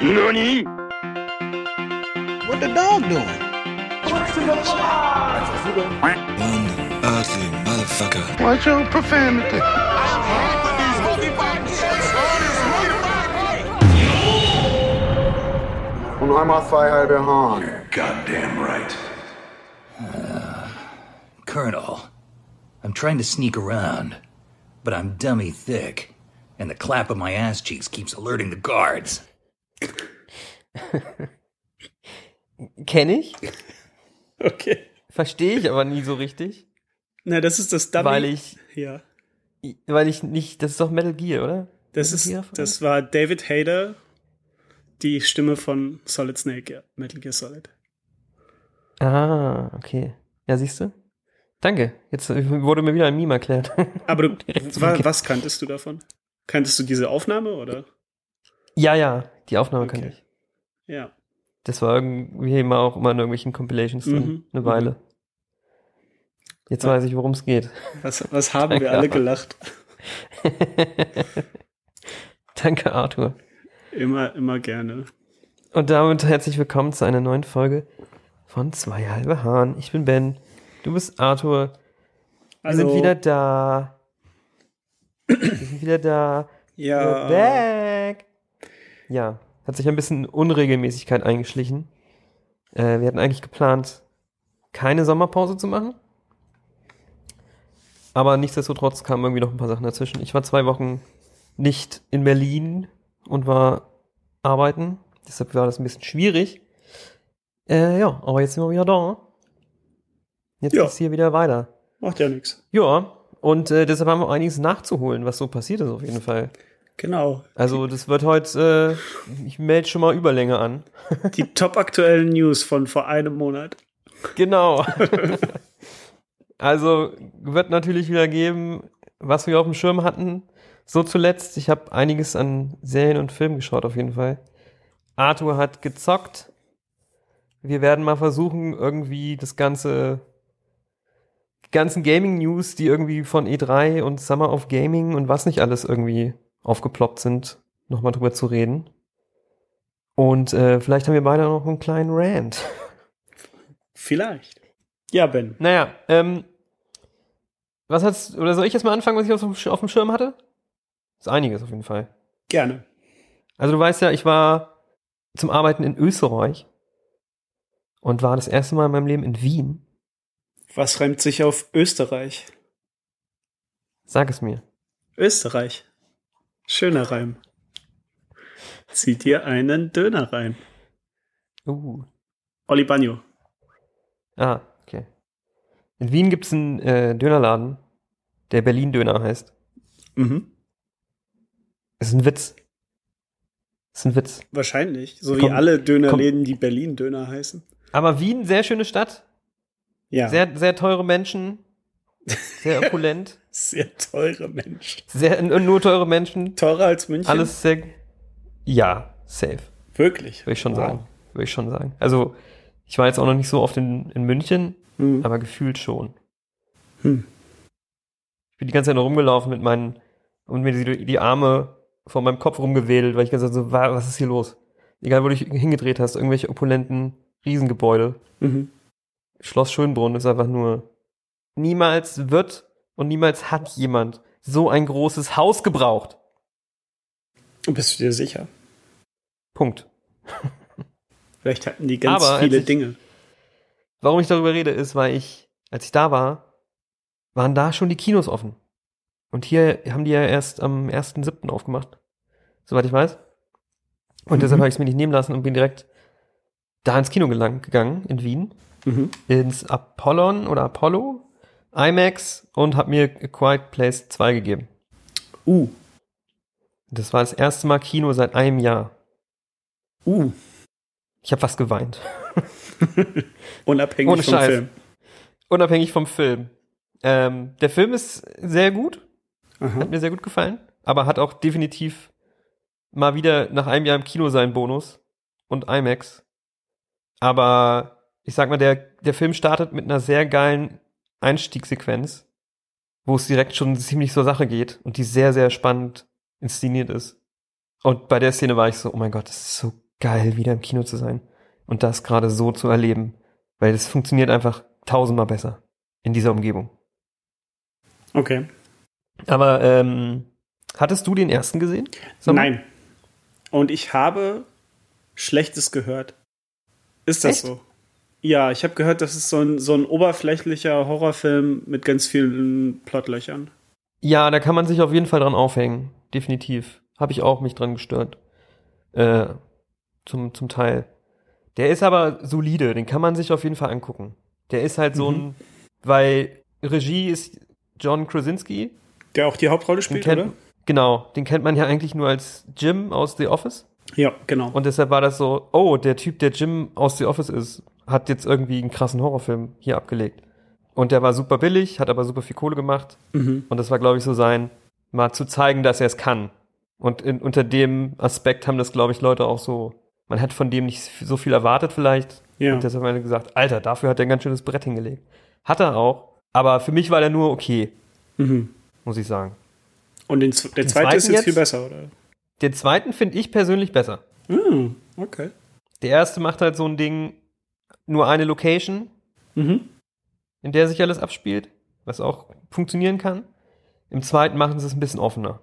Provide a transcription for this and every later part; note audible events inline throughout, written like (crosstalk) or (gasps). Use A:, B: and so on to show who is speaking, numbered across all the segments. A: Nani?
B: What the dog doing?
C: Ugly motherfucker.
A: Watch your profanity.
D: Und einmal zwei halbe Hahn.
E: Goddamn right.
F: Colonel, I'm trying to sneak around, but I'm dummy thick, and the clap of my ass cheeks keeps alerting the guards.
G: Kenne ich,
H: Okay.
G: verstehe ich aber nie so richtig,
H: Na, das ist das Dummy.
G: weil ich,
H: Ja.
G: weil ich nicht, das ist doch Metal Gear, oder?
H: Das, ist,
G: Gear?
H: das war David Hayter, die Stimme von Solid Snake, ja. Metal Gear Solid.
G: Ah, okay. Ja, siehst du? Danke. Jetzt wurde mir wieder ein Meme erklärt. (laughs)
H: Aber du,
G: Direkt zum
H: wa
G: Gag.
H: was kanntest du davon? Kanntest du diese Aufnahme oder?
G: ja, ja, die Aufnahme
H: Okay.
G: kann ich.
H: Ja.
G: Das war irgendwie immer auch immer in irgendwelchen Compilations
H: Mhm.
G: drin, eine Weile. Jetzt
H: Ja.
G: weiß ich, worum es geht. (laughs)
H: Was, was haben wir
G: Danke,
H: alle
G: aber-
H: gelacht?
G: Danke, Arthur.
H: Immer, immer gerne.
G: Und damit herzlich willkommen zu einer neuen Folge von Zwei halbe Hahn. Ich bin Ben, du bist Arthur. Wir
H: Also,
G: sind wieder da. Wir sind wieder da. We're
H: Ja.
G: back. Ja, hat sich ein bisschen Unregelmäßigkeit eingeschlichen. Äh, wir hatten eigentlich geplant, keine Sommerpause zu machen. Aber nichtsdestotrotz kamen irgendwie noch ein paar Sachen dazwischen. Ich war zwei Wochen nicht in Berlin und war arbeiten. Deshalb war das ein bisschen schwierig. Äh, ja, aber jetzt sind wir wieder da. Jetzt
H: Ja.
G: geht's hier wieder weiter.
H: Macht ja nichts.
G: Ja, und äh, deshalb haben wir auch einiges nachzuholen, was so passiert ist auf jeden Fall.
H: Genau.
G: Also das wird heute, äh, ich melde schon mal Überlänge an.
H: Die top aktuellen News von vor einem Monat.
G: Genau. also wird natürlich wieder geben, was wir auf dem Schirm hatten. So zuletzt, ich habe einiges an Serien und Filmen geschaut auf jeden Fall. Arthur hat gezockt. Wir werden mal versuchen, irgendwie das ganze, die ganzen Gaming-News, die irgendwie von E3 und Summer of Gaming und was nicht alles irgendwie aufgeploppt sind, nochmal drüber zu reden. Und äh, vielleicht haben wir beide noch einen kleinen Rant.
H: Vielleicht. Ja, Ben.
G: Naja, ähm, was hat's, oder soll ich jetzt mal anfangen, was ich auf dem, Sch- auf dem Schirm hatte? Ist einiges auf jeden Fall.
H: Gerne.
G: Also du weißt ja, ich war zum Arbeiten in Österreich und war das erste Mal in meinem Leben in Wien.
H: Was reimt sich auf Österreich?
G: Sag es mir.
H: Österreich. Schöner Reim. Zieh dir einen Döner rein.
G: Uh.
H: Oli Bagno.
G: Ah, okay. In Wien gibt's einen äh, Dönerladen, der Berlin-Döner heißt.
H: Mhm.
G: Ist ein Witz. Ist ein Witz.
H: Wahrscheinlich. So wie
G: Komm,
H: alle Dönerläden, die Berlin-Döner heißen.
G: Aber Wien, sehr schöne Stadt.
H: Ja.
G: Sehr, sehr teure Menschen. Sehr opulent. (laughs)
H: Sehr teure Menschen.
G: sehr, nur teure Menschen.
H: Teurer als München?
G: Alles sehr. Ja, safe.
H: Wirklich.
G: Würde ich schon
H: Wow.
G: sagen. Würde ich schon sagen. Also, ich war jetzt auch noch nicht so oft in, in München,
H: Mhm.
G: aber gefühlt schon.
H: Hm.
G: Ich bin die ganze Zeit nur rumgelaufen mit meinen. und mir die, die Arme vor meinem Kopf rumgewedelt, weil ich gesagt so, wa- was ist hier los? Egal, wo du dich hingedreht hast, irgendwelche opulenten Riesengebäude.
H: Mhm.
G: Schloss Schönbrunn ist einfach nur. Niemals wird und niemals hat jemand so ein großes Haus gebraucht.
H: Bist du dir sicher?
G: Punkt.
H: Vielleicht hatten die ganz
G: Aber als
H: viele
G: ich-
H: Dinge.
G: Warum ich darüber rede, ist, weil ich, als ich da war, waren da schon die Kinos offen. Und hier haben die ja erst am 1.7. aufgemacht. Soweit ich weiß. Und deshalb habe ich es mir nicht nehmen lassen und bin direkt da ins Kino gelang, gegangen, in Wien.
H: Mhm.
G: Ins Apollon oder Apollo, IMAX und habe mir A Quiet Place 2 gegeben.
H: Uh,
G: Das war das erste Mal Kino seit einem Jahr.
H: uh.
G: Ich habe fast geweint. (laughs)
H: Unabhängig
G: Ohne
H: vom
G: Scheiß.
H: Film.
G: Unabhängig vom Film. Ähm, der Film ist sehr gut. Hat
H: Aha.
G: mir sehr gut gefallen, aber hat auch definitiv mal wieder nach einem Jahr im Kino seinen Bonus und IMAX. Aber ich sag mal, der, der Film startet mit einer sehr geilen Einstiegssequenz, wo es direkt schon ziemlich zur Sache geht und die sehr, sehr spannend inszeniert ist. Und bei der Szene war ich so, oh mein Gott, das ist so geil, wieder im Kino zu sein und das gerade so zu erleben, weil das funktioniert einfach tausendmal besser in dieser Umgebung.
H: Okay.
G: Aber ähm, hattest du den ersten gesehen? Sag mal.
H: Nein. Und ich habe Schlechtes gehört. Ist das
G: Echt?
H: so? Ja, ich habe gehört, das ist so ein, so ein oberflächlicher Horrorfilm mit ganz vielen Plotlöchern.
G: Ja, da kann man sich auf jeden Fall dran aufhängen. Definitiv. Habe ich auch mich dran gestört. Äh, zum, zum Teil. Der ist aber solide, den kann man sich auf jeden Fall angucken. Der ist halt so
H: Mhm.
G: ein, weil Regie ist John Krasinski.
H: Der auch die Hauptrolle
G: Den
H: spielt, oder?
G: kennt, genau, den kennt man ja eigentlich nur als Jim aus The Office.
H: Ja, genau.
G: Und deshalb war das so, oh, der Typ, der Jim aus The Office ist, hat jetzt irgendwie einen krassen Horrorfilm hier abgelegt. Und der war super billig, hat aber super viel Kohle gemacht.
H: mhm.
G: Und das war, glaube ich, so sein, mal zu zeigen, dass er es kann. Und in, unter dem Aspekt haben das, glaube ich, Leute auch so, man hat von dem nicht so viel erwartet vielleicht.
H: Ja.
G: Und deshalb haben alle gesagt, Alter, dafür hat er ein ganz schönes Brett hingelegt. Hat er auch. Aber für mich war der nur okay,
H: Mhm.
G: muss ich sagen.
H: Und den, zw- der
G: Den
H: zweite ist
G: zweiten
H: jetzt,
G: jetzt?
H: viel besser, oder?
G: Den zweiten finde ich persönlich besser.
H: Hm, okay.
G: Der erste macht halt so ein Ding, nur eine Location,
H: Mhm.
G: in der sich alles abspielt, was auch funktionieren kann. Im zweiten machen sie es ein bisschen offener.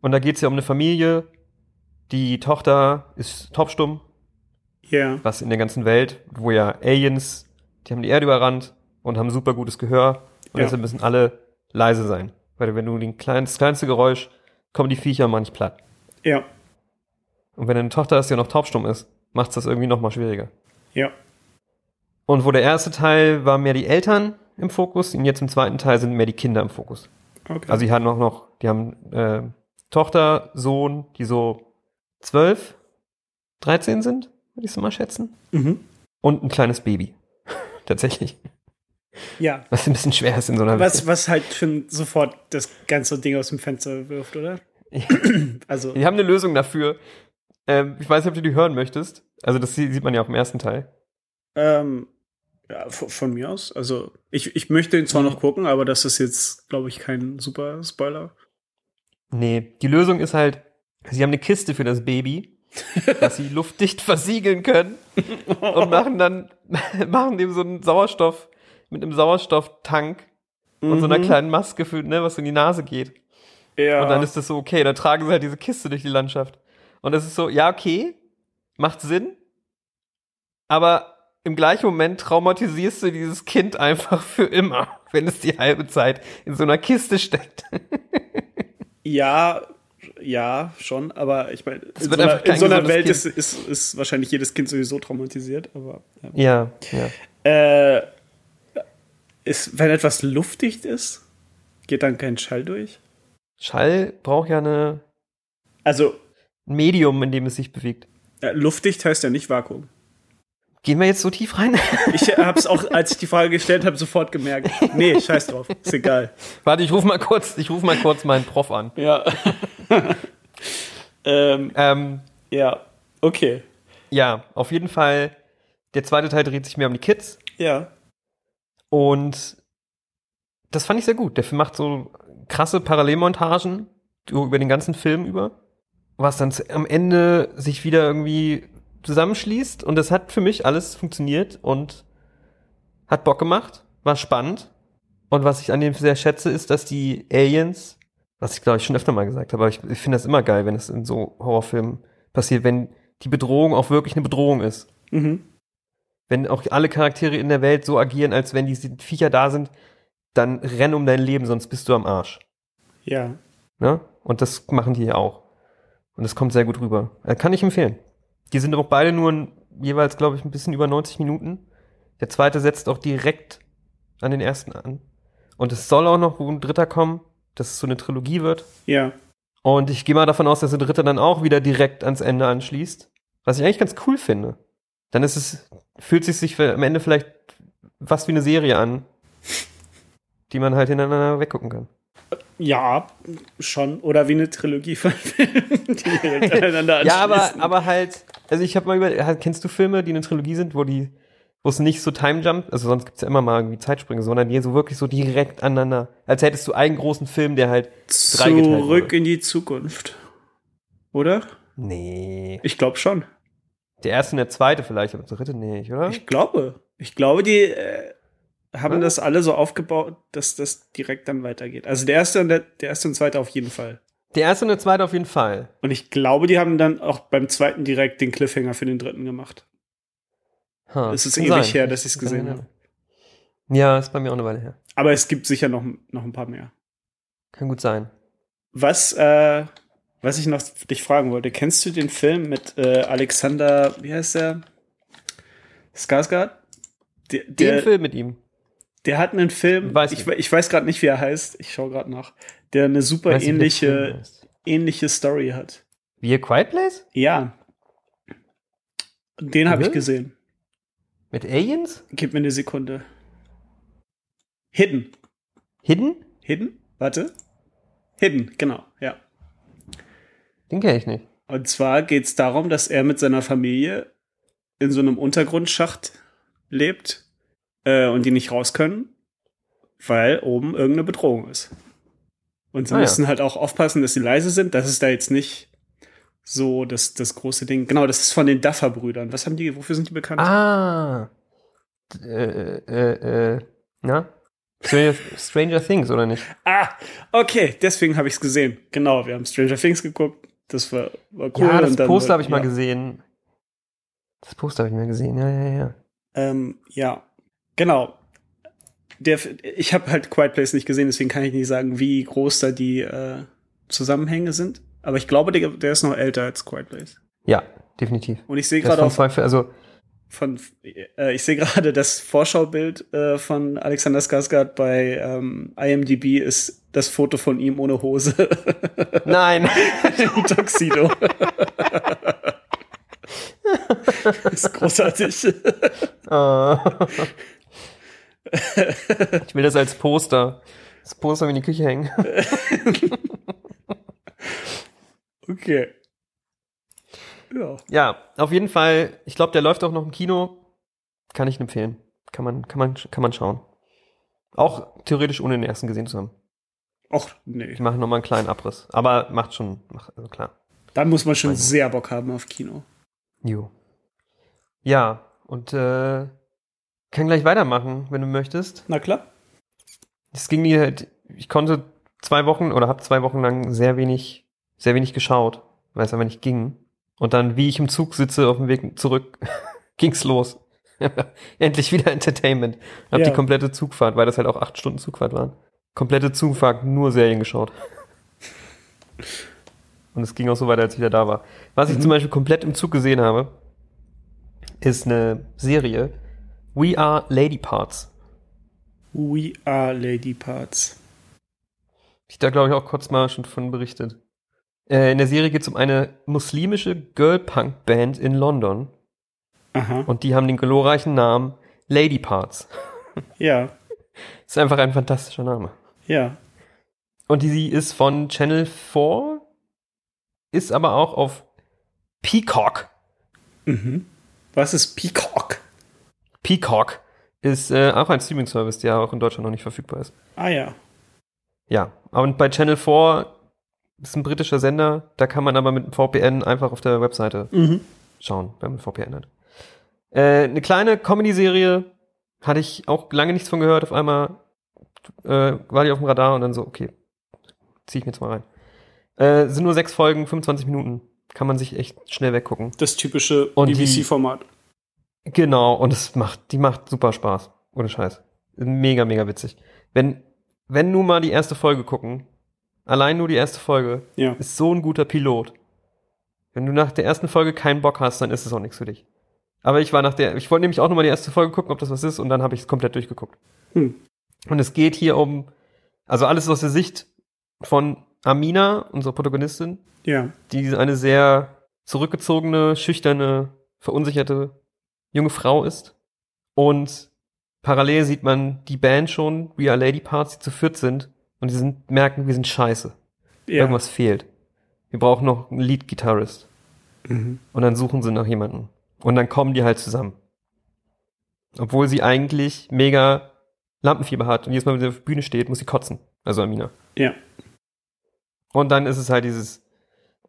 G: Und da geht es ja um eine Familie, die Tochter ist topstumm,
H: Ja.
G: was in der ganzen Welt, wo ja Aliens, die haben die Erde überrannt und haben super gutes Gehör und
H: Ja.
G: deshalb müssen alle leise sein. Weil wenn du den klein, das kleinste Geräusch, kommen die Viecher manchmal platt.
H: Ja.
G: Und wenn deine Tochter ist, die auch noch taubstumm ist, macht das irgendwie nochmal schwieriger.
H: Ja.
G: Und wo der erste Teil war mehr die Eltern im Fokus, und jetzt im zweiten Teil sind mehr die Kinder im Fokus.
H: Okay.
G: Also die haben auch noch, die haben äh, Tochter, Sohn, die so 12, 13 sind, würde ich so mal schätzen.
H: mhm.
G: Und ein kleines Baby. (laughs) Tatsächlich.
H: Ja.
G: Was ein bisschen schwer ist in so einer
H: Was, was halt schon sofort das ganze Ding aus dem Fenster wirft, oder? Also,
G: Die haben eine Lösung dafür. Ähm, ich weiß nicht, ob du die hören möchtest. Also das sie- sieht man ja auf dem ersten Teil.
H: ähm, ja, von, von mir aus. Also, ich, ich möchte ihn
G: Mhm.
H: zwar noch gucken, aber das ist jetzt, glaube ich, kein super Spoiler.
G: Nee, die Lösung ist halt, sie haben eine Kiste für das Baby, dass sie luftdicht versiegeln können. und machen dann (laughs) machen dem so einen Sauerstoff mit einem Sauerstofftank und so einer kleinen Maske für, ne, was in die Nase geht.
H: Mhm. Ja.
G: Und dann ist das so okay, dann tragen sie halt diese Kiste durch die Landschaft. Und es ist so, ja, okay, macht Sinn, aber im gleichen Moment traumatisierst du dieses Kind einfach für immer, (laughs) wenn es die halbe Zeit in so einer Kiste steckt.
H: ja, ja, schon, aber ich meine, in, so
G: wird einfach
H: einer,
G: kein
H: in so einer
G: gesundes
H: Welt
G: Kind.
H: ist, ist, ist wahrscheinlich jedes Kind sowieso traumatisiert, aber. Ja.
G: Ja, ja.
H: Äh, ist, wenn etwas luftdicht ist, geht dann kein Schall durch?
G: Schall braucht ja eine,
H: Also,
G: ein Medium, in dem es sich bewegt.
H: äh, luftdicht heißt ja nicht Vakuum.
G: Gehen wir jetzt so tief rein?
H: Ich hab's auch, als ich die Frage gestellt habe, sofort gemerkt. Nee, scheiß drauf. Ist egal.
G: (laughs) Warte, ich rufe mal kurz, ich rufe mal kurz meinen Prof an.
H: Ja. ähm,
G: Ähm,
H: ja. Okay.
G: ja, auf jeden Fall. Der zweite Teil dreht sich mehr um die Kids
H: Ja.
G: und das fand ich sehr gut. Der Film macht so krasse Parallelmontagen so über den ganzen Film über, was dann z- am Ende sich wieder irgendwie zusammenschließt und das hat für mich alles funktioniert und hat Bock gemacht, war spannend und was ich an dem sehr schätze ist, dass die Aliens, was ich glaube ich schon öfter mal gesagt habe, aber ich, ich finde das immer geil, wenn es in so Horrorfilmen passiert, wenn die Bedrohung auch wirklich eine Bedrohung ist
H: Mhm.
G: wenn auch alle Charaktere in der Welt so agieren, als wenn diese Viecher da sind, dann renn um dein Leben, sonst bist du am Arsch.
H: Ja.
G: Ne? Und das machen die hier auch. Und das kommt sehr gut rüber. Äh, Kann ich empfehlen. Die sind auch beide nur ein, jeweils, glaube ich, ein bisschen über 90 Minuten. Der zweite setzt auch direkt an den ersten an. Und es soll auch noch ein dritter kommen, dass es so eine Trilogie wird.
H: Ja.
G: Und ich gehe mal davon aus, dass der dritte dann auch wieder direkt ans Ende anschließt. Was ich eigentlich ganz cool finde. Dann ist es, fühlt sich sich am Ende vielleicht was wie eine Serie an, die man halt hintereinander weggucken kann.
H: Ja, schon. Oder wie eine Trilogie von (laughs) Filmen, die direkt aneinander
G: Ja, aber,
H: anschließen.
G: aber halt, also ich habe mal über, halt, kennst du Filme, die eine Trilogie sind, wo die, wo es nicht so Time Jump, also sonst gibt's ja immer mal irgendwie Zeitsprünge, sondern die so wirklich so direkt aneinander, als hättest du einen großen Film, der halt dreigeteilt
H: Zurück
G: wurde.
H: in die Zukunft. Oder?
G: Nee.
H: Ich glaube schon.
G: Der erste und der zweite vielleicht, aber der dritte nicht, oder?
H: Ich glaube. Ich glaube, die äh, haben
G: Ja.
H: das alle so aufgebaut, dass das direkt dann weitergeht. Also der erste und der, der erste und zweite auf jeden Fall.
G: Der erste und der zweite auf jeden Fall.
H: Und ich glaube, die haben dann auch beim zweiten direkt den Cliffhanger für den dritten gemacht.
G: Ha,
H: Es ist
G: kann
H: ewig her, dass ich's
G: Kann
H: gesehen
G: sein.
H: habe.
G: Ja, ist bei mir auch eine Weile her.
H: Aber es gibt sicher noch, noch ein paar mehr.
G: Kann gut sein.
H: Was, äh, was ich noch dich fragen wollte, kennst du den Film mit äh, Alexander, wie heißt der? Skarsgård? Der,
G: Den
H: der,
G: Film mit ihm.
H: der hat einen Film,
G: Weiß
H: ich,
G: ich.
H: we- ich weiß gerade nicht, wie er heißt, ich schaue gerade nach, der eine super
G: Weiß nicht, wie der Film
H: ähnliche,
G: heißt.
H: ähnliche Story hat.
G: Wie A Quiet Place?
H: Ja. Den habe ich
G: Mhm.
H: gesehen.
G: Mit Aliens?
H: Gib mir eine Sekunde. Hidden.
G: Hidden?
H: Hidden? Warte. Hidden, genau, ja.
G: Den kenne ich nicht.
H: Und zwar geht es darum, dass er mit seiner Familie in so einem Untergrundschacht lebt äh, und die nicht raus können, weil oben irgendeine Bedrohung ist. Und sie
G: Ah ja.
H: müssen halt auch aufpassen, dass sie leise sind. Das ist da jetzt nicht so das, das große Ding. Genau, das ist von den Duffer-Brüdern. Was haben die, wofür sind die bekannt?
G: Ah. D- Äh, äh, äh, na? Stranger, Stranger Things, oder nicht?
H: Ah, okay, deswegen habe ich es gesehen. Genau, wir haben Stranger Things geguckt. Das war, war cool.
G: ja, das
H: und dann
G: Poster
H: war-
G: habe ich mal
H: ja.
G: gesehen. Das Poster habe ich mal gesehen, ja, ja, ja.
H: Ähm, ja, genau. Der, ich habe halt Quiet Place nicht gesehen, deswegen kann ich nicht sagen, wie groß da die äh, Zusammenhänge sind. Aber ich glaube, der, der ist noch älter als Quiet Place.
G: Ja, definitiv.
H: Und ich sehe
G: Das
H: gerade
G: von
H: auf
G: zwei, Fil- also,
H: von äh, ich sehe gerade das Vorschaubild äh, von Alexander Skarsgård bei ähm, IMDb ist das Foto von ihm ohne Hose (laughs)
G: nein.
H: im Tuxedo. (laughs) ist großartig.
G: Ah. ich will das als Poster. Das Poster mir in die Küche hängen.
H: Okay. Ja.
G: Ja, auf jeden Fall. Ich glaube, der läuft auch noch im Kino. Kann ich empfehlen. Kann man, kann man, kann man schauen. Auch theoretisch ohne den ersten gesehen zu haben.
H: Och, nee.
G: Ich mache nochmal einen kleinen Abriss. Aber macht schon, macht, also klar.
H: Dann muss man schon
G: Also-
H: sehr Bock haben auf Kino.
G: Jo. Ja, und äh, kann gleich weitermachen, wenn du möchtest.
H: Na klar.
G: Es ging mir halt, ich konnte zwei Wochen oder habe zwei Wochen lang sehr wenig, sehr wenig geschaut, weil es einfach nicht ging. Und dann, wie ich im Zug sitze auf dem Weg zurück, (laughs) ging's los. (laughs) Endlich wieder Entertainment. Hab
H: Ja.
G: die komplette Zugfahrt, weil das halt auch acht Stunden Zugfahrt waren. Komplette Zugfahrt, nur Serien geschaut. Und es ging auch so weiter, als ich wieder da war. Was ich zum Beispiel komplett im Zug gesehen habe, ist eine Serie We Are Lady Parts.
H: We are Lady Parts.
G: Ich da glaube ich auch kurz mal schon von berichtet. Äh, in der Serie geht es um eine muslimische Girl-Punk-Band in London
H: Aha.
G: und die haben den glorreichen Namen Lady Parts.
H: Ja,
G: Ist einfach ein fantastischer Name.
H: ja.
G: Und die sie ist von Channel 4, ist aber auch auf Peacock.
H: Mhm. Was ist Peacock?
G: Peacock ist äh, auch ein Streaming-Service, der auch in Deutschland noch nicht verfügbar ist.
H: Ah ja.
G: Ja, und bei Channel 4 ist ein britischer Sender, da kann man aber mit einem VPN einfach auf der Webseite
H: Mhm.
G: schauen, wenn man VPN hat. Äh, eine kleine Comedy-Serie hatte ich auch lange nichts von gehört. Auf einmal äh, war die auf dem Radar und dann so, okay, zieh ich mir jetzt mal rein. Äh, sind nur sechs Folgen, 25 Minuten. Kann man sich echt schnell weggucken.
H: Das typische
G: Und die-
H: BBC-Format.
G: Genau, und es macht, die macht super Spaß. Ohne Scheiß. Mega, mega witzig. Wenn, wenn nur mal die erste Folge gucken, allein nur die erste Folge,
H: Ja.
G: ist so ein guter Pilot. Wenn du nach der ersten Folge keinen Bock hast, dann ist es auch nichts für dich. Aber ich war nach der, ich wollte nämlich auch nochmal die erste Folge gucken, ob das was ist, und dann habe ich es komplett durchgeguckt.
H: Hm.
G: Und es geht hier um, also alles aus der Sicht von Amina, unserer Protagonistin,
H: Ja.
G: die eine sehr zurückgezogene, schüchterne, verunsicherte junge Frau ist. Und parallel sieht man die Band schon, We Are Lady Parts, die zu viert sind. Und die sind, merken, wir sind scheiße.
H: ja.
G: Irgendwas fehlt. Wir brauchen noch einen Lead-Gitarrist.
H: Mhm.
G: Und dann suchen sie nach jemandem. Und dann kommen die halt zusammen. Obwohl sie eigentlich mega Lampenfieber hat und jedes Mal, wenn sie auf der Bühne steht, muss sie kotzen. Also Amina.
H: Ja.
G: Und dann ist es halt dieses,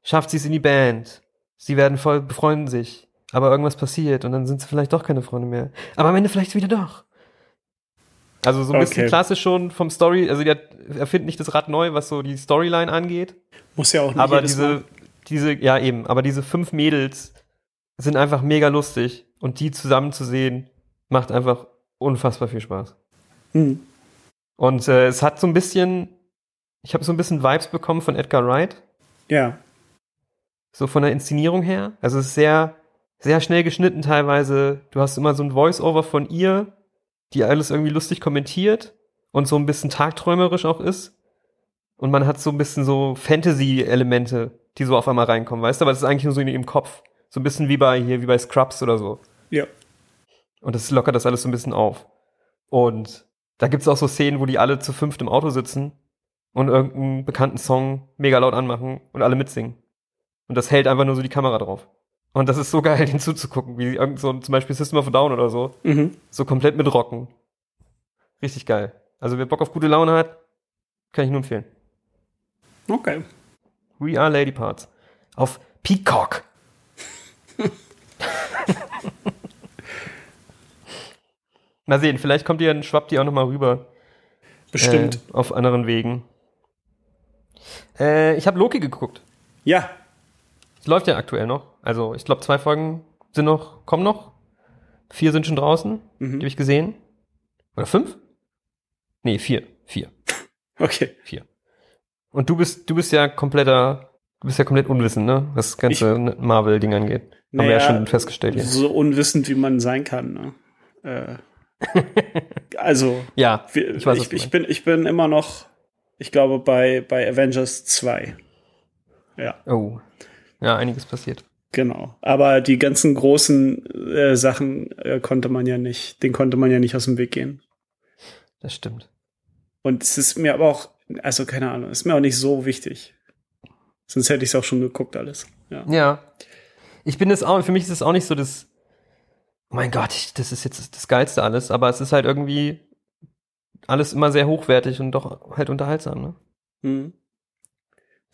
G: schafft sie es in die Band? Sie werden voll befreunden sich, aber irgendwas passiert und dann sind sie vielleicht doch keine Freunde mehr. Aber am Ende vielleicht wieder doch. Also so ein bisschen
H: Okay.
G: klassisch schon vom Story, also die hat, erfindet nicht das Rad neu, was so die Storyline angeht,
H: Muss ja auch nicht
G: aber
H: jedes
G: diese,
H: Mal.
G: diese, ja eben, aber diese fünf Mädels sind einfach mega lustig und die zusammen zu sehen macht einfach unfassbar viel Spaß.
H: Hm.
G: Und äh, es hat so ein bisschen, ich habe so ein bisschen Vibes bekommen von Edgar Wright,
H: Ja,
G: so von der Inszenierung her. Also es ist sehr, sehr schnell geschnitten teilweise. Du hast immer so ein Voice-Over von ihr, die alles irgendwie lustig kommentiert und so ein bisschen tagträumerisch auch ist. Und man hat so ein bisschen so Fantasy-Elemente, die so auf einmal reinkommen, weißt du? Aber es ist eigentlich nur so in ihrem Kopf. So ein bisschen wie bei hier, wie bei Scrubs oder so.
H: ja.
G: Und das lockert das alles so ein bisschen auf. Und da gibt's auch so Szenen, wo die alle zu fünft im Auto sitzen und irgendeinen bekannten Song mega laut anmachen und alle mitsingen. Und das hält einfach nur so die Kamera drauf. Und das ist so geil, (laughs) den zuzugucken, wie sie irgend so ein- zum Beispiel System of a Down oder so,
H: Mhm.
G: so komplett mitrocken. Richtig geil. Also wer Bock auf gute Laune hat, kann ich nur empfehlen.
H: Okay.
G: We are Lady Parts. Auf Peacock. (laughs) Mal sehen, vielleicht kommt ihr, dann schwappt ihr auch nochmal rüber.
H: Bestimmt.
G: Äh, auf anderen Wegen. Äh, ich habe Loki geguckt.
H: Ja,
G: Es läuft ja aktuell noch. Also ich glaube, zwei Folgen sind noch, kommen noch. Vier sind schon draußen. Die
H: Mhm.
G: habe ich gesehen. Oder fünf? Nee, vier. Vier.
H: okay.
G: Und du bist, du bist ja kompletter, du bist ja komplett unwissend, ne? Was das ganze Marvel-Ding angeht. Haben wir ja
H: Naja,
G: schon festgestellt hier.
H: So unwissend, wie man sein kann. Ne?
G: (laughs)
H: Äh, also,
G: Ja,
H: wir,
G: ich weiß, was
H: ich,
G: du
H: ich,
G: meinst.
H: bin, ich bin immer noch, ich glaube, bei, bei Avengers 2. Ja,
G: Oh. Ja, einiges passiert.
H: genau. Aber die ganzen großen äh, Sachen äh, konnte man ja nicht, den konnte man ja nicht aus dem Weg gehen.
G: Das stimmt.
H: Und es ist mir aber auch, also keine Ahnung, ist mir auch nicht so wichtig. Sonst hätte ich es auch schon geguckt, alles. Ja.
G: Ja. Ich bin das auch, für mich ist es auch nicht so das, oh mein Gott, ich, das ist jetzt das Geilste alles, aber es ist halt irgendwie alles immer sehr hochwertig und doch halt unterhaltsam, ne?
H: Mhm.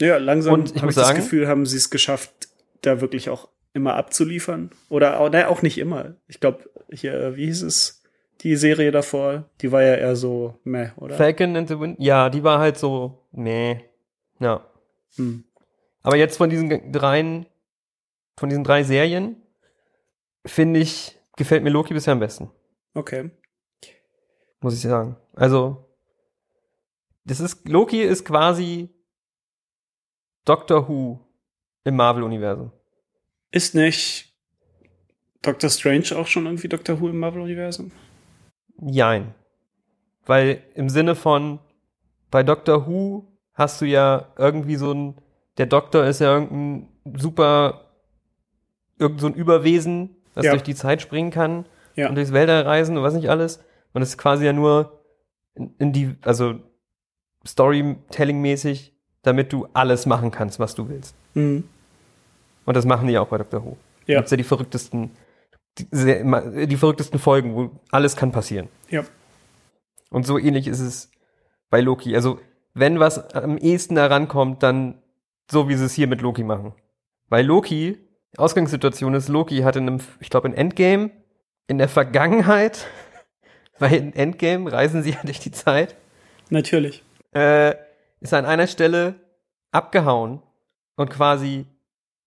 H: Ja, langsam
G: Und ich
H: habe
G: muss
H: ich das
G: sagen-
H: Gefühl, haben sie es geschafft, da wirklich auch immer abzuliefern. Oder auch, naja, auch nicht immer. Ich glaube, hier, äh, wie hieß es? Die Serie davor, die war ja eher so meh, oder?
G: Falcon and the Wind, ja, die war halt so, nee. Ja.
H: Hm.
G: Aber jetzt von diesen dreien, von diesen drei Serien, finde ich, gefällt mir Loki bisher am besten.
H: Okay.
G: muss ich sagen. Also, das ist, Loki ist quasi Doctor Who im Marvel-Universum.
H: Ist nicht Doctor Strange auch schon irgendwie Doctor Who im Marvel-Universum?
G: Jein. Weil im Sinne von, bei Doctor Who hast du ja irgendwie so ein, der Doktor ist ja irgendein super, irgend so ein Überwesen, das
H: Ja.
G: durch die Zeit springen kann
H: Ja.
G: und durchs Wälder reisen und was nicht alles. Und es ist quasi ja nur in, in die, also Storytelling-mäßig, damit du alles machen kannst, was du willst.
H: Hm.
G: Und das machen die ja auch bei Doctor Who.
H: Ja.
G: Da gibt's ja die verrücktesten, die, sehr, ma- die verrücktesten Folgen, wo alles kann passieren.
H: Ja.
G: Und so ähnlich ist es bei Loki. Also, wenn was am ehesten herankommt, dann so, wie sie es hier mit Loki machen. Weil Loki, Ausgangssituation ist, Loki hat in einem, ich glaube, in Endgame, in der Vergangenheit, (laughs) weil in Endgame reisen sie ja durch die Zeit,
H: Natürlich.
G: äh, ist an einer Stelle abgehauen und quasi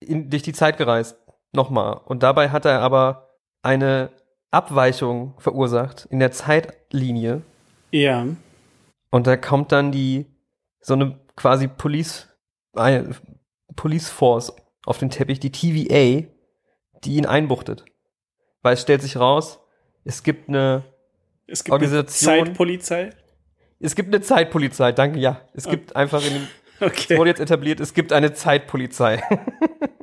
G: in, durch die Zeit gereist. Nochmal. Und dabei hat er aber eine Abweichung verursacht in der Zeitlinie.
H: Ja.
G: Und da kommt dann die, so eine quasi Police, eine Police Force auf den Teppich, die TVA, die ihn einbuchtet. Weil es stellt sich raus, es gibt eine
H: Es gibt eine
G: Organisation-
H: Zeitpolizei. (laughs)
G: es gibt eine Zeitpolizei, danke, ja. Es gibt einfach in dem,
H: Okay.
G: Es (laughs) wurde jetzt etabliert, es gibt eine Zeitpolizei.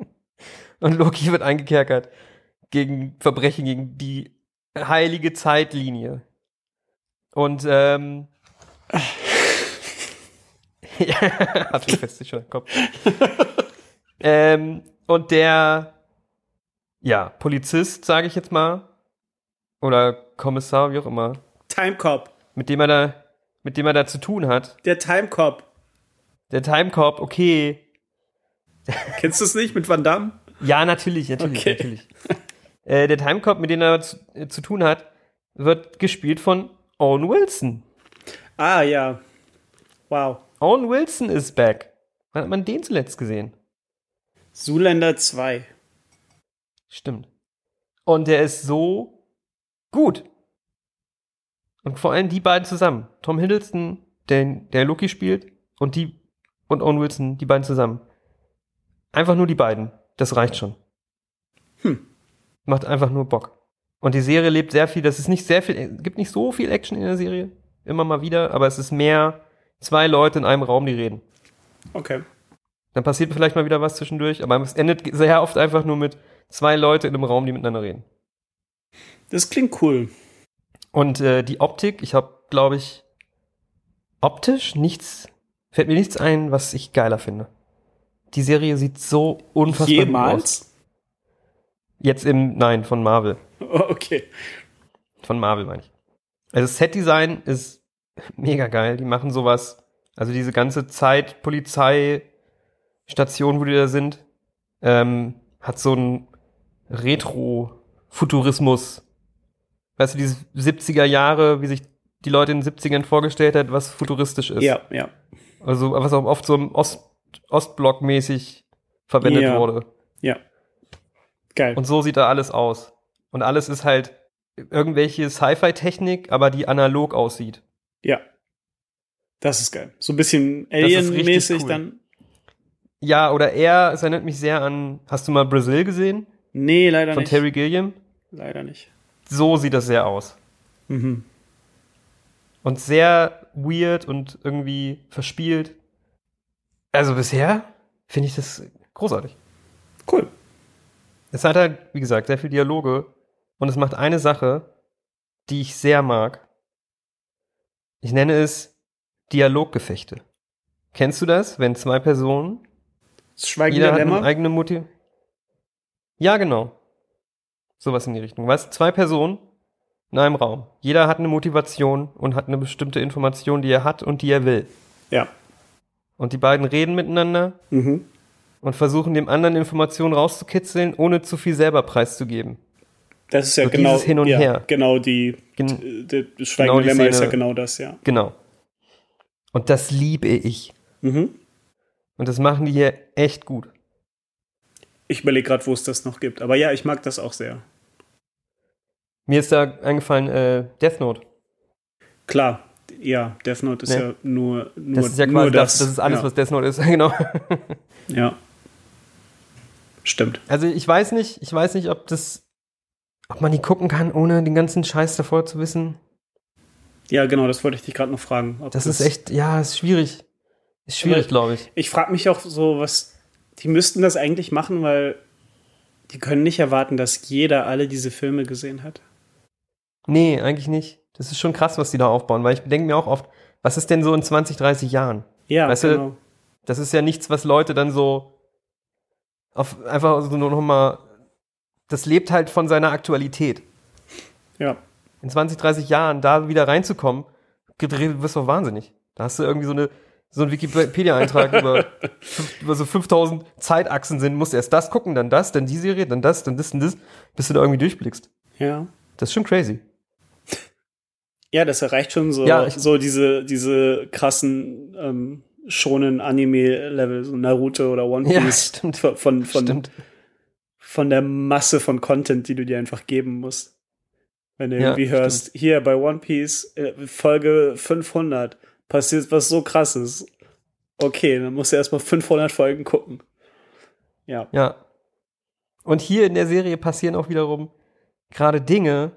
G: (laughs) Und Loki wird eingekerkert gegen Verbrechen, gegen die heilige Zeitlinie. Und ähm. (laughs) ja, (laughs) hat mich fest schon im Kopf. ähm, und der ja, Polizist, sage ich jetzt mal, oder Kommissar, wie auch immer,
H: Time Cop.
G: mit dem er da, mit dem er da zu tun hat,
H: Der Time Cop.
G: der Timecop, okay,
H: Kennst du es nicht mit Van Damme?
G: Ja, natürlich, natürlich,
H: Okay.
G: natürlich. Äh, der Timecop, mit dem er zu, äh, zu tun hat, wird gespielt von Owen Wilson.
H: Ah, ja. Wow.
G: Owen Wilson is back. Wann hat man den zuletzt gesehen?
H: Zuländer 2.
G: Stimmt. Und der ist so gut. Und vor allem die beiden zusammen. Tom Hiddleston, der, der Loki spielt, und die und Owen Wilson, die beiden zusammen. Einfach nur die beiden. Das reicht schon.
H: Hm.
G: Macht einfach nur Bock. Und die Serie lebt sehr viel. Das ist nicht sehr viel, gibt nicht so viel Action in der Serie. Immer mal wieder, aber es ist mehr zwei Leute in einem Raum, die reden.
H: Okay.
G: Dann passiert vielleicht mal wieder was zwischendurch, aber es endet sehr oft einfach nur mit zwei Leute in einem Raum, die miteinander reden.
H: Das klingt cool.
G: Und äh, die Optik, ich habe, glaube ich, optisch nichts, fällt mir nichts ein, was ich geiler finde. Die Serie sieht so unfassbar gut aus.
H: Jemals?
G: Jetzt im, nein, von Marvel.
H: Oh, (laughs) okay.
G: Von Marvel meine ich. Also das Set-Design ist mega geil. Die machen sowas, also diese ganze Zeit, Polizei, Station, wo die da sind, ähm, hat so einen Retro-Futurismus. Weißt du, diese 70er Jahre, wie sich die Leute in den 70ern vorgestellt hat, was futuristisch ist.
H: Ja, ja.
G: Also was auch oft so im Ost Ostblock-mäßig verwendet
H: Ja.
G: wurde.
H: Ja. Geil.
G: Und so sieht da alles aus. Und alles ist halt irgendwelche Sci-Fi-Technik, aber die analog aussieht.
H: ja. Das ist geil. So ein bisschen
G: richtig
H: Alien-mäßig
G: cool.
H: dann.
G: Ja, oder er, es erinnert mich sehr an, hast du mal Brazil gesehen?
H: Nee, leider
G: Von
H: nicht.
G: Terry Gilliam?
H: Leider nicht.
G: So sieht das sehr aus.
H: Mhm.
G: Und sehr weird und irgendwie verspielt. Also bisher finde ich das großartig.
H: Cool.
G: Es hat halt, wie gesagt, sehr viel Dialoge und es macht eine Sache, die ich sehr mag. Ich nenne es Dialoggefechte. Kennst du das, wenn zwei Personen
H: Das Schweigen
G: Jeder
H: der
G: hat eine
H: Lämmer.
G: eigene Motiv. Ja, genau. Sowas in die Richtung. Weißt, zwei Personen in einem Raum. Jeder hat eine Motivation und hat eine bestimmte Information, die er hat und die er will.
H: Ja.
G: Und die beiden reden miteinander
H: Mhm.
G: und versuchen dem anderen Informationen rauszukitzeln, ohne zu viel selber preiszugeben.
H: Das ist ja
G: So
H: genau.
G: dieses Hin und
H: ja,
G: Her.
H: Genau die.
G: Gen
H: Der das Schweigende
G: Genau die
H: Lämmer ist ja
G: Szene.
H: genau das, ja.
G: genau. Und das liebe ich.
H: Mhm.
G: Und das machen die hier echt gut.
H: Ich überlege gerade, wo es das noch gibt. Aber ja, ich mag das auch sehr.
G: Mir ist da eingefallen, äh, Death Note.
H: Klar. Ja, Death Note ist
G: Ne?
H: ja nur, nur
G: Das ist ja
H: nur
G: quasi das, das ist alles,
H: ja.
G: was Death Note ist. (laughs) genau.
H: Ja. Stimmt.
G: Also ich weiß nicht, ich weiß nicht, ob das, ob man die gucken kann, ohne den ganzen Scheiß davor zu wissen.
H: Ja, genau, das wollte ich dich gerade noch fragen. ob
G: Das, ist echt, ja, ist schwierig. Ist schwierig,
H: Aber-
G: glaube ich.
H: Ich frage mich auch so, was. Die müssten das eigentlich machen, weil die können nicht erwarten, dass jeder alle diese Filme gesehen hat.
G: Nee, eigentlich nicht. Das ist schon krass, was die da aufbauen, weil ich denke mir auch oft, was ist denn so in 20, 30 Jahren?
H: Ja,
G: Weißt du,
H: genau.
G: Das ist ja nichts, was Leute dann so auf einfach so nur noch mal das lebt halt von seiner Aktualität.
H: ja.
G: in 20, 30 Jahren da wieder reinzukommen, gedreht, wirst du auch wahnsinnig. Da hast du irgendwie so eine so einen Wikipedia-Eintrag über, fünf- über so 5000 Zeitachsen sind, musst erst das gucken, dann das, dann die Serie, dann das, dann das und das, bis du da irgendwie durchblickst.
H: Ja.
G: Das ist schon crazy.
H: Ja, das erreicht schon so,
G: Ja, ich-
H: so diese, diese krassen ähm, schonen Anime-Level, so Naruto oder One
G: Ja,
H: Piece.
G: stimmt.
H: Von, von, von, von der Masse von Content, die du dir einfach geben musst. Wenn du
G: Ja,
H: irgendwie hörst, hier bei One Piece, äh, Folge 500, passiert was so krasses. Okay, dann musst du erstmal 500 Folgen gucken. Ja,
G: Ja. Und hier in der Serie passieren auch wiederum gerade Dinge,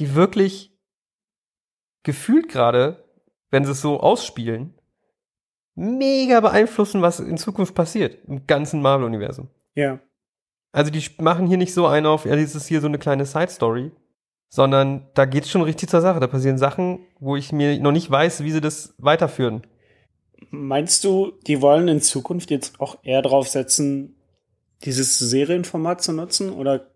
G: die wirklich gefühlt gerade, wenn sie es so ausspielen, mega beeinflussen, was in Zukunft passiert im ganzen Marvel-Universum.
H: ja,
G: Also die sp- machen hier nicht so einen auf, ja, das ist hier so eine kleine Side-Story, sondern da geht's schon richtig zur Sache. Da passieren Sachen, wo ich mir noch nicht weiß, wie sie das weiterführen.
H: Meinst du, die wollen in Zukunft jetzt auch eher drauf setzen, dieses Serienformat zu nutzen? Oder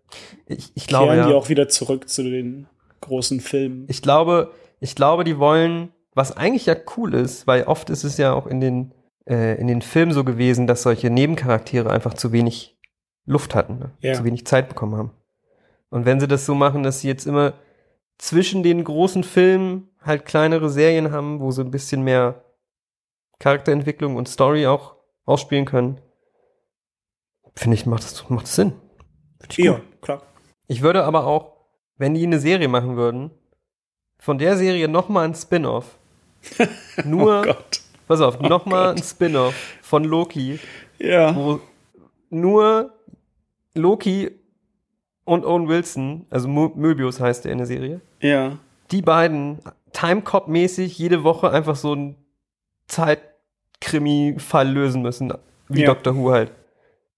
G: Ich, ich glaube,
H: kehren
G: ja.
H: die auch wieder zurück zu den großen Filmen?
G: Ich glaube, ich glaube, die wollen, was eigentlich ja cool ist, weil oft ist es ja auch in den, äh, in den Filmen so gewesen, dass solche Nebencharaktere einfach zu wenig Luft hatten, ne?
H: Ja.
G: zu wenig Zeit bekommen haben. Und wenn sie das so machen, dass sie jetzt immer zwischen den großen Filmen halt kleinere Serien haben, wo sie ein bisschen mehr Charakterentwicklung und Story auch ausspielen können, finde ich, macht das, macht das Sinn. Finde ich
H: Ja, klar.
G: ich würde aber auch, wenn die eine Serie machen würden, von der Serie nochmal
H: (laughs)
G: ein Spin-off.
H: Oh
G: Nur,
H: Gott. Oh
G: pass auf, nochmal ein Spin-off von Loki,
H: Ja.
G: wo nur Loki und Owen Wilson, also Mo Möbius heißt der in der Serie,
H: Ja.
G: die beiden Timecop-mäßig jede Woche einfach so einen Zeitkrimi-Fall lösen müssen. Wie
H: Ja.
G: Doctor Who halt.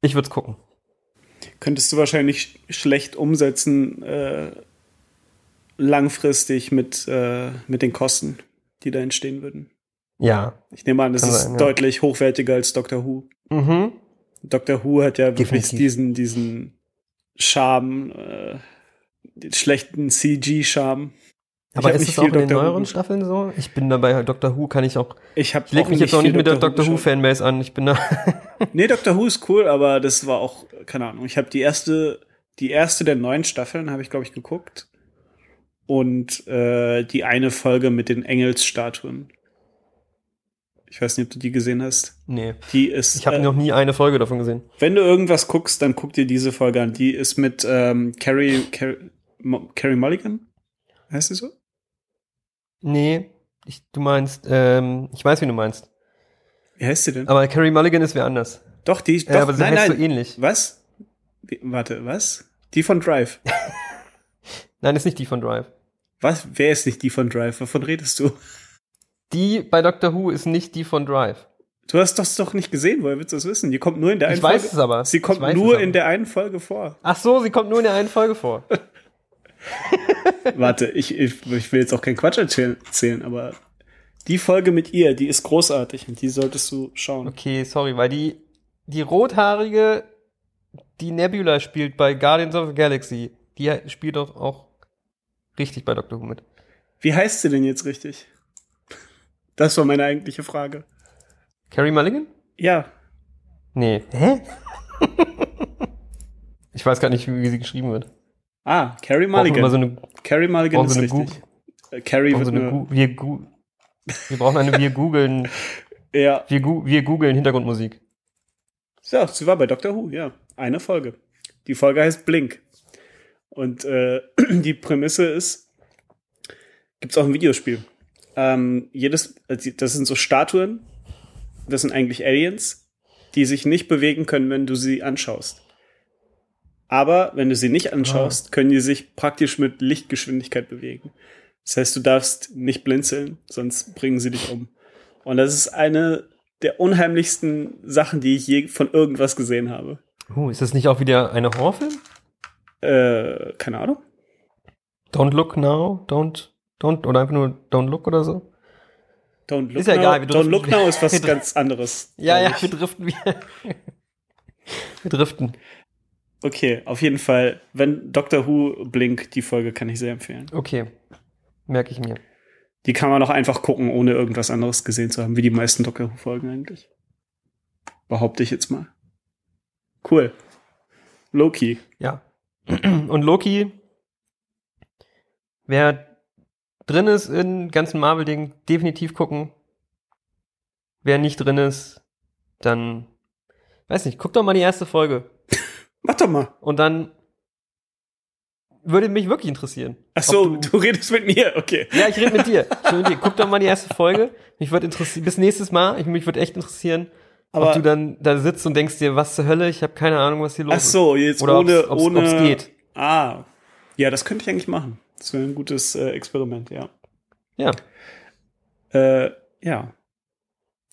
G: Ich würde es gucken.
H: Könntest du wahrscheinlich sch- schlecht umsetzen, äh, langfristig mit, äh, mit den Kosten, die da entstehen würden.
G: Ja.
H: Ich nehme an, das
G: Kann
H: ist
G: sein, ja.
H: deutlich hochwertiger als Doctor Who.
G: Mhm.
H: Doctor Who hat ja wirklich
G: Definitiv.
H: diesen, diesen Charme, äh, den schlechten CG-Charme.
G: Aber
H: hab
G: ist
H: nicht
G: es
H: viel
G: auch in den
H: Doctor Who
G: neueren
H: gesch-
G: Staffeln so? Ich bin dabei, Doctor Who kann ich auch.
H: Ich, hab
G: Ich leg mich jetzt auch nicht mit der Doctor
H: Who-Fan.
G: Who-Fanbase an. Ich bin da.
H: (laughs) Nee, Doctor Who ist cool, aber das war auch, keine Ahnung. Ich habe die erste, die erste der neuen Staffeln habe ich, glaube ich, geguckt. Und äh, die eine Folge mit den Engelsstatuen. Ich weiß nicht, ob du die gesehen hast.
G: nee.
H: Die ist. äh,
G: Ich habe noch nie eine Folge davon gesehen.
H: Wenn du irgendwas guckst, dann guck dir diese Folge an. Die ist mit ähm, Carrie, Carrie, Mo- Carrie Mulligan. Heißt sie so?
G: Nee. Ich, du meinst, ähm, ich weiß, wie du meinst.
H: Wie heißt sie denn?
G: Aber Carrie Mulligan ist wer anders.
H: doch, die. Doch,
G: Äh, Oh. aber sie
H: nein,
G: heißt
H: nein.
G: so ähnlich.
H: was? Wie, warte, was? Die von
G: (laughs)
H: Drive.
G: Nein, ist nicht die von Drive.
H: Was? Wer ist nicht die von Drive? Wovon redest du?
G: Die bei Doctor Who ist nicht die von Drive.
H: Du hast das doch nicht gesehen, woher willst du das wissen? Die kommt nur in der einen
G: Ich weiß
H: Folge.
G: es aber.
H: Sie
G: Ich
H: kommt
G: weiß es
H: nur
G: aber.
H: in der einen Folge vor.
G: Ach so, sie kommt nur in der einen Folge
H: (laughs)
G: vor.
H: Warte, ich, ich, ich will jetzt auch keinen Quatsch erzählen, erzählen, aber die Folge mit ihr, die ist großartig und die solltest du schauen.
G: Okay, sorry, weil die, die rothaarige, die Nebula spielt bei Guardians of the Galaxy, die spielt doch auch richtig bei Doctor Who mit.
H: Wie heißt sie denn jetzt richtig? Das war meine eigentliche Frage.
G: Carrie Mulligan?
H: Ja,
G: Nee. Hä? (laughs) ich weiß gar nicht, wie wie sie geschrieben wird.
H: ah, Carrie
G: Brauchen wir
H: Mulligan.
G: mal so eine,
H: Carrie Mulligan
G: brauchen
H: ist
G: so eine, Gu
H: richtig. Äh, Carrie
G: brauchen
H: wird
G: so eine
H: nur,
G: Gu wir, Gu wir brauchen eine wir googeln
H: ja.
G: wir, Gu wir googeln Hintergrundmusik.
H: ja, sie war bei Doctor Who, ja, eine Folge. Die Folge heißt Blink. Und äh, (clears throat) die Prämisse ist, gibt's auch ein Videospiel. Ähm, jedes, äh, die- das sind so Statuen, das sind eigentlich Aliens, die sich nicht bewegen können, wenn du sie anschaust. Aber wenn du sie nicht anschaust, können die sich praktisch mit Lichtgeschwindigkeit bewegen. Das heißt, du darfst nicht blinzeln, sonst bringen sie dich um. Und das ist eine der unheimlichsten Sachen, die ich je von irgendwas gesehen habe.
G: Oh, ist das nicht auch wieder eine Horrorfilm?
H: Äh, keine Ahnung.
G: Don't look now, don't don't oder einfach nur don't look oder so?
H: Don't look
G: Ist ja
H: now.
G: egal, wir
H: Don't
G: dürfen-
H: look now ist
G: (laughs)
H: was
G: wir
H: ganz anderes.
G: Ja, ja,
H: glaub ich.
G: wir driften wieder. wir driften.
H: Okay, auf jeden Fall. Wenn Doctor Who Blink, die Folge kann ich sehr empfehlen.
G: Okay. Merke ich mir.
H: Die kann man auch einfach gucken, ohne irgendwas anderes gesehen zu haben, wie die meisten Doctor Who Folgen eigentlich. Behaupte ich jetzt mal. Cool. Loki.
G: Ja. (clears throat) Und Loki, wer drin ist in ganzen Marvel-Dingen, definitiv gucken. Wer nicht drin ist, dann, weiß nicht, guck doch mal die erste Folge.
H: Mach doch mal.
G: Und dann würde mich wirklich interessieren.
H: Ach
G: ob
H: so,
G: du-
H: du redest mit mir. Okay.
G: Ja, ich rede mit dir. Ich rede mit dir. Guck doch mal die erste Folge. Mich würde interessieren, bis nächstes Mal, ich, mich würde echt interessieren,
H: Aber-
G: ob du dann da sitzt und denkst dir, was zur Hölle, ich habe keine Ahnung, was hier los
H: Ach so, jetzt
G: Oder
H: ohne,
G: ob's- ob's-
H: ohne.
G: ob's geht.
H: Ah. Ja, das könnte ich eigentlich machen. Das wäre ein gutes äh, Experiment, ja.
G: ist. Ja.
H: Äh, ja.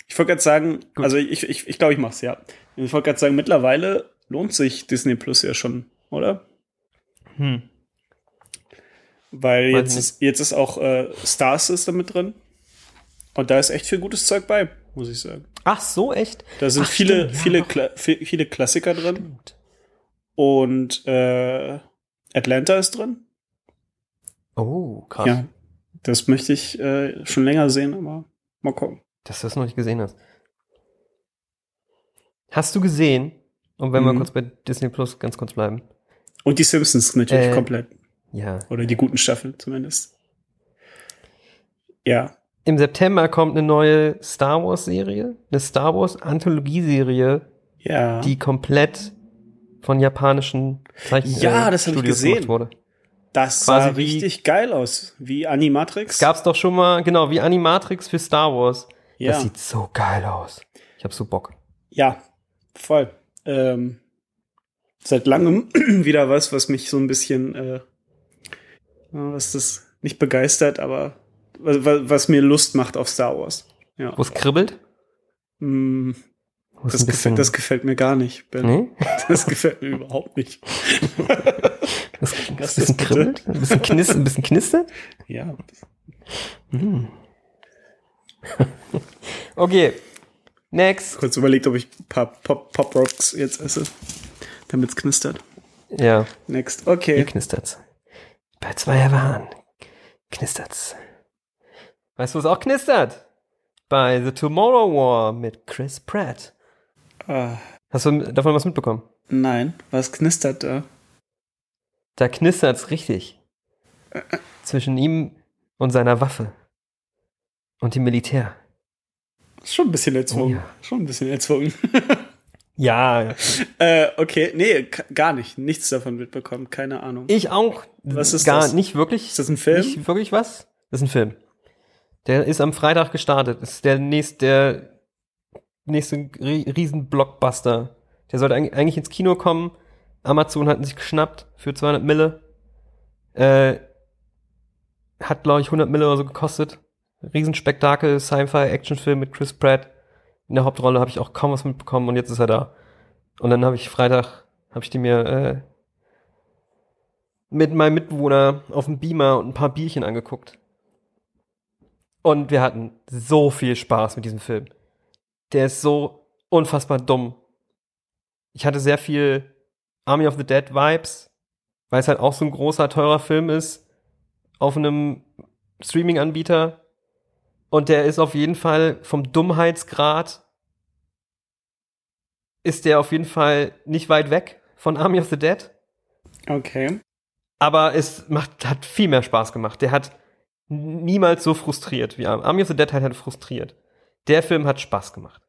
H: Ich wollte gerade sagen,
G: Gut.
H: also ich glaube, ich, ich, glaub, ich mache es, ja. Ich wollte gerade sagen, mittlerweile lohnt sich Disney Plus ja schon, oder?
G: Hm.
H: Weil
G: Weiß
H: jetzt
G: nicht.
H: ist, jetzt ist auch äh, Stars ist damit drin. Und da ist echt viel gutes Zeug bei, muss ich sagen.
G: Ach so, echt?
H: Da sind
G: Ach,
H: viele,
G: stimmt, ja,
H: viele,
G: doch.
H: Kla vi- viele Klassiker drin.
G: Stimmt.
H: Und äh, Atlanta ist drin.
G: Oh, krass.
H: Ja, das möchte ich äh, schon länger sehen, aber mal gucken.
G: Dass du das noch nicht gesehen hast. Hast du gesehen, Und wenn wir
H: Mhm.
G: kurz bei Disney Plus ganz kurz bleiben.
H: Und die Simpsons natürlich
G: Äh.
H: komplett.
G: Ja.
H: Oder die guten Staffeln zumindest. Ja.
G: Im September kommt eine neue Star Wars Serie, eine Star Wars Anthologieserie,
H: Ja.
G: die komplett von japanischen Zeichen
H: Ja,
G: äh,
H: das hab ich
G: Studios
H: gesehen.
G: gemacht wurde.
H: das sah
G: quasi wie-
H: richtig geil aus. Wie Animatrix.
G: Das gab's doch schon mal, genau, wie Animatrix für Star Wars.
H: ja.
G: Das sieht so geil aus. Ich hab so Bock.
H: Ja, voll. Ähm, seit langem (clears throat) wieder was, was mich so ein bisschen, äh, ja, was das nicht begeistert, aber was, was, was mir Lust macht auf Star Wars. Ja.
G: Wo es kribbelt?
H: Mm,
G: Wo's
H: das,
G: ein bisschen-
H: gefällt, das gefällt mir gar nicht, Ben.
G: Nee?
H: (laughs) Das gefällt mir überhaupt nicht.
G: Das,
H: Was
G: das bisschen
H: ist bitte?
G: kribbelt? Ein bisschen knistert? Ein bisschen knistert?
H: Ja. Mhm.
G: Hm. (laughs) okay. Next.
H: Kurz überlegt, ob ich ein paar Pop, Pop Rocks jetzt esse, damit es knistert.
G: Ja,
H: Next.
G: hier
H: Okay.
G: knistert's. Bei zwei Waren knistert's. Weißt du, wo es auch knistert? Bei The Tomorrow War mit Chris Pratt.
H: Ah,
G: Hast du davon was mitbekommen?
H: nein, was knistert da?
G: Da knistert's richtig. Zwischen ihm und seiner Waffe. Und dem Militär.
H: Ist Schon ein bisschen erzwungen.
G: Oh ja.
H: Schon ein bisschen erzwungen.
G: Ja,
H: (laughs) Äh, okay, nee, k- gar nicht. Nichts davon mitbekommen, keine Ahnung.
G: ich auch.
H: Was ist
G: Gar
H: das?
G: nicht wirklich.
H: Ist das ein Film?
G: Nicht wirklich was? Das ist ein Film. Der ist am Freitag gestartet. Das ist der nächste, der nächste ri- Riesen-Blockbuster. Der sollte eig- eigentlich ins Kino kommen. Amazon hat ihn sich geschnappt für 200 Mille. Äh, hat, glaube ich, 100 Mille oder so gekostet. Riesenspektakel, Sci-Fi-Actionfilm mit Chris Pratt. In der Hauptrolle habe ich auch kaum was mitbekommen und jetzt ist er da. Und dann habe ich Freitag, habe ich die mir äh, mit meinem Mitbewohner auf dem Beamer und ein paar Bierchen angeguckt. Und wir hatten so viel Spaß mit diesem Film. Der ist so unfassbar dumm. Ich hatte sehr viel Army of the Dead Vibes, weil es halt auch so ein großer, teurer Film ist auf einem Streaming-Anbieter. Und der ist auf jeden Fall vom Dummheitsgrad ist der auf jeden Fall nicht weit weg von Army of the Dead.
H: Okay.
G: Aber es macht, hat viel mehr Spaß gemacht. Der hat niemals so frustriert wie Arm- Army of the Dead hat halt frustriert. Der Film hat Spaß gemacht.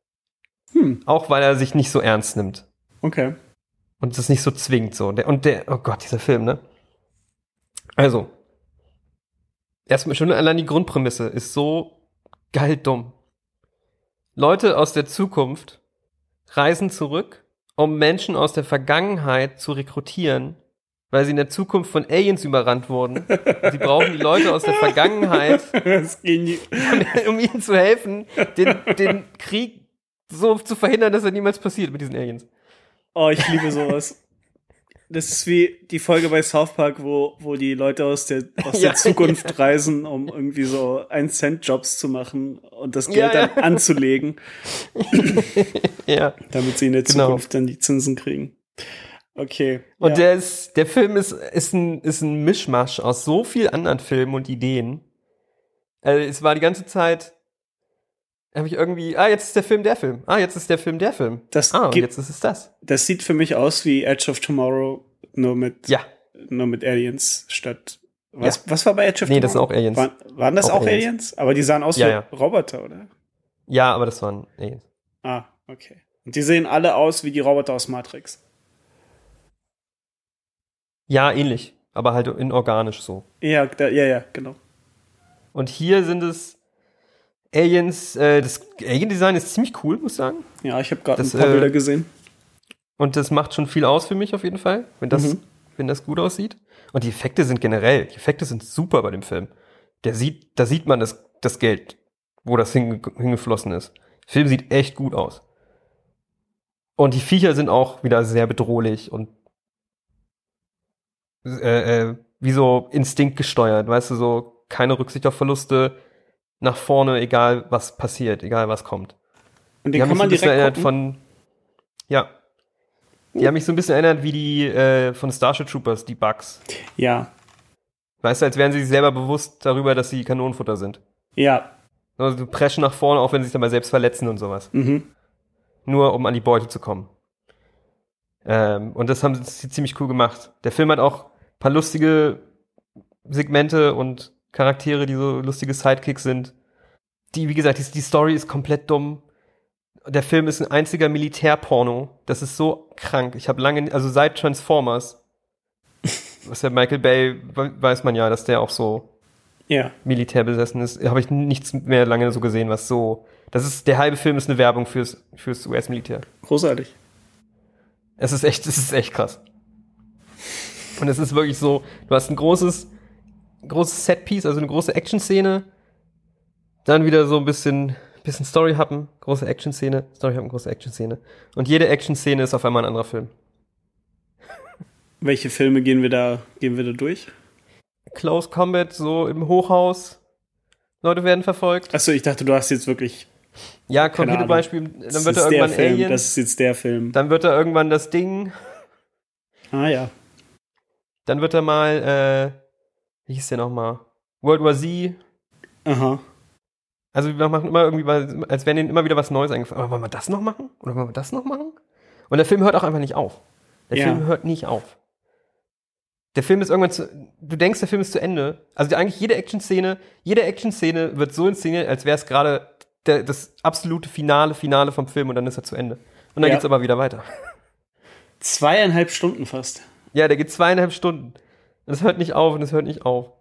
H: Hm,
G: Auch weil er sich nicht so ernst nimmt.
H: okay.
G: Und das nicht so zwingt so. Der, und der, oh Gott, dieser Film, ne? Also. Erstmal schon allein die Grundprämisse ist so geil dumm. Leute aus der Zukunft reisen zurück, um Menschen aus der Vergangenheit zu rekrutieren, weil sie in der Zukunft von Aliens überrannt wurden. Sie brauchen die Leute aus der Vergangenheit, (laughs)
H: (laughs) Das ging
G: um ihnen zu helfen, den, den Krieg so zu verhindern, dass er niemals passiert mit diesen Aliens.
H: Oh, ich liebe sowas. Das ist wie die Folge bei South Park, wo, wo die Leute aus der, aus
G: (laughs) Ja,
H: der Zukunft reisen, um irgendwie so 1-Cent-Jobs zu machen und das Geld
G: Ja, ja.
H: dann anzulegen,
G: Ja.
H: damit sie in der
G: Genau.
H: Zukunft dann die Zinsen kriegen. Okay.
G: Und
H: ja.
G: der ist, der Film ist, ist ein, ist ein Mischmasch aus so viel anderen Filmen und Ideen. Also es war die ganze Zeit, habe ich irgendwie, ah, jetzt ist der Film der Film. Ah, jetzt ist der Film der Film.
H: Das
G: ah, und
H: gibt-
G: jetzt ist es das.
H: das sieht für mich aus wie Edge of Tomorrow, nur mit,
G: Ja,
H: nur mit Aliens statt. Was, was war bei Edge of
G: nee,
H: Tomorrow?
G: das sind auch Aliens.
H: Waren, waren das auch,
G: Auch
H: Aliens?
G: Aliens.
H: Aber die sahen aus
G: Ja,
H: wie
G: ja.
H: Roboter, oder?
G: ja, aber das waren Aliens.
H: Ah, okay. Und die sehen alle aus wie die Roboter aus Matrix.
G: Ja, ähnlich, aber halt inorganisch so.
H: Ja, da, ja, ja, genau.
G: Und hier sind es Aliens, äh, das Alien-Design ist ziemlich cool, muss ich sagen.
H: Ja, ich habe gerade ein
G: Das,
H: paar
G: äh,
H: Bilder gesehen.
G: Und das macht schon viel aus für mich auf jeden Fall, wenn das,
H: Mhm.
G: wenn das gut aussieht. Und die Effekte sind generell, die Effekte sind super bei dem Film. Der sieht, da sieht man das, das Geld, wo das hinge hingeflossen ist. Der Film sieht echt gut aus. Und die Viecher sind auch wieder sehr bedrohlich und äh, äh, wie so instinktgesteuert, weißt du, so keine Rücksicht auf Verluste, nach vorne, egal was passiert, egal was kommt.
H: Und
G: Die
H: den kann
G: haben mich
H: man
G: so ein bisschen
H: direkt
G: erinnert
H: gucken. Hm.
G: von. Ja. Die haben mich so ein bisschen erinnert wie die äh, von Starship Troopers, die Bugs.
H: Ja,
G: Weißt du, als wären sie sich selber bewusst darüber, dass sie Kanonenfutter sind.
H: ja.
G: Also sie preschen nach vorne, auch wenn sie sich dabei selbst verletzen und sowas.
H: Mhm.
G: Nur um an die Beute zu kommen. Ähm, und das haben sie ziemlich cool gemacht. Der Film hat auch ein paar lustige Segmente und Charaktere, die so lustige Sidekicks sind. Die, wie gesagt, die, die Story ist komplett dumm. Der Film ist ein einziger Militärporno. Das ist so krank. Ich habe lange, also seit Transformers, was ja Michael Bay, we- weiß man ja, dass der auch so
H: Ja.
G: Militär besessen ist, habe ich nichts mehr lange so gesehen, was so. Das ist der halbe Film ist eine Werbung fürs fürs US-Militär.
H: Großartig.
G: Es ist echt, es ist echt krass. Und es ist wirklich so, du hast ein großes, großes Setpiece, also eine große Action-Szene, dann wieder so ein bisschen, bisschen Story-Happen, große Action-Szene, Story-Happen, große Action-Szene. Und jede Action-Szene ist auf einmal ein anderer Film.
H: Welche Filme gehen wir da, gehen wir da durch?
G: Close Combat, so im Hochhaus, Leute werden verfolgt.
H: Achso, ich dachte, du hast jetzt wirklich.
G: Ja,
H: keine Ahnung.
G: Computerbeispiel, dann
H: das
G: wird
H: ist
G: da irgendwann
H: der Film,
G: Alien,
H: Das ist jetzt der Film.
G: dann wird da irgendwann das Ding,
H: Ah ja.
G: dann wird da mal, äh, wie hieß der nochmal? World War Z,
H: Aha.
G: Also wir machen immer irgendwie, mal- als wäre denen immer wieder was Neues eingefallen. Aber wollen wir das noch machen? Oder wollen wir das noch machen? Und der Film hört auch einfach nicht auf. Der
H: Ja.
G: Film hört nicht auf. Der Film ist irgendwann zu. Du denkst, der Film ist zu Ende. Also eigentlich jede Action-Szene, jede Action-Szene wird so inszeniert, als wäre es gerade der- das absolute Finale, Finale vom Film und dann ist er zu Ende. Und dann
H: Ja.
G: geht's aber wieder weiter.
H: Zweieinhalb Stunden fast.
G: Ja, der geht zweieinhalb Stunden. Und es hört nicht auf und es hört nicht auf.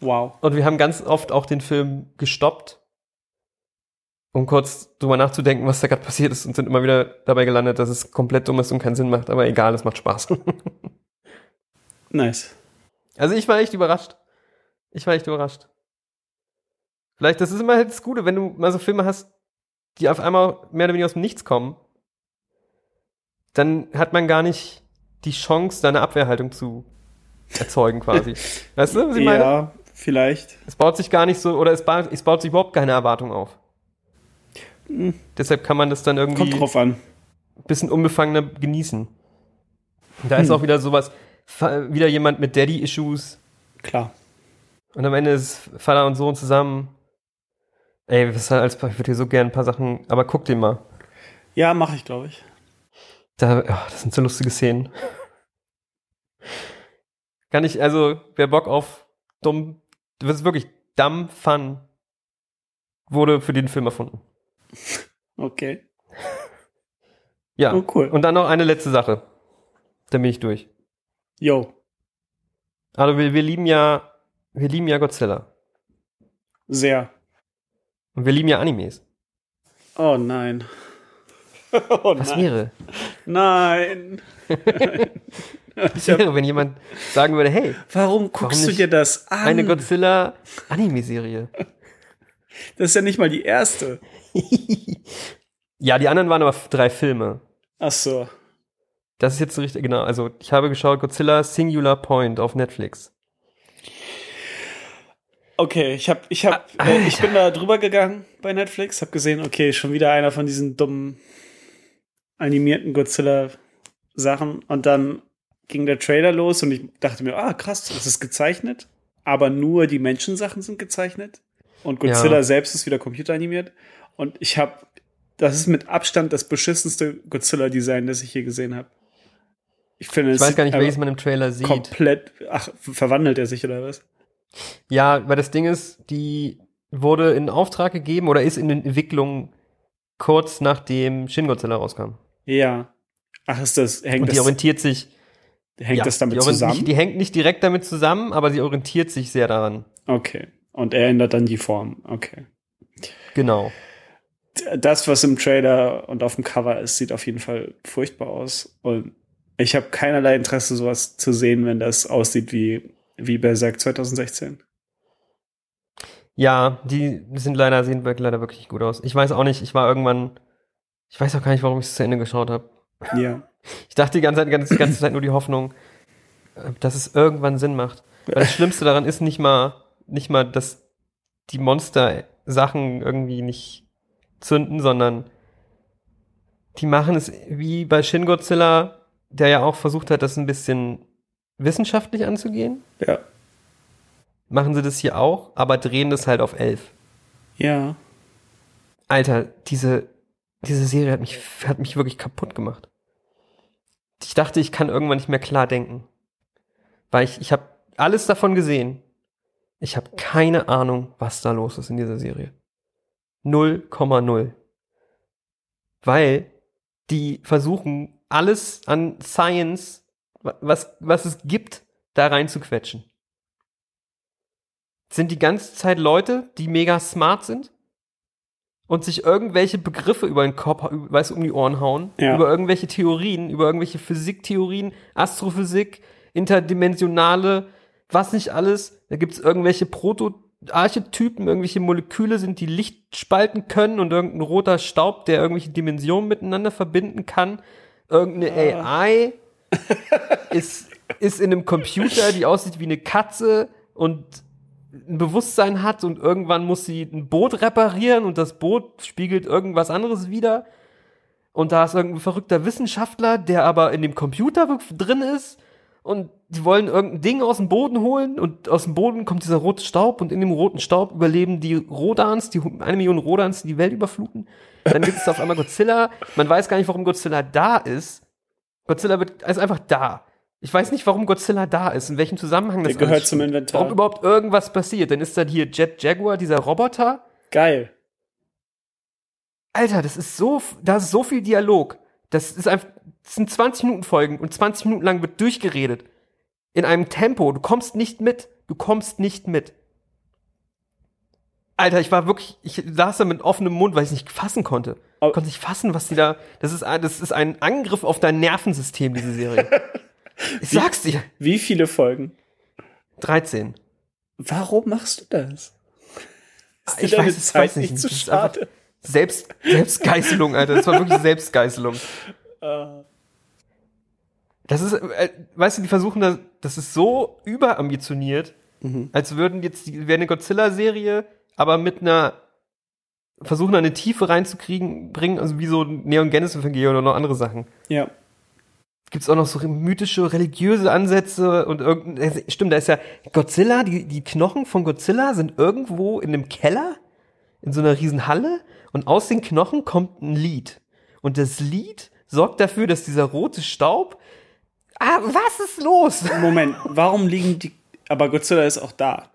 H: Wow.
G: Und wir haben ganz oft auch den Film gestoppt, um kurz drüber nachzudenken, was da gerade passiert ist und sind immer wieder dabei gelandet, dass es komplett dumm ist und keinen Sinn macht, aber egal, es macht Spaß. (laughs)
H: Nice.
G: also ich war echt überrascht. Ich war echt überrascht. Vielleicht, das ist immer halt das Gute, wenn du mal so Filme hast, die auf einmal mehr oder weniger aus dem Nichts kommen, dann hat man gar nicht die Chance, da eine Abwehrhaltung zu erzeugen quasi. weißt du, was ich meine?
H: Ja, vielleicht.
G: Es baut sich gar nicht so, oder es, ba- es baut sich überhaupt keine Erwartung auf. Deshalb kann man das dann irgendwie
H: Hm, Kommt
G: ein
H: drauf an.
G: bisschen unbefangener genießen. Und da
H: Hm.
G: ist auch wieder sowas, fa- wieder jemand mit Daddy-Issues
H: Klar.
G: und am Ende ist Vater und Sohn zusammen. Ey, was ist halt als, ich würde hier so gerne ein paar Sachen, aber guck den mal.
H: Ja, mache ich, glaube ich.
G: Da, ah, das sind so lustige Szenen. Kann ich, also, wer Bock auf dumm, das ist wirklich dumb fun, wurde für den Film erfunden.
H: Okay.
G: Ja.
H: Oh, cool.
G: Und dann noch eine letzte Sache. Dann bin ich durch.
H: Yo.
G: Also wir, wir lieben ja, wir lieben ja Godzilla.
H: Sehr.
G: Und wir lieben ja Animes.
H: Oh nein. (laughs) Oh
G: Was
H: nein. (laughs)
G: wäre?
H: Nein.
G: Was wäre, wenn jemand sagen würde, hey,
H: Warum guckst du
G: nicht
H: dir das an?
G: eine Godzilla-Anime-Serie.
H: Das ist ja nicht mal die erste.
G: ja, die anderen waren aber f- drei Filme.
H: Ach so.
G: Das ist jetzt so richtig, genau. Also, ich habe geschaut, Godzilla Singular Point auf Netflix.
H: Okay, ich hab, ich hab,
G: Ah,
H: äh, ich bin da drüber gegangen bei Netflix, hab gesehen, okay, schon wieder einer von diesen dummen animierten Godzilla-Sachen und dann ging der Trailer los und ich dachte mir, ah krass, das ist gezeichnet, aber nur die Menschensachen sind gezeichnet und Godzilla
G: Ja.
H: selbst ist wieder computeranimiert und ich hab, das ist mit Abstand das beschissenste Godzilla-Design, das ich je gesehen habe. Ich finde,
G: Ich
H: es
G: weiß
H: sieht
G: gar nicht,
H: aber
G: welches man im Trailer sieht.
H: komplett, ach, verwandelt er sich oder was?
G: Ja, weil das Ding ist, die wurde in Auftrag gegeben oder ist in Entwicklung kurz nachdem Shin Godzilla rauskam.
H: Ja. Ach, ist das, hängt
G: Und die
H: das
G: orientiert sich.
H: Hängt
G: ja,
H: das damit
G: die orient-
H: zusammen?
G: Nicht, die hängt nicht direkt damit zusammen, aber sie orientiert sich sehr daran.
H: okay. Und er ändert dann die Form. Okay.
G: Genau.
H: D- Das, was im Trailer und auf dem Cover ist, sieht auf jeden Fall furchtbar aus. Und ich habe keinerlei Interesse, sowas zu sehen, wenn das aussieht wie, wie Berserk
G: (laughs)
H: 2016.
G: Ja, die sind leider, sehen wir- leider wirklich nicht gut aus. Ich weiß auch nicht, ich war irgendwann, ich weiß auch gar nicht, warum ich es zu Ende geschaut habe.
H: Ja.
G: Ich dachte die ganze Zeit, ganze, ganze Zeit nur die Hoffnung, äh, dass es irgendwann Sinn macht. Weil das Schlimmste daran ist nicht mal, nicht mal, dass die Monster-Sachen irgendwie nicht zünden, sondern die machen es wie bei Shin Godzilla, der ja auch versucht hat, das ein bisschen wissenschaftlich anzugehen.
H: Ja.
G: Machen sie das hier auch, aber drehen das halt auf elf.
H: Ja.
G: Alter, diese, diese Serie hat mich, hat mich wirklich kaputt gemacht. Ich dachte, ich kann irgendwann nicht mehr klar denken. Weil ich, ich habe alles davon gesehen. Ich habe keine Ahnung, was da los ist in dieser Serie. 0,0. Weil die versuchen, alles an Science, wa- was, was es gibt, da reinzuquetschen. Sind die ganze Zeit Leute, die mega smart sind und sich irgendwelche Begriffe über den Kopf, über- weißt du, um die Ohren hauen,
H: Ja.
G: über irgendwelche Theorien, über irgendwelche Physiktheorien, Astrophysik, interdimensionale, was nicht alles. Da gibt's irgendwelche Proto-Archetypen, irgendwelche Moleküle sind, die Licht spalten können und irgendein roter Staub, der irgendwelche Dimensionen miteinander verbinden kann. Irgendeine AI ist, ist in einem Computer, die aussieht wie eine Katze und ein Bewusstsein hat und irgendwann muss sie ein Boot reparieren und das Boot spiegelt irgendwas anderes wieder. Und da ist irgendein verrückter Wissenschaftler, der aber in dem Computer drin ist und die wollen irgendein Ding aus dem Boden holen und aus dem Boden kommt dieser rote Staub und in dem roten Staub überleben die Rodans, die hu- eine Million Rodans, die die Welt überfluten. Dann gibt es auf einmal Godzilla. Man weiß gar nicht, warum Godzilla da ist. Godzilla wird, er ist einfach da. Ich weiß nicht, warum Godzilla da ist, in welchem Zusammenhang das
H: Der gehört
G: alles
H: zum
G: steht.
H: Inventar.
G: Warum überhaupt irgendwas passiert? Dann ist dann hier Jet Jaguar, dieser Roboter.
H: Geil.
G: Alter, das ist so, da ist so viel Dialog. Das ist einfach, das sind 20 Minuten Folgen und 20 Minuten lang wird durchgeredet. In einem Tempo. Du kommst nicht mit. Du kommst nicht mit. Alter, ich war wirklich, ich saß da mit offenem Mund, weil ich nicht fassen konnte.
H: Aber-
G: Ich konnte nicht fassen, was die da, das ist, ein- das ist ein Angriff auf dein Nervensystem, diese Serie. ich sag's dir.
H: Wie viele Folgen?
G: 13.
H: Warum machst du das? Ist dir
G: Ich
H: deine
G: weiß es,
H: Zeit
G: weiß nicht.
H: nicht zu
G: Das ist einfach-
H: schade.
G: Selbst, Selbstgeißelung, Alter. Das war wirklich Selbstgeißelung.
H: Ah.
G: Das ist, äh, weißt du, die versuchen das, das ist so überambitioniert, als würden jetzt, die- wäre eine Godzilla-Serie, aber mit einer, versuchen da eine Tiefe reinzukriegen, bringen, also wie so Neon Genesis Evangelion oder noch andere Sachen.
H: Ja.
G: Gibt's auch noch so mythische, religiöse Ansätze und irgendein, stimmt, da ist ja Godzilla, die, die Knochen von Godzilla sind irgendwo in einem Keller, in so einer riesen Halle und aus den Knochen kommt ein Lied. Und das Lied sorgt dafür, dass dieser rote Staub, ah, was ist los?
H: Moment, warum liegen die. Aber Godzilla ist auch da.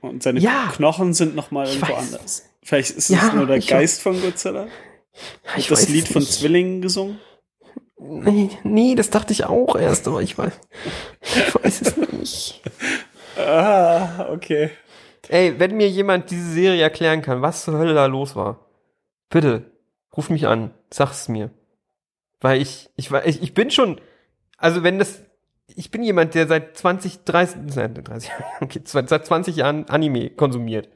H: Und seine
G: Ja.
H: Knochen sind nochmal irgendwo
G: weiß.
H: anders. Vielleicht ist es
G: Ja,
H: nur der
G: ich-
H: Geist von Godzilla.
G: Ich
H: Wird das
G: weiß
H: Lied von
G: nicht.
H: Zwillingen gesungen?
G: Nee, nee, das dachte ich auch erst, aber ich weiß, ich weiß es nicht.
H: Ah, okay.
G: Ey, wenn mir jemand diese Serie erklären kann, was zur Hölle da los war, bitte, ruf mich an, sag's mir. Weil ich, ich, war- ich, ich bin schon, also wenn das, ich bin jemand, der seit 20, 30, nein, 30, (laughs) okay, seit seit 20 Jahren Anime konsumiert.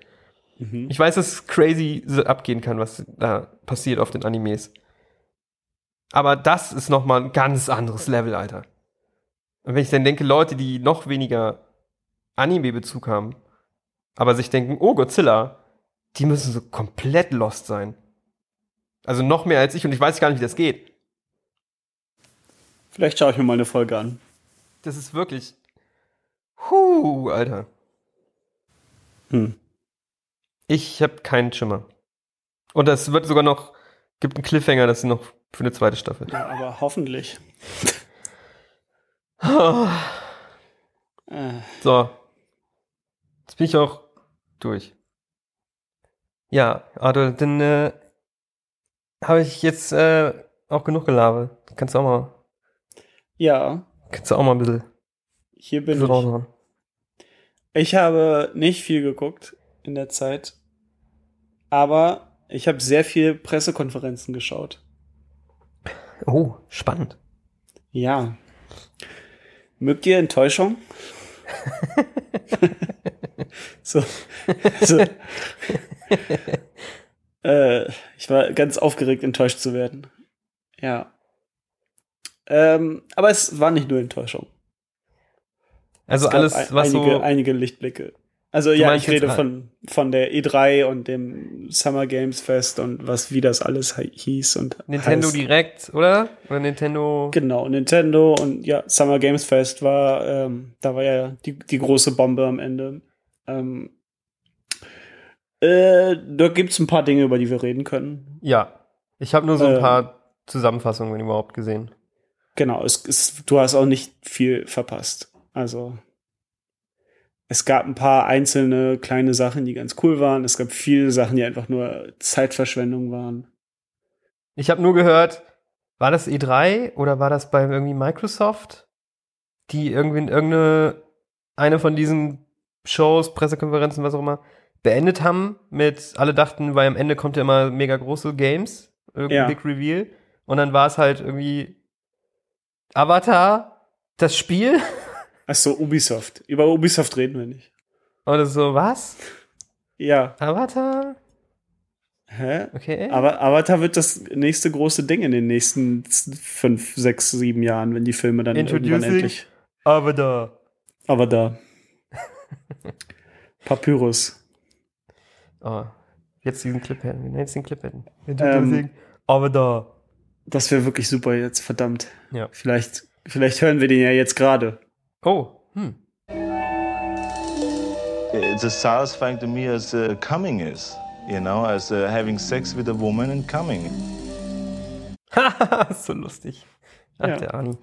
H: Mhm.
G: Ich weiß, dass es crazy so abgehen kann, was da passiert auf den Animes. Aber das ist nochmal ein ganz anderes Level, Alter. Und wenn ich dann denke, Leute, die noch weniger Anime-Bezug haben, aber sich denken, oh Godzilla, die müssen so komplett lost sein. Also noch mehr als ich und ich weiß gar nicht, wie das geht.
H: Vielleicht schaue ich mir mal eine Folge an.
G: Das ist wirklich. Huh, Alter.
H: Hm.
G: Ich habe keinen Schimmer. Und es wird sogar noch, gibt einen Cliffhanger, das ist noch für eine zweite Staffel.
H: Ja, aber hoffentlich. Äh,
G: So. Jetzt bin ich auch durch. Ja, Adol, dann äh, habe ich jetzt äh, auch genug gelabert. Kannst du auch mal,
H: ja,
G: kannst du auch mal ein bisschen,
H: hier bin
G: bisschen
H: ich.
G: raushauen.
H: Ich habe nicht viel geguckt in der Zeit, aber ich habe sehr viel Pressekonferenzen geschaut.
G: Oh, spannend.
H: Ja. Mögt ihr
G: (laughs)
H: Enttäuschung? so. so. äh, ich war ganz aufgeregt, enttäuscht zu werden. Ja. Ähm, aber es war nicht nur Enttäuschung.
G: Also
H: Es gab
G: alles,
H: ein-
G: was
H: einige,
G: so.
H: einige Lichtblicke. Also ja,
G: meinst
H: ich rede
G: jetzt-
H: von, von der E3 und dem Summer Games Fest und was wie das alles hei- hieß und
G: Nintendo
H: heißt.
G: Direct, oder? Oder Nintendo.
H: Genau, Nintendo und ja, Summer Games Fest war, ähm, da war ja die, die große Bombe am Ende. Ähm, äh, da gibt's ein paar Dinge, über die wir reden können.
G: Ja. Ich habe nur so ein
H: Ähm.
G: paar Zusammenfassungen überhaupt gesehen.
H: Genau, es, es, du hast auch nicht viel verpasst. Also es gab ein paar einzelne kleine Sachen, die ganz cool waren. Es gab viele Sachen, die einfach nur Zeitverschwendung waren.
G: Ich habe nur gehört, war das E3 oder war das bei irgendwie Microsoft, die irgendwie in irgendeine eine von diesen Shows, Pressekonferenzen, was auch immer, beendet haben mit alle dachten, weil am Ende kommt ja immer mega große Games, irgendein
H: Ja.
G: Big Reveal und dann war es halt irgendwie Avatar, das Spiel (laughs)
H: Ach so, Ubisoft. Über Ubisoft reden wir nicht.
G: oder so was?
H: Ja.
G: Avatar?
H: Hä?
G: Okay.
H: Aber Avatar wird das nächste große Ding in den nächsten z- fünf, sechs, sieben Jahren, wenn die Filme dann irgendwann
G: Introducing-
H: endlich.
G: Avatar.
H: Aber da. Papyrus.
G: Oh, jetzt diesen Clip hätten. Wir nennen jetzt den Clip hätten.
H: Ähm.
G: Avatar.
H: Das wäre wirklich super jetzt, verdammt.
G: Ja.
H: Vielleicht, vielleicht hören wir den ja jetzt gerade. (laughs)
G: Oh, hm.
E: It's as satisfying to me as uh, coming is, you know, as uh, having sex with a woman and coming.
G: (laughs) Haha, so lustig. Ach,
H: Ja.
G: der Ani.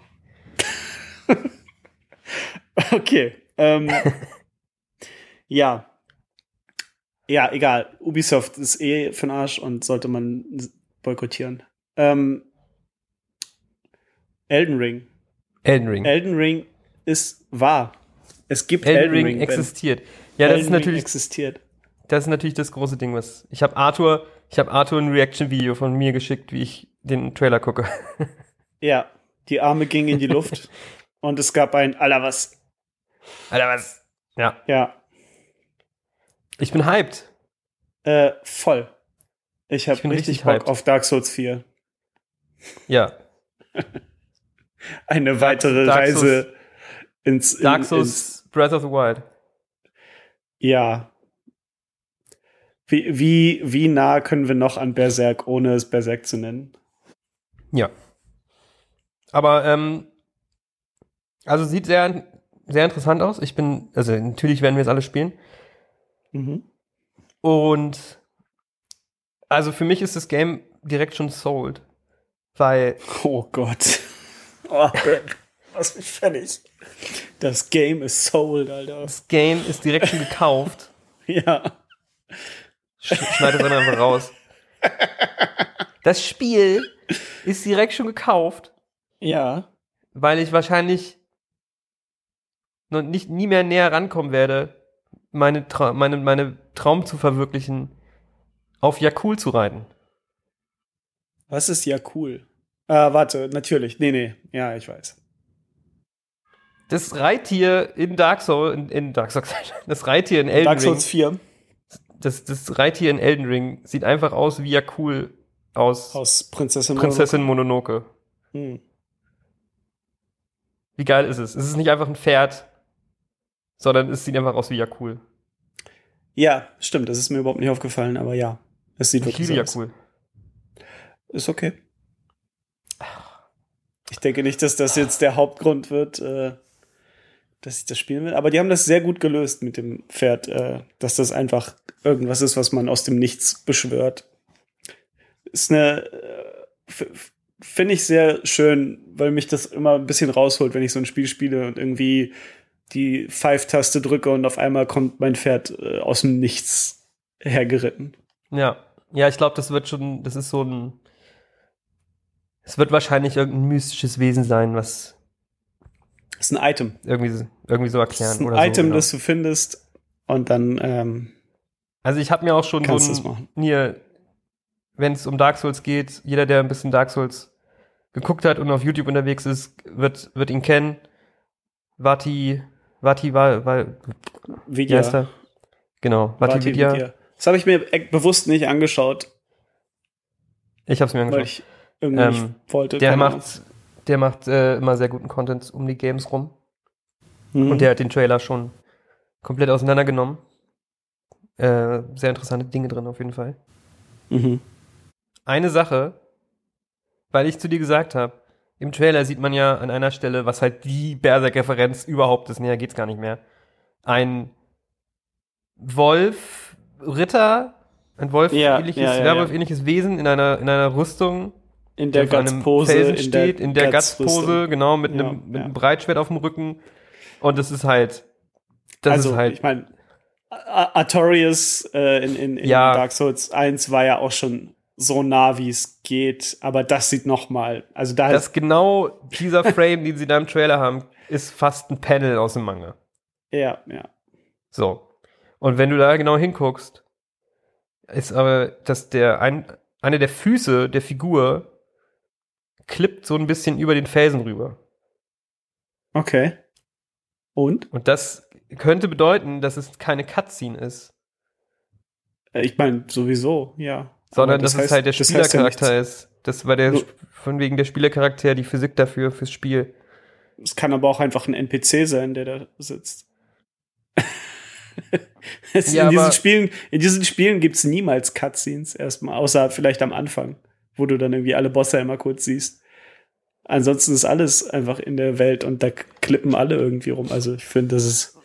H: Okay. Ähm, (laughs) ja. Ja, egal. Ubisoft ist eh für den Arsch und sollte man s- boykottieren. Ähm, Elden Ring.
G: Elden Ring.
H: Elden Ring ist wahr. Es gibt
G: Elden Ring
H: Ben.
G: existiert. Ja, das
H: Elden
G: ist,
H: Ring
G: natürlich,
H: existiert.
G: das ist natürlich das große Ding, was. Ich habe Arthur, ich habe Arthur ein Reaction-Video von mir geschickt, wie ich den Trailer gucke. (laughs)
H: Ja, die Arme gingen in die Luft und es gab ein Alter was.
G: Alter, was? Ja.
H: Ja,
G: Ich bin hyped.
H: äh, voll. Ich habe
G: Ich bin
H: richtig,
G: richtig
H: Bock
G: hyped.
H: auf Dark Souls 4.
G: Ja.
H: Eine weitere
G: Dark Souls-
H: Reise ins in-
G: Dark
H: ins-
G: Souls Breath of the Wild.
H: Ja. Wie, wie, wie nah können wir noch an Berserk, ohne es Berserk zu nennen?
G: Ja. Aber, ähm, also sieht sehr, sehr interessant aus. Ich bin, also natürlich werden wir es alle spielen.
H: Mhm.
G: Und also für mich ist das Game direkt schon sold. Weil,
H: Oh Gott. Oh, Ben, lass mich fertig. Das Game ist sold, Alter.
G: das Game ist direkt schon gekauft.
H: (laughs) Ja.
G: Sch schneid das dann einfach raus. Das Spiel ist direkt schon gekauft,
H: Ja.
G: weil ich wahrscheinlich noch nicht, nie mehr näher rankommen werde, meine, Tra meine, meine Traum zu verwirklichen, auf Yakul zu reiten.
H: Was ist ja cool? Äh, warte, natürlich. Nee, nee. Ja, ich weiß.
G: Das Reittier in Dark Souls, in, in Dark Souls, (laughs) das Reittier in Elden
H: Dark
G: Ring.
H: Souls 4
G: das, das Reittier in Elden Ring sieht einfach aus wie Yakul aus,
H: aus Prinzessin
G: Prinzessin Mononoke.
H: Mononoke. Hm.
G: Wie geil ist es? Es ist nicht einfach ein Pferd, sondern es sieht einfach aus wie Yakul.
H: Ja, stimmt. Das ist mir überhaupt nicht aufgefallen, aber ja. Es sieht
G: Ich
H: wirklich
G: liebe
H: so aus.
G: Yakul.
H: Ist okay. Ich denke nicht, dass das jetzt der Hauptgrund wird, äh, dass ich das spielen will. Aber die haben das sehr gut gelöst mit dem Pferd, äh, dass das einfach irgendwas ist, was man aus dem Nichts beschwört. Ist eine, äh, f- f- finde ich sehr schön, weil mich das immer ein bisschen rausholt, wenn ich so ein Spiel spiele und irgendwie die Pfeif-Taste drücke und auf einmal kommt mein Pferd äh, aus dem Nichts hergeritten.
G: Ja. Ja, ich glaube, das wird schon, das ist so ein. Es wird wahrscheinlich irgendein mystisches Wesen sein, was
H: Ist ein Item.
G: irgendwie, so- irgendwie so erklären
H: Das ist ein
G: oder so.
H: Item,
G: genau.
H: das du findest und dann ähm,
G: Also ich habe mir auch schon so
H: kannst du
G: ein,
H: es machen.
G: mir, wenn es um Dark Souls geht, jeder, der ein bisschen Dark Souls geguckt hat und auf YouTube unterwegs ist, wird, wird ihn kennen. Vati, Vati, Val, Val, wie
H: Vidya.
G: heißt er? Genau, Vati,
H: Vati
G: Vidya.
H: Vidya. Das habe ich mir e- bewusst nicht angeschaut,
G: Ich hab's mir
H: weil
G: angeschaut.
H: ich irgendwie
G: Ähm,
H: nicht wollte.
G: Der
H: keine
G: macht, der macht äh, immer sehr guten Content um die Games rum.
H: Ahnung. Mhm.
G: Und der hat den Trailer schon komplett auseinandergenommen. Äh, sehr interessante Dinge drin auf jeden Fall.
H: Mhm.
G: eine Sache, weil ich zu dir gesagt habe, im Trailer sieht man ja an einer Stelle, was halt die Berserk-Referenz überhaupt ist, näher geht's gar nicht mehr. Ein Wolf, Ritter, ein Wolf-ähnliches
H: Ja, ja, ja, ja.
G: Werwolf-ähnliches Wesen in einer, in einer Rüstung
I: In der
G: auf einem
I: Gatzpose.
G: Felsen steht, in der Gatzpose,
I: Gatzrüstung.
G: genau, mit
H: Ja,
G: einem, mit
H: ja.
G: einem Breitschwert auf dem Rücken. Und das ist halt, das
H: also,
G: ist halt,
H: ich meine, Artorius äh, in, in, in
G: Ja.
H: Dark Souls 1 war ja auch schon so nah, wie es geht, aber das sieht noch mal, also da
G: dass genau
H: (laughs)
G: dieser Frame, den sie da im Trailer haben, ist fast ein Panel aus dem Manga.
H: ja, ja.
G: So. Und wenn du da genau hinguckst, ist aber, dass der ein, eine der Füße der Figur klippt so ein bisschen über den Felsen rüber.
H: Okay. Und?
G: Und das könnte bedeuten, dass es keine Cutscene ist,
H: Äh, Ich meine, sowieso, ja.
G: sondern
H: Aber
G: dass es
H: heißt-
G: halt der
H: das heißt ja
G: Spielercharakter
H: nichts.
G: ist. Das war der,
H: So.
G: von wegen der Spielercharakter, die Physik dafür, fürs Spiel.
H: Es kann aber auch einfach ein NPC sein, der da sitzt. (laughs) Es-
G: Ja,
H: in, diesen
G: aber-
H: Spielen, in diesen Spielen gibt's niemals Cutscenes erstmal, außer vielleicht am Anfang, wo du dann irgendwie alle Bosse einmal kurz siehst. Ansonsten ist alles einfach in der Welt und da klippen alle irgendwie rum. Also ich finde, das ist.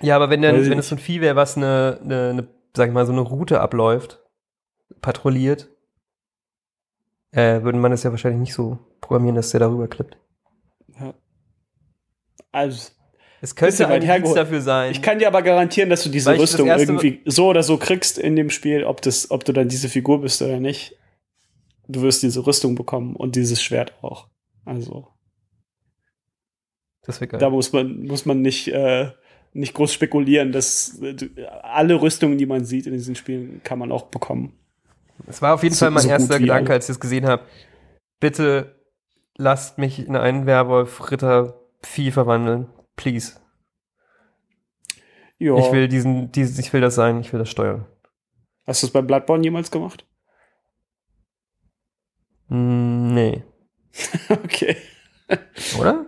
G: Ja, aber wenn dann,
H: Weiß ich
G: wenn es so ein Vieh wäre, was eine, eine, eine, sag ich mal, so eine Route abläuft, patrouilliert, äh, würde man das ja wahrscheinlich nicht so programmieren, dass der darüber klippt.
H: Also,
G: Es könnte
H: Bisschen weit
G: ein Indiz
H: hergeholt.
G: dafür sein.
H: ich kann dir aber garantieren, dass du diese
G: Weil ich das
H: Rüstung
G: erste-
H: irgendwie so oder so kriegst in dem Spiel, ob, das, ob du dann diese Figur bist oder nicht. Du wirst diese Rüstung bekommen und dieses Schwert auch. Also.
G: das wäre geil.
H: Da muss man, muss man nicht, äh, nicht groß spekulieren, dass äh, du- alle Rüstungen, die man sieht in diesen Spielen, kann man auch bekommen.
G: Es war auf jeden
H: so-
G: Fall mein
H: so gut
G: erster
H: wie
G: Gedanke,
H: alle.
G: als ich das gesehen habe. Bitte lasst mich in einen Werwolf, Ritter, Vieh verwandeln. Please.
H: Ja.
G: Ich will diesen, dieses, ich will das sein, ich will das steuern.
H: Hast du es bei Bloodborne jemals gemacht? (laughs)
G: Mm, Nee.
H: okay.
G: Oder?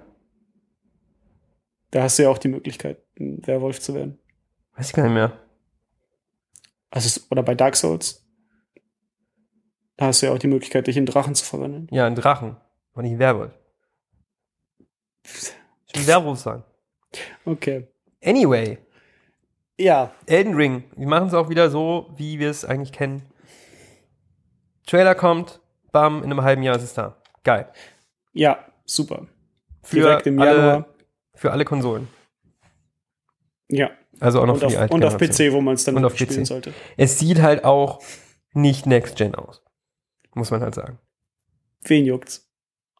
H: Da hast du ja auch die Möglichkeit, ein Werwolf zu werden.
G: Weiß ich gar nicht mehr.
H: Also, es- oder bei Dark Souls. Da hast du ja auch die Möglichkeit, dich in Drachen zu verwandeln.
G: Ja, ein Drachen. Und nicht ein Werwolf. Ich will Werwolf sein.
H: Okay.
G: Anyway,
H: Ja.
G: Elden Ring. Wir machen es auch wieder so, wie wir es eigentlich kennen. Trailer kommt, bam, in einem halben Jahr ist es da. Geil.
H: Ja, super.
G: Für
H: Direkt im
G: alle-
H: Januar.
G: Für alle Konsolen.
H: Ja.
G: Also auch noch
H: Und
G: für die
H: auf,
G: alte
H: und auf
G: Generation.
H: PC, wo man es dann
G: Und auf
H: spielen
G: PC.
H: sollte.
G: Es sieht halt auch nicht Next Gen aus. Muss man halt sagen.
H: Wen juckt's?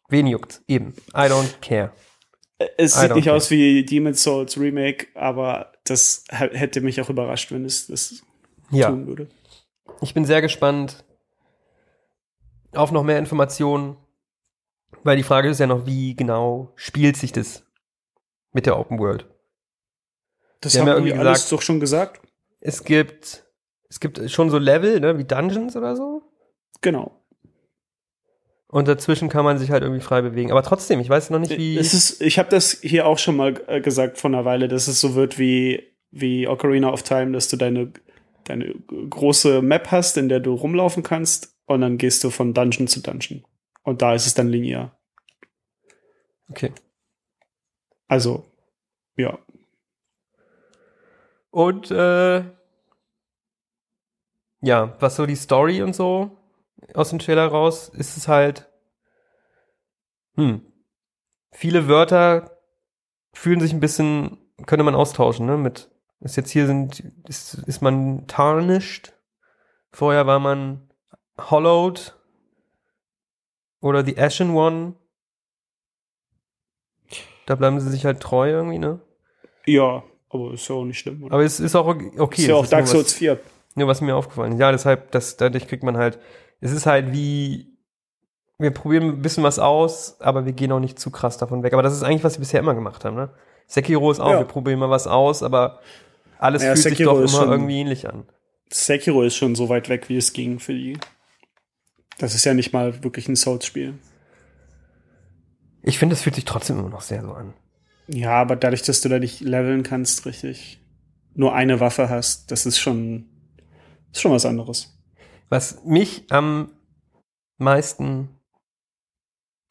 G: Wen juckt's? Eben. I don't care.
H: Es
G: I
H: sieht
G: don't
H: nicht
G: care.
H: aus wie Demon's Souls Remake, aber das h- hätte mich auch überrascht, wenn es das
G: Ja.
H: tun würde.
G: Ich bin sehr gespannt auf noch mehr Informationen, weil die Frage ist ja noch, wie genau spielt sich das mit der Open World?
H: Das
G: Die haben
H: haben
G: ja
H: wir
G: irgendwie
H: alles
G: gesagt-
H: doch schon gesagt.
G: Es gibt, es gibt schon so Level, ne, wie Dungeons oder so.
H: Genau.
G: Und dazwischen kann man sich halt irgendwie frei bewegen. Aber trotzdem, ich weiß noch nicht, wie.
H: Äh, Es ist, ich habe das hier auch schon mal äh, gesagt vor einer Weile, dass es so wird wie, wie Ocarina of Time, dass du deine, deine große Map hast, in der du rumlaufen kannst und dann gehst du von Dungeon zu Dungeon. Und da ist es dann linear.
G: Okay.
H: Also, ja.
G: Und äh, ja, was so die Story und so aus dem Trailer raus, ist es halt. Hm. Viele Wörter fühlen sich ein bisschen, könnte man austauschen, ne? Mit ist jetzt hier sind, ist, ist man tarnished. Vorher war man hollowed. Oder the Ashen One. Da bleiben sie sich halt treu irgendwie, ne?
H: Ja, aber ist ja auch nicht schlimm. Oder?
G: Aber es ist auch okay.
H: ist
G: es
H: ja auch Dark
G: nur
H: Souls
G: was,
H: 4.
G: nur was mir aufgefallen ist. Ja, deshalb, das, dadurch kriegt man halt, es ist halt wie, wir probieren ein bisschen was aus, aber wir gehen auch nicht zu krass davon weg. Aber das ist eigentlich, was wir bisher immer gemacht haben, ne? Sekiro ist auch,
H: Ja.
G: wir probieren mal was aus, aber alles
H: Ja,
G: fühlt
H: Sekiro
G: sich
H: ist
G: doch immer
H: schon-
G: irgendwie ähnlich an.
H: Sekiro ist schon so weit weg, wie es ging für die. Das ist ja nicht mal wirklich ein Souls-Spiel.
G: Ich finde, es fühlt sich trotzdem immer noch sehr so an.
H: Ja, aber dadurch, dass du da nicht leveln kannst, richtig, nur eine Waffe hast, das ist schon, ist schon was anderes.
G: Was mich am meisten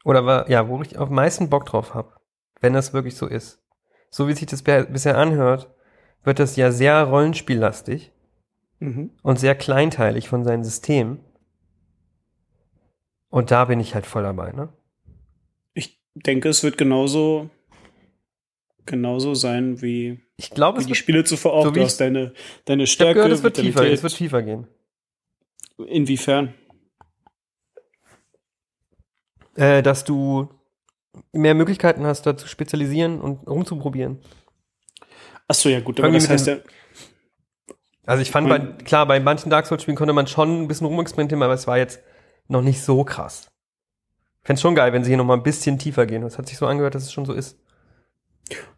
G: oder war, ja, wo ich am meisten Bock drauf habe, wenn das wirklich so ist. So wie sich das be- bisher anhört, wird das ja sehr rollenspiellastig
H: Mhm.
G: und sehr kleinteilig von seinem System. Und da bin ich halt voll dabei, ne?
H: Ich denke, es wird genauso, genauso sein wie,
G: Ich glaube,
H: wie
G: es
H: die
G: wird,
H: Spiele zuvor auch.
G: so wie
H: du
G: ich-
H: hast deine, deine
G: ich habe
H: Stärke.
G: gehört, es wird tiefer,
H: Vitalität.
G: es wird tiefer gehen.
H: Inwiefern?
G: Äh, dass du mehr Möglichkeiten hast, da zu spezialisieren und rumzuprobieren.
H: Achso, ja gut, aber
G: Irgendwie
H: das
G: mit
H: heißt ja,
G: Also ich fand, bei, klar, bei manchen Dark Souls-Spielen konnte man schon ein bisschen rumexperimentieren, aber es war jetzt noch nicht so krass. Ich fänd's schon geil, wenn sie hier noch mal ein bisschen tiefer gehen. Es hat sich so angehört, dass es schon so ist.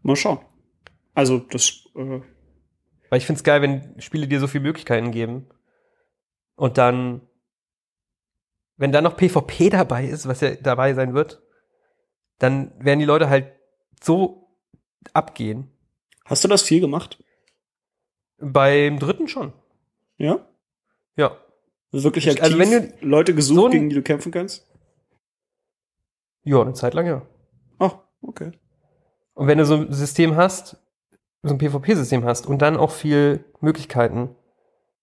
H: mal schauen. Also, das, äh,
G: Weil ich find's geil, wenn Spiele dir so viele Möglichkeiten geben. Und dann, wenn da noch PvP (laughs) dabei ist, was ja dabei sein wird, dann werden die Leute halt so abgehen.
H: hast du das viel gemacht?
G: Beim dritten schon.
H: Ja?
G: Ja.
H: Wirklich
G: Ich-
H: aktiv
G: also wenn
H: Leute gesucht,
G: so ein-
H: gegen die du kämpfen kannst?
G: Ja, eine Zeit lang, ja.
H: Oh, okay.
G: Und wenn du so ein System hast, so ein PvP-System hast und dann auch viel Möglichkeiten,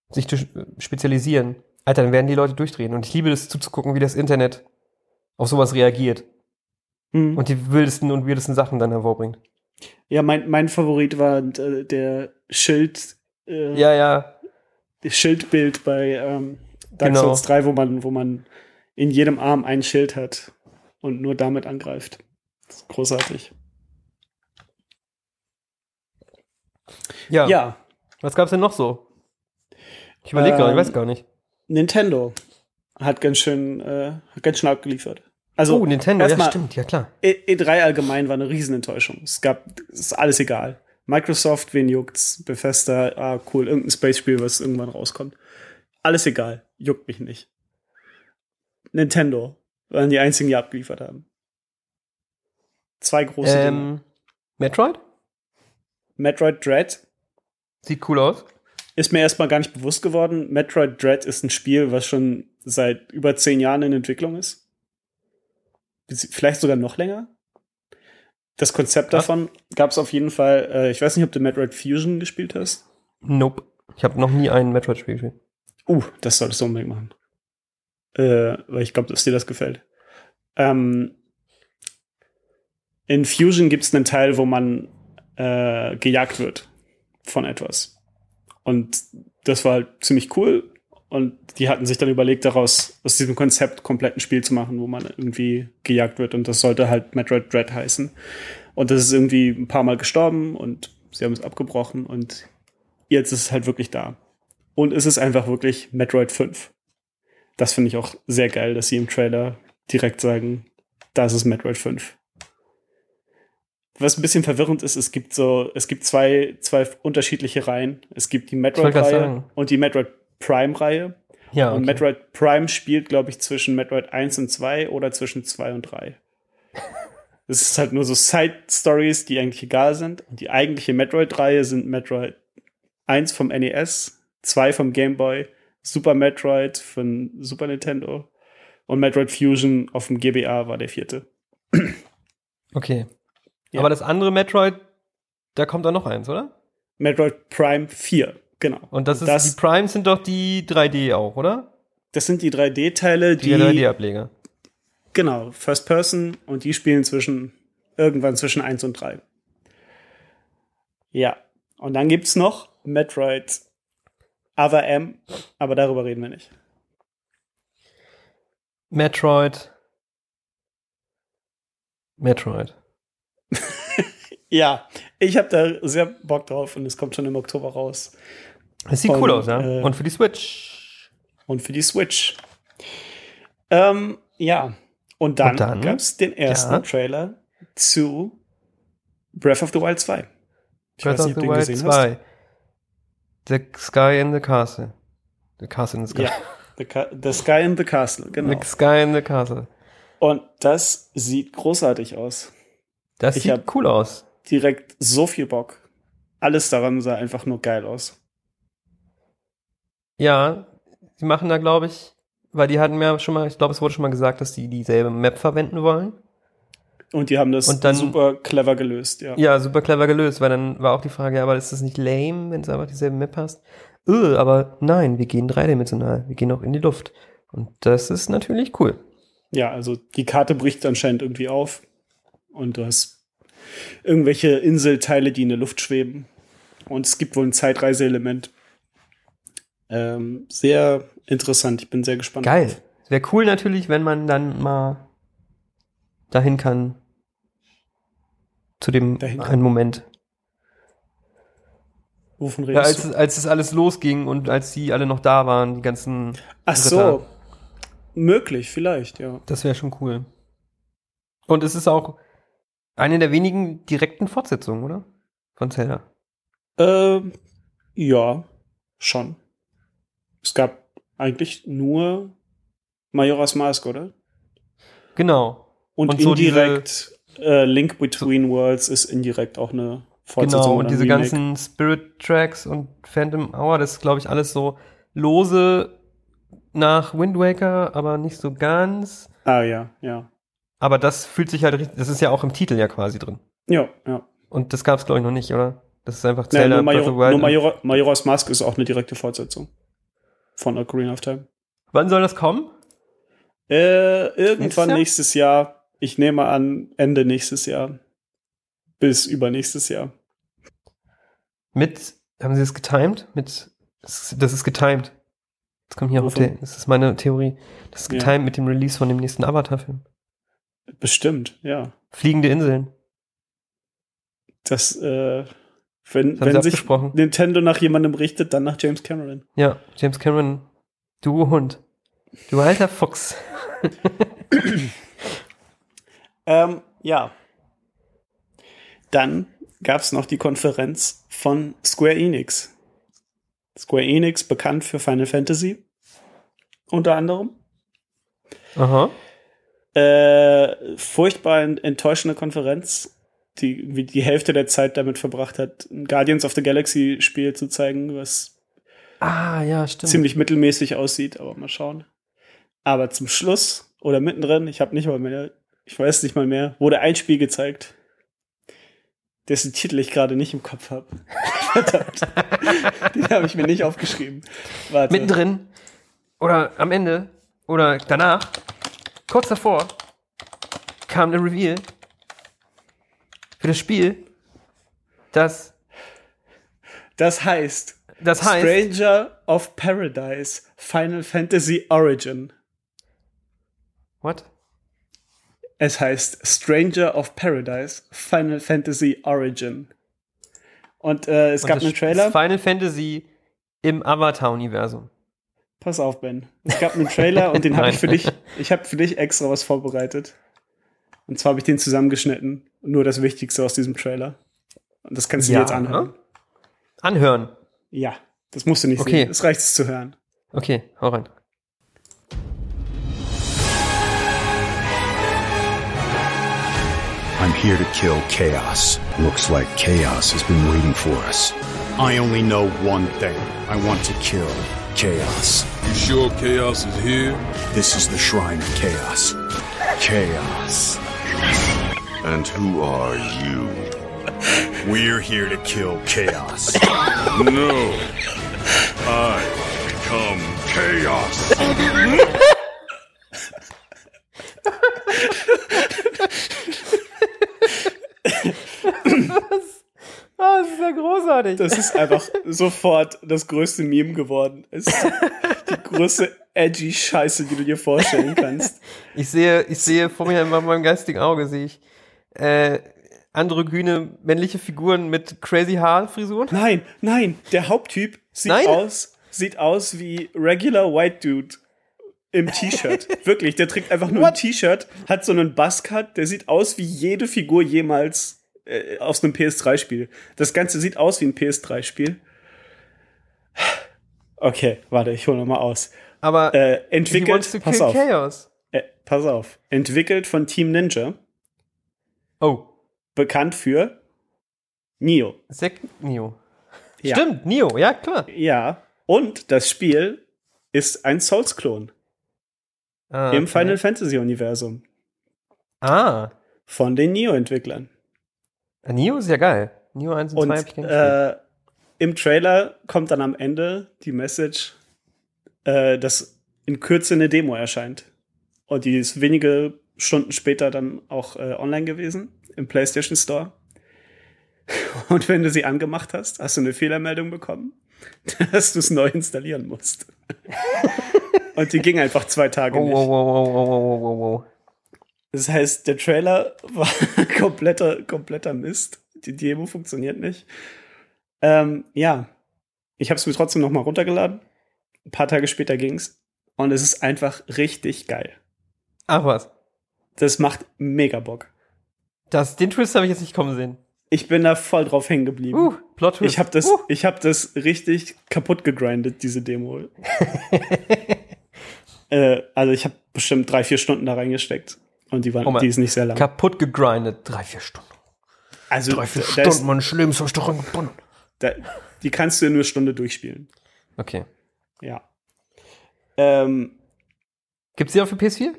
G: sich zu sch- spezialisieren, Alter, dann werden die Leute durchdrehen. Und ich liebe es zuzugucken, wie das Internet auf sowas reagiert
H: Hm.
G: Mhm. und die wildesten und weirdesten Sachen dann hervorbringt.
H: Ja, mein, mein Favorit war äh, der Schild, äh,
G: Ja, ja,
H: das Schildbild bei ähm, Dark
G: Genau.
H: Souls 3, wo man, wo man in jedem Arm ein Schild hat und nur damit angreift. Das ist großartig.
G: ja.
H: Ja,
G: Was gab's denn noch so? Ich überlege gerade, ich
H: Ähm,
G: weiß gar nicht.
H: Nintendo hat ganz schön, äh, hat ganz schön abgeliefert. Also
G: oh, Nintendo, ja,
H: erstmal-
G: stimmt, ja klar.
H: E- E3 allgemein war eine Riesenenttäuschung. Es gab, es ist alles egal. Microsoft, wen juckt's? Bethesda, ah, cool, irgendein Space-Spiel, was irgendwann rauskommt. Alles egal, juckt mich nicht. Nintendo waren die einzigen, die abgeliefert haben. Zwei große Dinge.
G: Ähm, Metroid?
H: Metroid Dread
G: Sieht cool aus.
H: ist mir erstmal gar nicht bewusst geworden. Metroid Dread ist ein Spiel, was schon seit über zehn Jahren in Entwicklung ist. Bis- Vielleicht sogar noch länger. Das Konzept
G: Krass.
H: davon gab es auf jeden Fall. Äh, ich weiß nicht, ob du Metroid Fusion gespielt hast.
G: Nope. Ich habe noch nie ein Metroid-Spiel gespielt.
H: Uh, das solltest du unbedingt machen. Äh, weil ich glaube, dass dir das gefällt. Ähm, in Fusion gibt es einen Teil, wo man äh, gejagt wird von etwas. Und das war halt ziemlich cool. Und die hatten sich dann überlegt, daraus aus diesem Konzept komplett ein Spiel zu machen, wo man irgendwie gejagt wird. Und das sollte halt Metroid Dread heißen. Und das ist irgendwie ein paar Mal gestorben und sie haben es abgebrochen. Und jetzt ist es halt wirklich da. Und es ist einfach wirklich Metroid 5. Das finde ich auch sehr geil, dass sie im Trailer direkt sagen, das ist Metroid 5. Was ein bisschen verwirrend ist, es gibt so, es gibt zwei, zwei unterschiedliche Reihen. Es gibt die
G: wollte gerade
H: Metroid-Reihe
G: sagen.
H: und die Metroid Prime-Reihe.
G: Ja, okay.
H: Und Metroid Prime spielt, glaube ich, zwischen Metroid 1 und 2 oder zwischen 2 und
G: (laughs)
H: 3. Es ist halt nur so Side-Stories, die eigentlich egal sind. Und die eigentliche Metroid-Reihe sind Metroid 1 vom NES, 2 vom Game Boy, Super Metroid von Super Nintendo und Metroid Fusion auf dem GBA war der vierte.
G: okay.
H: Ja.
G: Aber das andere Metroid, da kommt dann noch eins, oder?
H: Metroid Prime 4, genau.
G: Und das ist,
H: Das-
G: die Primes sind doch die 3D auch, oder?
H: Das sind die 3D-Teile,
G: Die,
H: die,
G: 3D-Ableger.
H: Genau, First Person und die spielen zwischen irgendwann zwischen 1 und 3. Ja, und dann gibt's noch Metroid Other M, aber darüber reden wir nicht.
G: Metroid. Metroid.
H: Ja, ich habe da sehr Bock drauf und es kommt schon im Oktober raus
G: Das sieht
H: Und,
G: cool aus, ja.
H: äh,
G: Und für die Switch.
H: und für die Switch. Ähm, ja, und dann,
G: Und dann?
H: gab's den ersten
G: Ja.
H: Trailer zu Breath of the Wild 2. Ich
G: Breath
H: weiß
G: of
H: nicht, ob
G: the
H: du ihn
G: Wild
H: gesehen hast.
G: 2. The Sky in the Castle. The Castle in the Sky.
H: Ja, the, Ca- the Sky in the Castle, genau.
G: The Sky in the Castle.
H: Und das sieht großartig aus.
G: Das
H: Ich
G: sieht
H: hab-
G: cool aus.
H: Direkt so viel Bock. Alles daran sah einfach nur geil aus.
G: Ja, die machen da, glaube ich, weil die hatten mir schon mal, ich glaube, es wurde schon mal gesagt, dass die dieselbe Map verwenden wollen.
H: Und die haben das
G: Und dann-
H: super clever gelöst, ja.
G: Ja, super clever gelöst, weil dann war auch die Frage, ja, aber ist das nicht lame, wenn es einfach dieselbe Map hast? Öh, aber nein, wir gehen dreidimensional, wir gehen auch in die Luft. Und das ist natürlich cool.
H: Ja, also die Karte bricht anscheinend irgendwie auf. Und du hast irgendwelche Inselteile, die in der Luft schweben. Und es gibt wohl ein Zeitreiseelement. Ähm, sehr interessant. Ich bin sehr gespannt.
G: Geil. Wäre cool natürlich, wenn man dann mal dahin kann. Zu dem
H: Dahin kann.
G: einen Moment.
H: Wovon
G: Ja, also,
H: redest
G: als,
H: du?
G: es- als es alles losging und als die alle noch da waren, die ganzen.
H: Ach so.
G: Ritter.
H: Möglich, vielleicht, ja.
G: Das wäre schon cool. Und es ist auch eine der wenigen direkten Fortsetzungen, oder? Von Zelda.
H: Ähm, ja, schon. Es gab eigentlich nur Majora's Mask, oder?
G: Genau.
H: Und,
G: Und so
H: indirekt äh, Link Between Worlds ist indirekt auch eine Fortsetzung.
G: Genau,
H: oder
G: und
H: ein
G: diese
H: Remake.
G: ganzen Spirit Tracks und Phantom Hour, das ist, glaube ich, alles so lose nach Wind Waker, aber nicht so ganz.
H: Ah, ja, ja.
G: Aber das fühlt sich halt richtig, das ist ja auch im Titel ja quasi drin.
H: Ja, ja.
G: Und das gab es, glaube ich, noch nicht, oder? Das ist einfach
H: Naja,
G: Zelda
H: nur
G: Breath of the
H: Major
G: Wild. ne?
H: nur Majora Majora's Mask ist auch eine direkte Fortsetzung von Ocarina of Time.
G: Wann soll das kommen?
H: Äh, irgendwann
G: Nächstes Jahr?
H: nächstes Jahr. Ich nehme an, Ende nächstes Jahr. Bis übernächstes Jahr.
G: Mit, haben sie es getimed? Mit, das ist- das ist getimed. Das kommt hier auch auf
H: Wovon?
G: der, das ist meine Theorie. Das ist
H: Ja.
G: getimed mit dem Release von dem nächsten Avatar-Film.
H: Bestimmt, ja.
G: Fliegende Inseln.
H: Das, äh, wenn, wenn
G: Das haben sie
H: sich
G: abgesprochen.
H: Nintendo nach jemandem richtet, dann nach James Cameron.
G: Ja, James Cameron, du Hund. Du alter Fuchs.
H: Ähm, ja. Dann gab es noch die Konferenz von Square Enix. Square Enix, bekannt für Final Fantasy, unter anderem.
G: Aha.
H: Äh, furchtbar en- enttäuschende Konferenz, die irgendwie die Hälfte der Zeit damit verbracht hat, ein Guardians of the Galaxy Spiel zu zeigen, was
G: Ah, ja, stimmt.
H: (laughs) ziemlich mittelmäßig aussieht, aber mal schauen. Aber zum Schluss oder mittendrin, ich habe nicht mal mehr, ich weiß nicht mal mehr, wurde ein Spiel gezeigt, dessen Titel ich gerade nicht im Kopf (laughs) habe. Verdammt. Den habe ich mir nicht aufgeschrieben. Warte.
G: Mittendrin. Oder am Ende. Oder danach. Kurz davor. Kam der Reveal. Für das Spiel. Das,
H: Das heißt,
G: das heißt.
H: Stranger of Paradise Final Fantasy Origin.
G: What?
H: Es heißt Stranger of Paradise Final Fantasy Origin. Und äh, es
G: Und
H: gab
G: das
H: einen
G: Sp-
H: Trailer.
G: Final Fantasy im Avatar-Universum.
H: Pass auf, Ben. Es gab einen Trailer und den habe ich
G: (laughs) Nein.
H: für dich. Ich habe für dich extra was vorbereitet. Und zwar habe ich den zusammengeschnitten. Nur das Wichtigste aus diesem Trailer. Und das kannst du dir jetzt anhören.
G: ne? Anhören.
H: Ja, das musst du nicht
G: Okay.
H: sehen. Es reicht es zu hören.
G: Okay, hau rein.
I: I'm here to kill chaos. Looks like chaos has been waiting for us. I only know one thing. I want to kill chaos.
C: You sure chaos is here?
I: This is the shrine of chaos. Chaos.
J: And who are you?
I: We're here to kill
C: (laughs)
I: chaos.
J: No. I become chaos.
G: Ah, das ist ja großartig.
H: Das ist
G: (laughs)
H: einfach sofort das größte Meme geworden. Es ist die
G: (laughs)
H: größte edgy Scheiße, die du dir vorstellen kannst.
G: Ich sehe, ich sehe vor mir in meinem geistigen Auge sehe ich äh, androgyne männliche Figuren mit crazy Haarfrisuren.
H: Nein, nein, der Haupttyp sieht
G: Nein?
H: aus, sieht aus wie regular white dude im
G: (laughs)
H: T-Shirt. Wirklich, der trägt einfach nur ein T-Shirt, hat so einen Buzzcut, der sieht aus wie jede Figur jemals äh, aus einem PS3-Spiel. Das Ganze sieht aus wie ein PS3-Spiel. Okay, warte, ich hole nochmal aus.
G: Aber
H: Äh,
G: he wants to
H: entwickelt,
G: kill
H: pass auf,
G: chaos.
H: äh, pass auf, entwickelt von Team Ninja,
G: Oh,
H: bekannt für Nio.
G: Zack Neo.
H: Ja.
G: Stimmt, Neo, ja klar.
H: Ja, und das Spiel ist ein Souls-Klon
G: Ah,
H: im
G: okay.
H: Final Fantasy-Universum
G: Ah,
H: von den Neo-Entwicklern.
G: Neo ist ja geil. Neo 1 und,
H: Und
G: 2 hab ich gern gespielt.
H: äh, im Trailer kommt dann am Ende die Message, äh, dass in Kürze eine Demo erscheint. Und die ist wenige Stunden später dann auch äh, online gewesen im PlayStation Store. (laughs) Und wenn du sie angemacht hast, hast du eine Fehlermeldung bekommen, (laughs) dass du es neu installieren
G: (laughs)
H: musst. Und die ging einfach zwei Tage
G: Oh,
H: nicht.
G: wow, wow, wow, wow, wow, wow, wow.
H: Das heißt, der Trailer (laughs) war kompletter, kompletter Mist. Die Demo funktioniert nicht. Ähm, ja, ich habe es mir trotzdem nochmal runtergeladen. Ein paar Tage später ging's. Und es ist einfach richtig geil.
G: Ach was.
H: Das macht mega Bock.
G: Das, den Twist habe ich jetzt nicht kommen sehen.
H: Ich bin da voll drauf hängen geblieben.
G: Uh, Plot Twist.
H: ich habe das,
G: Uh.
H: ich hab das richtig kaputt gegrindet, diese
G: (laughs)
H: Demo. äh, also ich habe bestimmt drei, vier Stunden da reingesteckt. Und die, waren,
G: Oh Mann.
H: die ist nicht sehr lang.
G: Kaputt gegrindet. Drei, vier Stunden.
H: also
G: Drei, vier
H: da, da ist,
G: Stunden meines Lebens habe ich doch angebunden.
H: da, die kannst du in einer Stunde durchspielen.
G: Okay.
H: Ja. Ähm,
G: Gibt's die auch für PS4?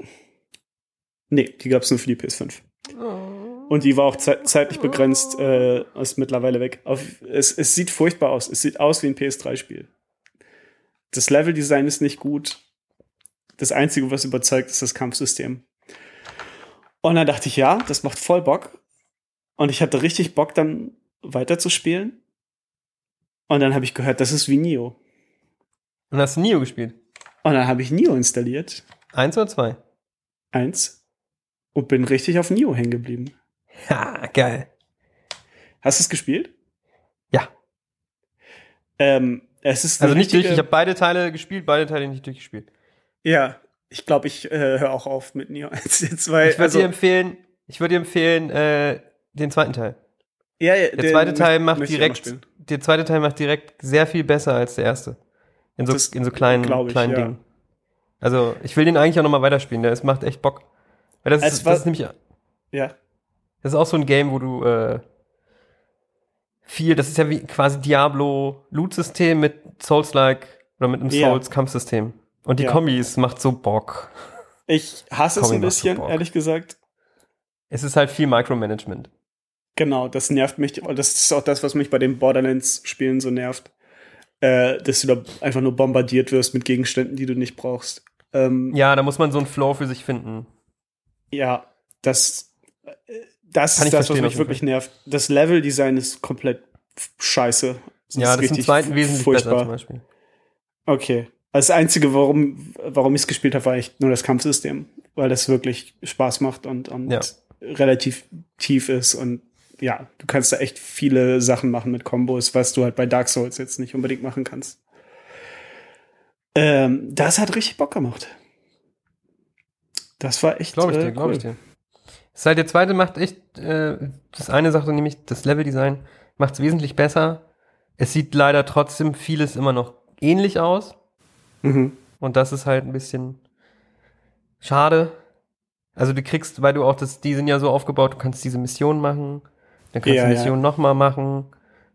H: nee, die gab es nur für die PS5.
G: Oh.
H: Und die war auch zei- zeitlich begrenzt, äh, ist mittlerweile weg. Auf, es, es sieht furchtbar aus. Es sieht aus wie ein PS3-Spiel. Das Leveldesign ist nicht gut. Das Einzige, was überzeugt, ist das Kampfsystem. Und dann dachte ich, ja, das macht voll Bock. Und ich hatte richtig Bock, dann weiterzuspielen. Und dann habe ich gehört, das ist wie Nio.
G: Und hast du Nio gespielt?
H: Und dann habe ich Nio installiert.
G: Eins oder zwei?
H: 1 und bin richtig auf Nio hängen geblieben.
G: Ha, geil.
H: Hast du es gespielt?
G: Ja.
H: Ähm, es ist eine
G: Also nicht durch,
H: richtige-
G: ich habe beide Teile gespielt, beide Teile nicht durchgespielt.
H: ja, ich glaube, ich äh, höre auch auf mit Nio 1 (laughs) jetzt, weil also,
G: Ich würde dir empfehlen, ich würde dir empfehlen, äh, den zweiten Teil.
H: ja, ja,
G: Der zweite Teil macht
H: möchte ich auch noch
G: direkt,
H: spielen.
G: der zweite Teil macht direkt sehr viel besser als der erste. In so,
H: Das
G: in so kleinen,
H: glaub ich,
G: kleinen
H: ja.
G: Dingen. Also, ich will den eigentlich auch nochmal weiterspielen, der, es macht echt Bock. Weil das,
H: Es
G: ist,
H: war-
G: das ist nämlich,
H: Ja,
G: das ist auch so ein Game, wo du, äh, viel, das ist ja wie quasi Diablo Loot-System mit Souls-like oder mit einem
H: Ja.
G: Souls-Kampfsystem. Und die
H: Ja.
G: Kombis macht so Bock.
H: ich hasse es
G: Komm,
H: ein
G: mir macht so
H: bisschen,
G: Bock.
H: ehrlich gesagt.
G: Es ist halt viel Micromanagement.
H: Genau, das nervt mich. Und das ist auch das, was mich bei den Borderlands-Spielen so nervt. Äh, dass du da einfach nur bombardiert wirst mit Gegenständen, die du nicht brauchst. Ähm,
G: Ja, da muss man so einen Flow für sich finden.
H: Ja, das, äh, das
G: Kann
H: ist
G: ich
H: das, was
G: verstehen, auf
H: mich
G: jeden
H: wirklich
G: Fall.
H: nervt. Das Level-Design ist komplett f- scheiße. Es
G: ja,
H: ist
G: das ist im
H: richtig
G: zweiten wesentlich
H: furchtbar.
G: besser zum Beispiel.
H: Okay. Das Einzige, warum, warum ich es gespielt habe, war echt nur das Kampfsystem. Weil das wirklich Spaß macht und, und
G: Ja.
H: relativ tief ist. Und ja, du kannst da echt viele Sachen machen mit Kombos, was du halt bei Dark Souls jetzt nicht unbedingt machen kannst. Ähm, das hat richtig Bock gemacht. Das war echt.
G: Glaube ich
H: äh,
G: dir, glaube
H: cool.
G: ich dir. Es ist halt der zweite macht echt, äh, das eine Sache, nämlich das Leveldesign, macht es wesentlich besser. Es sieht leider trotzdem vieles immer noch ähnlich aus.
H: Mhm.
G: Und das ist halt ein bisschen schade. Also du kriegst, weil du auch das, die sind ja so aufgebaut, du kannst diese Mission machen, dann kannst
H: Ja, ja.
G: du die Mission nochmal machen.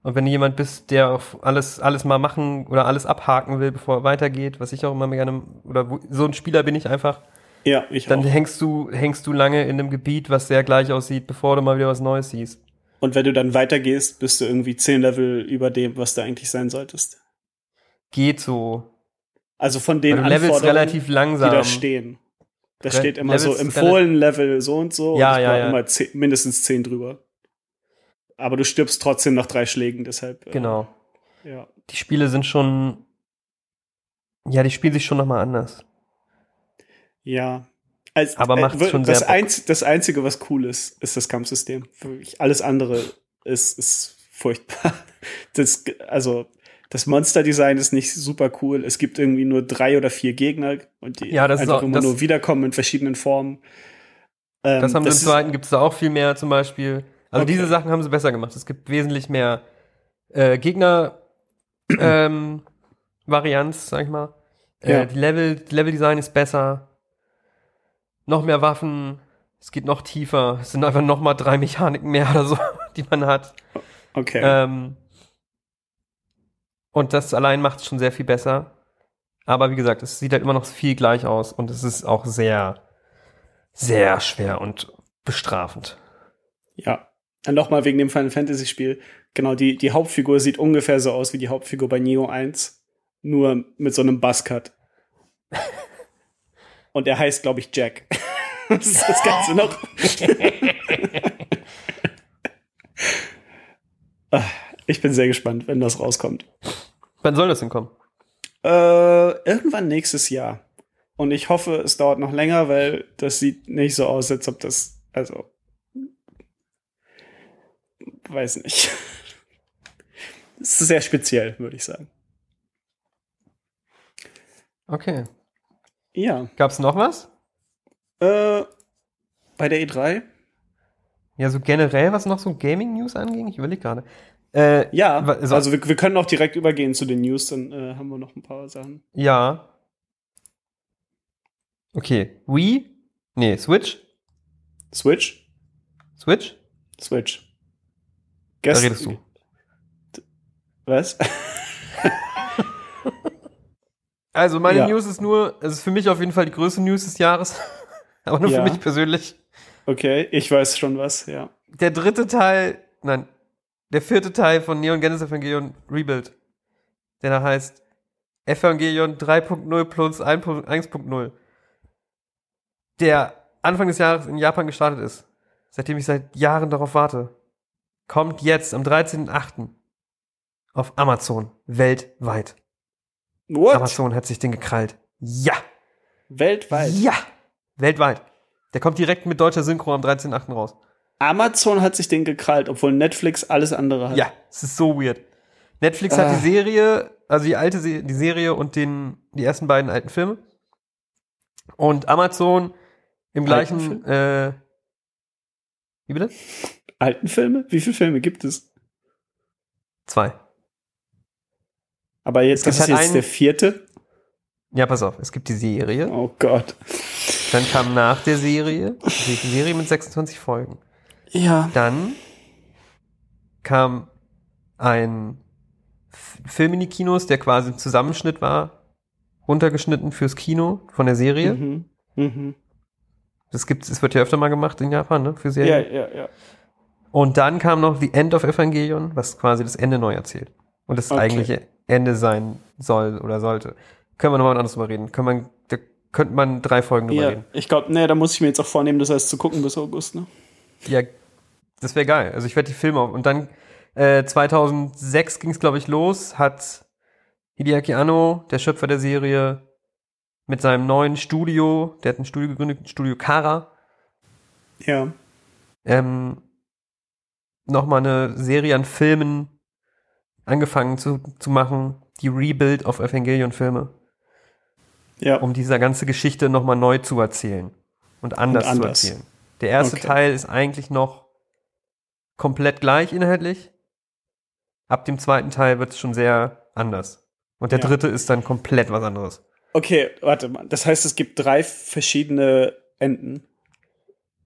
G: Und wenn du jemand bist, der auf alles, alles mal machen oder alles abhaken will, bevor er weitergeht, was ich auch immer gerne, oder wo, so ein Spieler bin ich einfach,
H: Ja, ich
G: dann
H: auch.
G: hängst du, hängst du lange in einem Gebiet, was sehr gleich aussieht, bevor du mal wieder was Neues siehst.
H: Und wenn du dann weitergehst, bist du irgendwie zehn Level über dem, was du eigentlich sein solltest.
G: Geht so.
H: Also von
G: Weil
H: den
G: du levelst
H: Anforderungen,
G: relativ
H: die
G: langsam.
H: da stehen. Da
G: Re-
H: steht immer
G: Levels
H: so empfohlen Level so und so.
G: Ja,
H: und ich
G: ja,
H: war
G: ja.
H: immer zehn, mindestens zehn drüber. Aber du stirbst trotzdem nach drei Schlägen, deshalb. äh,
G: Genau.
H: Ja.
G: Die Spiele sind schon. Ja, die spielen sich schon nochmal anders.
H: ja. Als,
G: Aber macht's
H: wir-
G: schon
H: das
G: sehr Bock.
H: Einz, Das Einzige, was cool ist, ist das Kampfsystem. Wirklich alles andere ist, ist furchtbar. (laughs) Das, also, das Monster-Design ist nicht super cool. Es gibt irgendwie nur drei oder vier Gegner und die
G: Ja, das ist
H: einfach
G: auch-
H: immer
G: das-
H: nur wiederkommen in verschiedenen Formen. Ähm,
G: Das haben sie im
H: ist-
G: zweiten, gibt es da auch viel mehr zum Beispiel. Also
H: Okay.
G: diese Sachen haben sie besser gemacht. Es gibt wesentlich mehr äh,
H: (clears throat)
G: Gegner ähm, Varianz, sag ich mal. Äh,
H: Ja.
G: die Level, die Level-Design ist besser. Noch mehr Waffen. Es geht noch tiefer. Es sind einfach noch mal drei Mechaniken mehr oder so, (laughs) die man hat.
H: Okay.
G: Ähm, und das allein macht es schon sehr viel besser. Aber wie gesagt, es sieht halt immer noch viel gleich aus und es ist auch sehr, sehr schwer und bestrafend.
H: Ja. Dann nochmal wegen dem Final Fantasy Spiel. Genau, die, die Hauptfigur sieht ungefähr so aus wie die Hauptfigur bei Neo 1. Nur mit so einem Buzzcut. Und er heißt, glaube ich, Jack. (laughs) das ist das Ganze noch. Ah, ich bin sehr gespannt, wenn das rauskommt.
G: Wann soll das denn kommen?
H: Äh, irgendwann nächstes Jahr. Und ich hoffe, es dauert noch länger, weil das sieht nicht so aus, als ob das. Also. Weiß nicht. (laughs) Es ist sehr speziell, würde ich sagen.
G: Okay.
H: Ja.
G: Gab's noch was?
H: Äh, bei der E E3?
G: Ja, so generell, was noch so Gaming-News anging? Ich überlege gerade. Äh,
H: Ja.
G: Wa- so-
H: Also, wir, wir können auch direkt übergehen zu den News, dann äh, haben wir noch ein paar Sachen.
G: ja. Okay. Wii? Nee, Switch?
H: Switch?
G: Switch?
H: Switch.
G: Da
H: Gest-
G: redest du.
H: Was? (laughs)
G: Also meine
H: Ja.
G: News ist nur, es ist für mich auf jeden Fall die größte News des Jahres, (laughs) aber nur
H: Ja.
G: für mich persönlich.
H: Okay, ich weiß schon was, ja.
G: Der dritte Teil, nein, der vierte Teil von Neon Genesis Evangelion Rebuild, der da heißt Evangelion 3.0 plus 1.0, der Anfang des Jahres in Japan gestartet ist, seitdem ich seit Jahren darauf warte, kommt jetzt am 13.8. auf Amazon weltweit.
H: What?
G: Amazon hat sich den gekrallt. Ja!
H: Weltweit.
G: Ja! Weltweit. Der kommt direkt mit deutscher Synchro am 13.8. raus.
H: Amazon hat sich den gekrallt, obwohl Netflix alles andere hat.
G: Ja, es ist so weird. Netflix hat
H: Ah.
G: die Serie, also die alte Se die Serie und den, die ersten beiden alten Filme. Und Amazon im
H: Alten
G: gleichen. Äh, wie bitte?
H: Alten Filme? Wie viele Filme gibt es?
G: Zwei.
H: Aber jetzt
G: gibt
H: das ist
G: halt
H: jetzt
G: einen-
H: der vierte.
G: Ja, pass auf, es gibt die Serie.
H: Oh Gott.
G: Dann kam nach der Serie die Serie mit 26 Folgen.
H: Ja.
G: Dann kam ein F- Film in die Kinos, der quasi ein Zusammenschnitt war, runtergeschnitten fürs Kino von der Serie.
H: Mhm. Mhm.
G: Das gibt's, es wird ja öfter mal gemacht in Japan, ne? Für
H: Ja,
G: Serien.
H: ja, ja.
G: Und dann kam noch The End of Evangelion, was quasi das Ende neu erzählt. Und das
H: Okay.
G: eigentliche Ende sein soll oder sollte. Können wir nochmal anders drüber reden. Können man, da könnte man drei Folgen drüber
H: ja.
G: reden.
H: Ich glaube, nee, da muss ich mir jetzt auch vornehmen, das heißt zu gucken bis August, ne?
G: Ja, das wäre geil. Also ich werde die Filme auf. Und dann äh, 2006 ging es, glaube ich, los, hat Hideaki Anno, der Schöpfer der Serie, mit seinem neuen Studio, der hat ein Studio gegründet, Studio Kara,
H: Ja.
G: ähm, nochmal eine Serie an Filmen angefangen zu, zu machen, die Rebuild of Evangelion-Filme,
H: Ja.
G: um diese ganze Geschichte nochmal neu zu erzählen und anders,
H: Und anders.
G: zu erzählen. Der erste
H: Okay.
G: Teil ist eigentlich noch komplett gleich inhaltlich. Ab dem zweiten Teil wird es schon sehr anders. Und der
H: Ja.
G: dritte ist dann komplett was anderes.
H: Okay, warte mal. Das heißt, es gibt drei verschiedene Enden.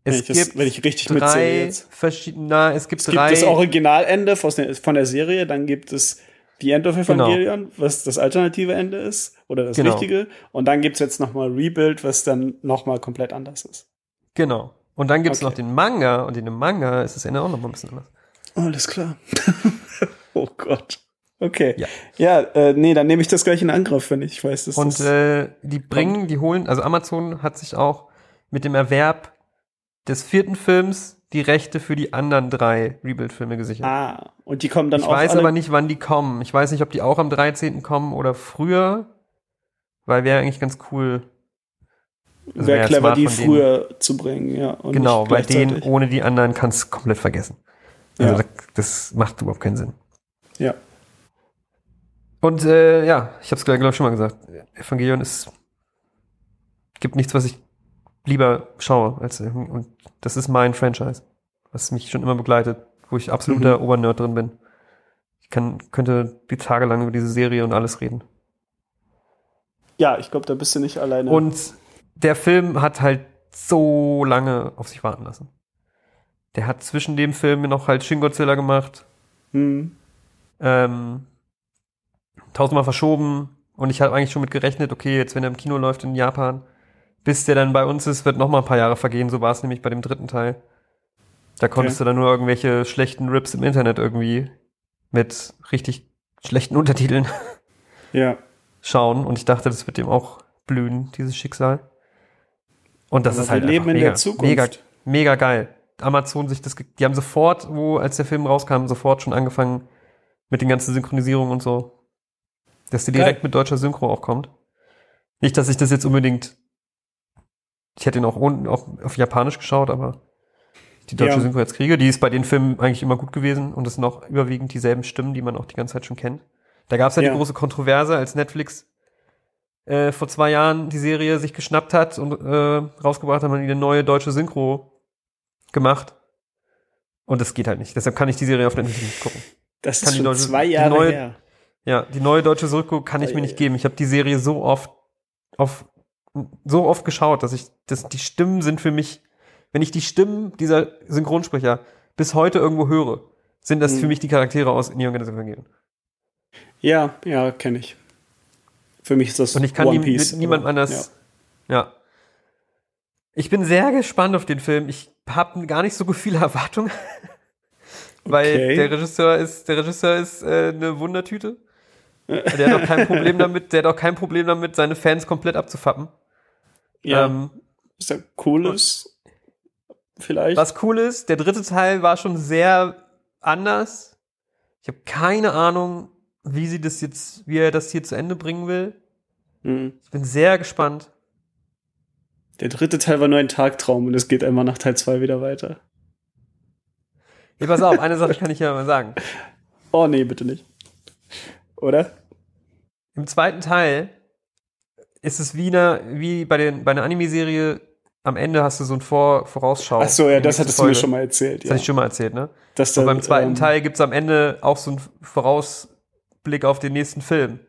H: Wenn ich das- wenn ich richtig mitzähle
G: drei
H: jetzt.
G: verschiedene, na, es gibt
H: Es
G: drei.
H: gibt das Originalende von der, von der Serie, dann gibt es The End of Evangelion, was das alternative Ende ist oder das
G: Genau.
H: richtige. Und dann gibt es jetzt nochmal Rebuild, was dann nochmal komplett anders ist.
G: Genau. Und dann gibt es
H: Okay.
G: noch den Manga und in dem Manga ist das Ende auch noch mal ein bisschen anders.
H: Alles klar. (laughs) oh Gott. Okay.
G: Ja.
H: Ja, äh, nee, dann nehme ich das gleich in Angriff, wenn ich weiß, dass
G: Und
H: das
G: äh, die bringen, die holen, also Amazon hat sich auch mit dem Erwerb des vierten Films die Rechte für die anderen drei Rebuild-Filme gesichert.
H: Ah, und die kommen dann
G: ich
H: auch
G: weiß
H: alle
G: aber nicht, wann die kommen. Ich weiß nicht, ob die auch am 13. kommen oder früher, weil wäre eigentlich ganz cool. Also
H: Wäre
G: wär
H: clever,
G: smart
H: die
G: von denen.
H: früher zu bringen, ja. und
G: Genau,
H: nicht
G: weil den
H: gleichzeitig.
G: ohne die anderen kannst du komplett vergessen. Also
H: Ja.
G: das, das macht überhaupt keinen Sinn.
H: Ja.
G: Und äh, ja, ich habe es glaube ich schon mal gesagt. Evangelion ist gibt nichts, was ich lieber schaue als und das ist mein Franchise, was mich schon immer begleitet, wo ich
H: Mhm.
G: absoluter Obernerd drin bin. Ich kann könnte die Tage lang über diese Serie und alles reden.
H: ja, ich glaube, da bist du nicht alleine.
G: Und der Film hat halt so lange auf sich warten lassen. Der hat zwischen dem Film noch halt Shin Godzilla gemacht,
H: hm.
G: ähm, tausendmal verschoben und ich habe eigentlich schon mit gerechnet, okay, jetzt wenn er im Kino läuft in Japan, bis der dann bei uns ist, wird noch mal ein paar Jahre vergehen. So war es nämlich bei dem dritten Teil. Da konntest du dann nur irgendwelche schlechten Rips im Internet irgendwie mit richtig schlechten Untertiteln (laughs)
H: ja.
G: halt schauen und ich dachte, das wird dem auch blühen, dieses Schicksal. Und das
H: Aber
G: ist halt
H: wir leben
G: einfach
H: in
G: mega,
H: der Zukunft.
G: mega, mega geil. Amazon sich das, ge- die haben sofort, wo als der Film rauskam, sofort schon angefangen mit den ganzen Synchronisierungen und so, dass die
H: Geil.
G: direkt mit deutscher Synchro auch kommt. Nicht, dass ich das jetzt unbedingt, ich hätte ihn auch unten auf, auf Japanisch geschaut, aber die deutsche
H: Ja.
G: Synchro jetzt kriege, die ist bei den Filmen eigentlich immer gut gewesen und es sind auch überwiegend dieselben Stimmen, die man auch die ganze Zeit schon kennt. Da gab es ja
H: Ja.
G: die große Kontroverse, als Netflix äh, vor zwei Jahren die Serie sich geschnappt hat und äh, rausgebracht hat, man eine neue deutsche Synchro gemacht. Und das geht halt nicht. Deshalb kann ich die Serie auf Netflix nicht gucken.
H: Das
G: Kann
H: ist
G: die
H: schon
G: Leute-
H: zwei
G: die
H: Jahre
G: neue-
H: her.
G: Ja, die neue deutsche Synchro kann ich mir nicht geben. Ich habe die Serie so oft auf so oft geschaut, dass ich dass die Stimmen sind für mich, wenn ich die Stimmen dieser Synchronsprecher bis heute irgendwo höre, sind das für mich die Charaktere aus Neon Genesis Evangelion.
H: Ja, ja, kenne ich. Für mich ist das
G: Und ich kann
H: One
G: nie,
H: Piece. genau.
G: mit niemand
H: aber-
G: anders. Ja. Ich bin sehr gespannt auf den Film. Ich habe gar nicht so (laughs) viel Erwartung, weil
H: Okay.
G: der Regisseur ist, der Regisseur ist äh, eine Wundertüte. Der hat
H: (laughs)
G: auch kein Problem damit, der hat auch kein Problem damit, seine Fans komplett abzufappen.
H: Ja, ja
G: Ähm,
H: ist ja cooles. Vielleicht.
G: Was cool ist, der dritte Teil war schon sehr anders. Ich habe keine Ahnung, wie sie das jetzt, wie er das hier zu Ende bringen will.
H: Mhm.
G: Ich bin sehr gespannt.
H: Der dritte Teil war nur ein Tagtraum und es geht einfach nach Teil 2 wieder weiter.
G: Hey, pass auf, eine Sache kann ich ja mal sagen.
H: Oh nee, bitte nicht. Oder?
G: Im zweiten Teil ist es wie, eine, wie bei, den, bei einer Anime-Serie, am Ende hast du so ein Vor Vorausschau.
H: Ach so, ja,
G: Die
H: das
G: Oh, nächste
H: hattest du
G: Folge.
H: mir schon mal erzählt.
G: Das
H: Ja.
G: hatte ich schon mal erzählt, ne?
H: Dass
G: Und
H: dann,
G: beim zweiten
H: ähm,
G: Teil gibt's am Ende auch so einen Vorausblick auf den nächsten Film.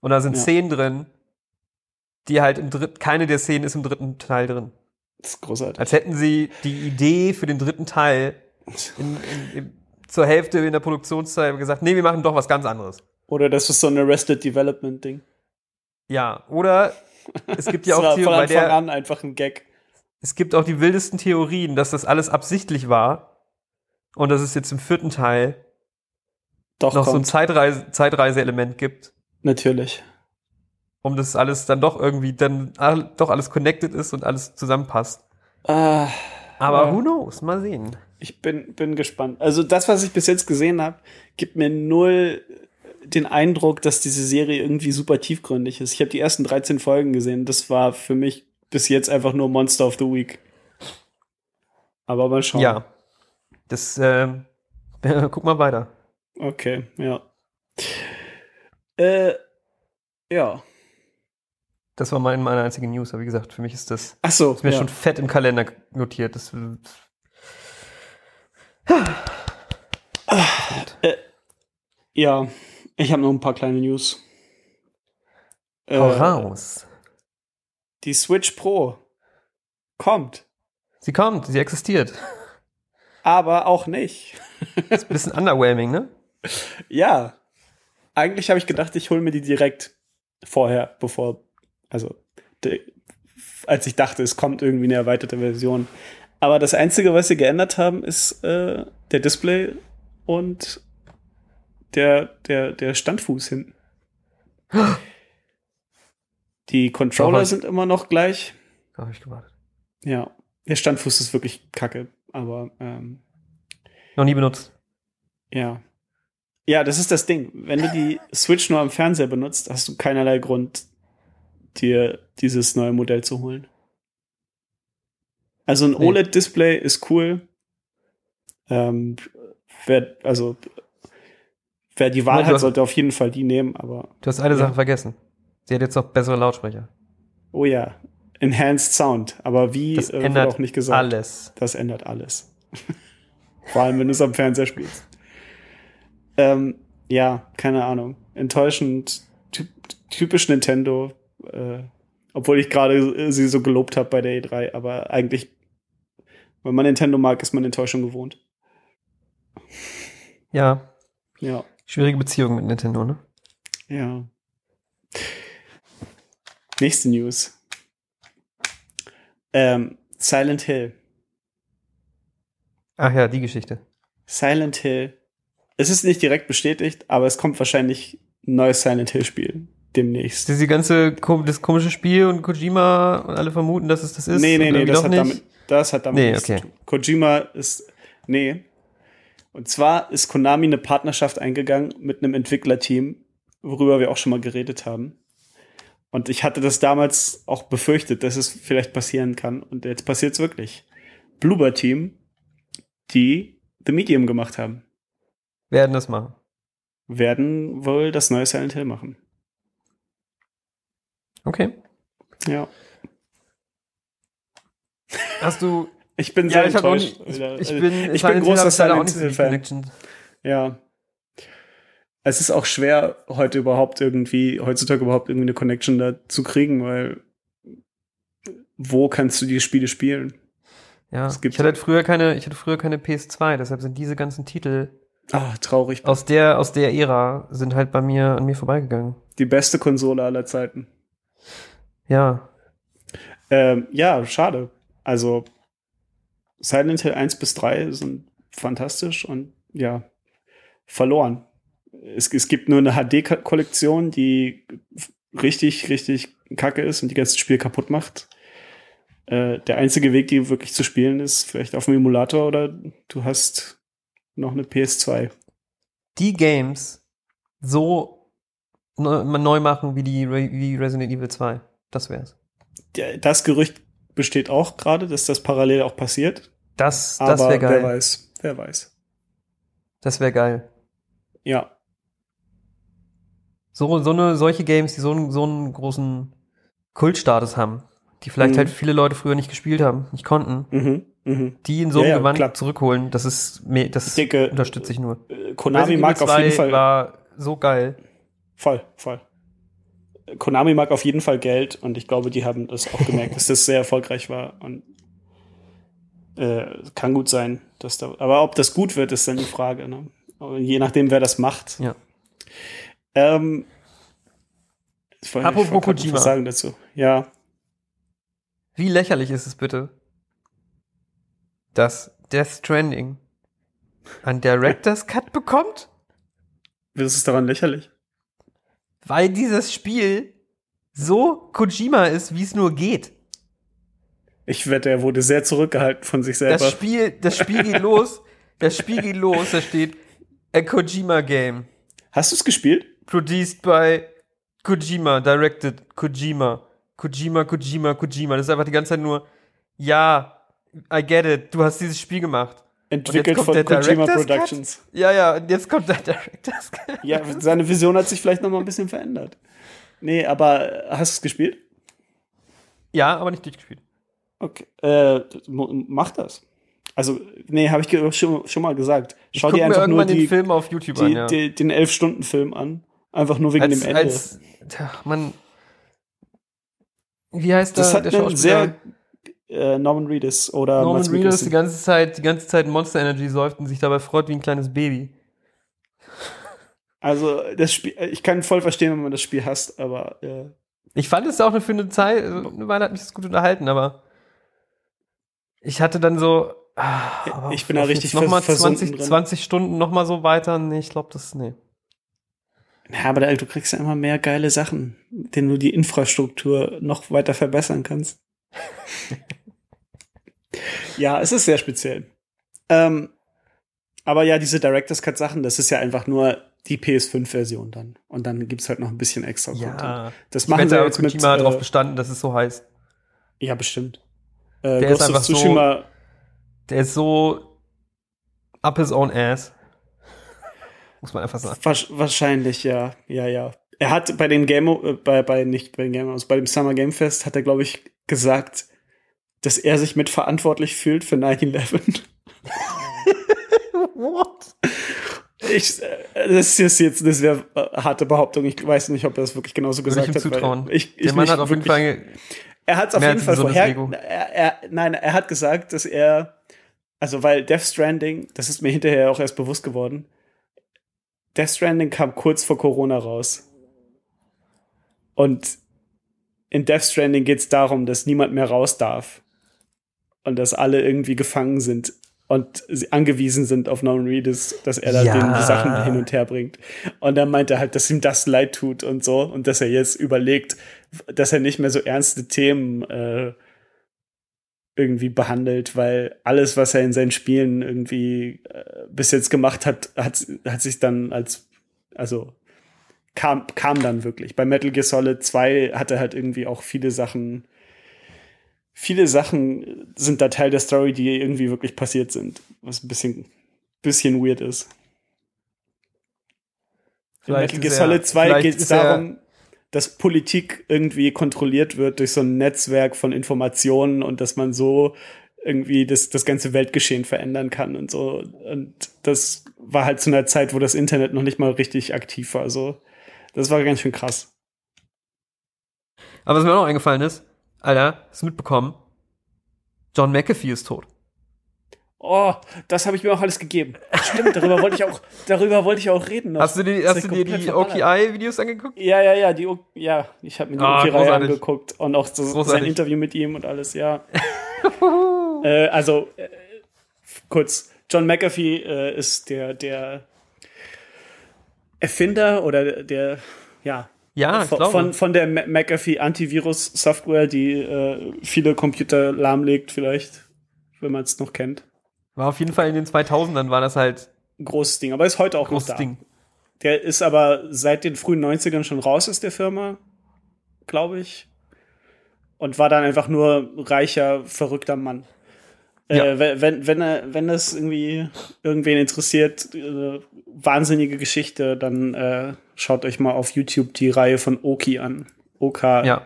G: Und da sind
H: Ja.
G: Szenen drin, die halt im dritten, keine der Szenen ist im dritten Teil drin.
H: Das ist großartig.
G: Als hätten sie die Idee für den dritten Teil in, in, in, zur Hälfte in der Produktionszeit gesagt, nee, wir machen doch was ganz anderes.
H: Oder das ist so ein Arrested Development Ding.
G: Ja, oder es gibt ja
H: Das
G: auch
H: war
G: Theorien,
H: von
G: bei
H: Anfang
G: der,
H: an einfach ein Gag.
G: es gibt auch die wildesten Theorien, dass das alles absichtlich war. Und dass es jetzt im vierten Teil
H: Doch,
G: noch so ein
H: kommt.
G: Zeitreise, Zeitreise-Element gibt.
H: Natürlich.
G: um das alles dann doch irgendwie dann all, doch alles connected ist und alles zusammenpasst.
H: Ah,
G: Aber
H: Ja.
G: who knows? Mal sehen.
H: ich bin, bin gespannt. Also das, was ich bis jetzt gesehen habe, gibt mir null den Eindruck, dass diese Serie irgendwie super tiefgründig ist. Ich habe die ersten 13 Folgen gesehen. Das war für mich bis jetzt einfach nur Monster of the Week. Aber mal schauen.
G: Ja. Das, ähm, (laughs) guck mal weiter.
H: Okay, ja. Äh, ja.
G: Das war mein, meine einzige News, aber wie gesagt, für mich ist das
H: Ach so,
G: ist mir
H: ja.
G: schon fett im Kalender notiert. Das, äh,
H: ja, ich habe noch ein paar kleine News. Äh,
G: hau raus.
H: Die Switch Pro kommt,
G: Sie kommt,
H: (laughs)
G: sie existiert.
H: aber auch nicht.
G: Ist ein bisschen underwhelming, ne?
H: Ja, eigentlich habe ich gedacht, ich hole mir die direkt vorher, bevor, also de, als ich dachte, es kommt irgendwie eine erweiterte Version. Aber das Einzige, was sie geändert haben, ist äh, der Display und der, der, der Standfuß
G: (gasps)
H: hinten. Die Controller
G: Doch, ich-
H: sind immer noch gleich.
G: Da habe Oh, ich gewartet.
H: Ja, der Standfuß ist wirklich kacke, aber ähm,
G: Noch nie benutzt.
H: ja. Ja, das ist das Ding. Wenn du die Switch nur am Fernseher benutzt, hast du keinerlei Grund, dir dieses neue Modell zu holen. Also ein
G: Nee.
H: OLED-Display ist cool. Ähm, wer, also, wer die Wahl
G: Moment, du
H: hat,
G: hast-
H: sollte auf jeden Fall die nehmen, aber
G: Du hast eine
H: Ja.
G: Sache vergessen. Sie hat jetzt noch bessere Lautsprecher.
H: oh ja, Enhanced Sound. Aber wie
G: Das
H: äh, wird
G: ändert
H: auch nicht gesagt.
G: alles.
H: Das ändert alles. Vor allem, wenn du es am Fernseher spielst. Ähm, ja, keine Ahnung. Enttäuschend, ty typisch Nintendo. Äh, obwohl ich gerade äh, sie so gelobt habe bei der E3, aber eigentlich, wenn man Nintendo mag, ist man Enttäuschung gewohnt.
G: Ja,
H: Ja,
G: schwierige Beziehung mit Nintendo, ne?
H: ja. Nächste News. Ähm, Silent Hill.
G: Ach ja, die Geschichte.
H: Silent Hill. Es ist nicht direkt bestätigt, aber es kommt wahrscheinlich ein neues Silent Hill-Spiel. demnächst.
G: Diese ganze, kom- das komische Spiel und Kojima und alle vermuten, dass es das ist.
H: Nee, nee,
G: und
H: nee,
G: irgendwie
H: das
G: doch
H: hat,
G: nicht.
H: damit, das hat damit
G: Nee,
H: nichts
G: okay.
H: zu tun. Kojima ist. Nee. Und zwar ist Konami eine Partnerschaft eingegangen mit einem Entwicklerteam, worüber wir auch schon mal geredet haben. Und ich hatte das damals auch befürchtet, dass es vielleicht passieren kann. Und jetzt passiert es wirklich. Bloober Team, die The Medium gemacht haben,
G: Werden das machen.
H: werden wohl das neue Silent Hill machen.
G: Okay.
H: Ja.
G: Hast du.
H: Ich bin
G: Ja,
H: sehr
G: ich, hab auch
H: enttäuscht.
G: nicht, ich,
H: Alter.
G: ich
H: Also,
G: bin,
H: ich
G: Silent
H: bin
G: Hill
H: großer
G: hab ich leider auch
H: Silent
G: nicht so die
H: Hill-Fan.
G: Connection.
H: Ja. Es ist auch schwer, heute überhaupt irgendwie, heutzutage überhaupt irgendwie eine Connection da zu kriegen, weil wo kannst du die Spiele spielen?
G: Ja.
H: Es gibt-
G: Ich hatte halt früher keine, ich hatte früher keine PS2, deshalb sind diese ganzen Titel
H: Ah, traurig.
G: aus der, aus der Ära sind halt bei mir, an mir vorbeigegangen.
H: Die beste Konsole aller Zeiten.
G: Ja.
H: Ähm, ja, schade. Also, Silent Hill 1 bis 3 sind fantastisch und ja, verloren. Es, es gibt nur eine HD-Kollektion, die richtig, richtig kacke ist und die ganze Spiel kaputt macht. Äh, der einzige Weg, die wirklich zu spielen, ist vielleicht auf dem Emulator oder du hast noch eine PS2.
G: Die Games so neu, neu machen wie die Re- wie Resident Evil 2. Das wär's.
H: Der- Das Gerücht besteht auch gerade, dass das parallel auch passiert.
G: Das, das
H: Aber
G: wäre
H: wer
G: geil.
H: weiß, wer weiß.
G: Das wäre geil.
H: Ja,
G: So, so eine, solche Games, die so einen, so einen großen Kultstatus haben, die vielleicht
H: Mhm.
G: halt viele Leute früher nicht gespielt haben, nicht konnten,
H: mhm, mhm.
G: die in so einem
H: Ja, ja,
G: Gewand
H: klar.
G: zurückholen, das ist, mir- das
H: Ich denke,
G: unterstütze ich nur.
H: Äh, Konami
G: Resident
H: mag
G: Evil
H: auf jeden
G: 2
H: Fall.
G: war so geil.
H: Voll, voll. Konami mag auf jeden Fall Geld und ich glaube, die haben das auch gemerkt,
G: (laughs)
H: dass das sehr erfolgreich war und äh, kann gut sein, dass da. Aber ob das gut wird, ist dann die Frage. Ne? Aber Je nachdem, wer das macht.
G: Ja.
H: Ähm, ich wollte- ich
G: Apropos
H: wollte gerade
G: Kojima.
H: Was sagen dazu? Ja,
G: Wie lächerlich ist es bitte, dass Death Stranding einen Director's Cut bekommt,
H: das ist daran lächerlich.
G: weil dieses Spiel so Kojima ist, wie es nur geht.
H: Ich wette, er wurde sehr zurückgehalten von sich selber.
G: Das Spiel, das Spiel geht los. Das Spiel geht los. Da steht A Kojima Game.
H: Hast du es gespielt?
G: Produced by Kojima. Directed Kojima. Kojima, Kojima, Kojima. Das ist einfach die ganze Zeit nur, ja, I get it. Du hast dieses Spiel gemacht.
H: Entwickelt
G: kommt
H: von
G: der
H: Kojima
G: Director's Cut?
H: Productions.
G: Ja, ja, und jetzt kommt der (laughs) Director's Cut.
H: Ja, seine Vision hat sich vielleicht noch mal ein bisschen verändert. Nee, aber äh, hast du es gespielt?
G: Ja, aber nicht durchgespielt.
H: Okay. Äh, m- mach das. Also, nee, habe ich ge- schon, schon mal gesagt.
G: Ich
H: Schau
G: guck
H: dir
G: mir
H: einfach nur
G: irgendwann
H: die,
G: den Film auf YouTube
H: die,
G: an, ja.
H: die, den 11-Stunden-Film an. Einfach nur wegen
G: als,
H: dem Ende.
G: als, ach, man, wie heißt
H: das
G: der,
H: hat
G: der
H: einen
G: Schauspieler?
H: sehr äh, Norman Reedus oder
G: Norman
H: Mads
G: Reedus die
H: Mikkelsen.
G: ganze Zeit, die ganze Zeit Monster Energy säuft und sich dabei freut wie ein kleines Baby.
H: Also, das Spiel, ich kann voll verstehen, wenn man das Spiel hasst, aber äh,
G: Ich fand es auch eine- für eine Zeit, also eine Weile hat mich das gut unterhalten, aber ich hatte dann so, ah, aber
H: Ich bin da
G: auf
H: richtig
G: jetzt noch mal
H: vers- versunken
G: 20,
H: drin.
G: 20 Stunden noch mal so weiter. Nee, ich glaube das nee.
H: Ja, aber da, du kriegst ja immer mehr geile Sachen, denen du die Infrastruktur noch weiter verbessern
G: (laughs)
H: kannst. ja, es ist sehr speziell. Ähm, aber ja, diese Director's Cut Sachen, das ist ja einfach nur die PS5-Version dann. Und dann gibt's halt noch ein bisschen extra Content.
G: Ja,
H: Das
G: ich
H: machen
G: wette,
H: wir
G: aber
H: jetzt mit.
G: Kojima hat darauf
H: Äh,
G: bestanden, dass es so heißt.
H: ja, bestimmt. Äh,
G: Der
H: Ghost
G: ist
H: of
G: einfach so-
H: Tsushima,
G: Der ist so up his own ass. Muss man einfach sagen.
H: wasch- wahrscheinlich, ja. Ja, ja. Er hat bei den Game, äh, bei, bei, nicht bei den Game, also bei dem Summer Game Fest hat er, glaube ich, gesagt, dass er sich mitverantwortlich fühlt für 9-11.
G: What?
H: Ich, äh, das ist jetzt, das wäre äh, harte Behauptung. Ich weiß nicht, ob er das wirklich genauso
G: Würde ich
H: gesagt
G: ihm
H: hat. weil
G: zutrauen.
H: Ich, ich
G: Der Mann
H: nicht
G: hat auf jeden
H: wirklich-
G: Fall ge-
H: Er hat es auf
G: mehr
H: jeden
G: als
H: Fall
G: ein gesundes
H: vorher.
G: Ego.
H: Er, er, nein, er hat gesagt, dass er, also weil Death Stranding, das ist mir hinterher auch erst bewusst geworden. Death Stranding kam kurz vor Corona raus. Und in Death Stranding geht es darum, dass niemand mehr raus darf. Und dass alle irgendwie gefangen sind und sie angewiesen sind auf Norman Reedus, dass er da
G: Ja.
H: denen die Sachen hin und her bringt. Und dann meint er halt, dass ihm das leid tut und so und dass er jetzt überlegt, dass er nicht mehr so ernste Themen äh, irgendwie behandelt, weil alles, was er in seinen Spielen irgendwie äh, bis jetzt gemacht hat, hat, hat sich dann als, also kam, kam dann wirklich. Bei Metal Gear Solid 2 hat er halt irgendwie auch viele Sachen, viele Sachen sind da Teil der Story, die irgendwie wirklich passiert sind, was ein bisschen, bisschen weird ist. In
G: Vielleicht
H: Metal Gear
G: ist er-
H: Solid 2
G: vielleicht
H: geht es
G: ist er-
H: darum, dass Politik irgendwie kontrolliert wird durch so ein Netzwerk von Informationen und dass man so irgendwie das, das ganze Weltgeschehen verändern kann und so. Und das war halt zu einer Zeit, wo das Internet noch nicht mal richtig aktiv war. Also, das war ganz schön krass.
G: Aber was mir auch noch eingefallen ist, Alter, hast du mitbekommen? John McAfee ist tot.
H: Oh, das habe ich mir auch alles gegeben. Stimmt, darüber wollte ich auch, darüber wollte ich auch reden. noch.
G: Hast du, die,
H: Das
G: hast
H: ist
G: du
H: ja
G: dir
H: komplett
G: die
H: verballert.
G: OKI-Videos angeguckt?
H: Ja, ja, ja, die, O- ja, ich habe mir die
G: Ah,
H: Oki-Reihe
G: großartig.
H: angeguckt und auch das, sein
G: Großartig.
H: Interview mit ihm und alles,
G: (laughs)
H: ja. äh, also, äh, kurz, John McAfee äh, ist der, der Erfinder oder der, ja,
G: Ja, ich
H: von,
G: glaube.
H: von, von der Ma- McAfee Antivirus-Software, die äh, viele Computer lahmlegt, vielleicht, wenn man es noch kennt.
G: War auf jeden Fall in den 2000ern war das halt
H: Ein großes Ding, aber ist heute auch
G: großes
H: noch da.
G: Ding.
H: Der ist aber seit den frühen 90ern schon raus aus der Firma, glaube ich. Und war dann einfach nur reicher, verrückter Mann. Äh,
G: Ja.
H: we- wenn, wenn, er, wenn das irgendwie irgendwen interessiert, äh, wahnsinnige Geschichte, dann äh, schaut euch mal auf YouTube die Reihe von Oki an. OKI.
G: Ja.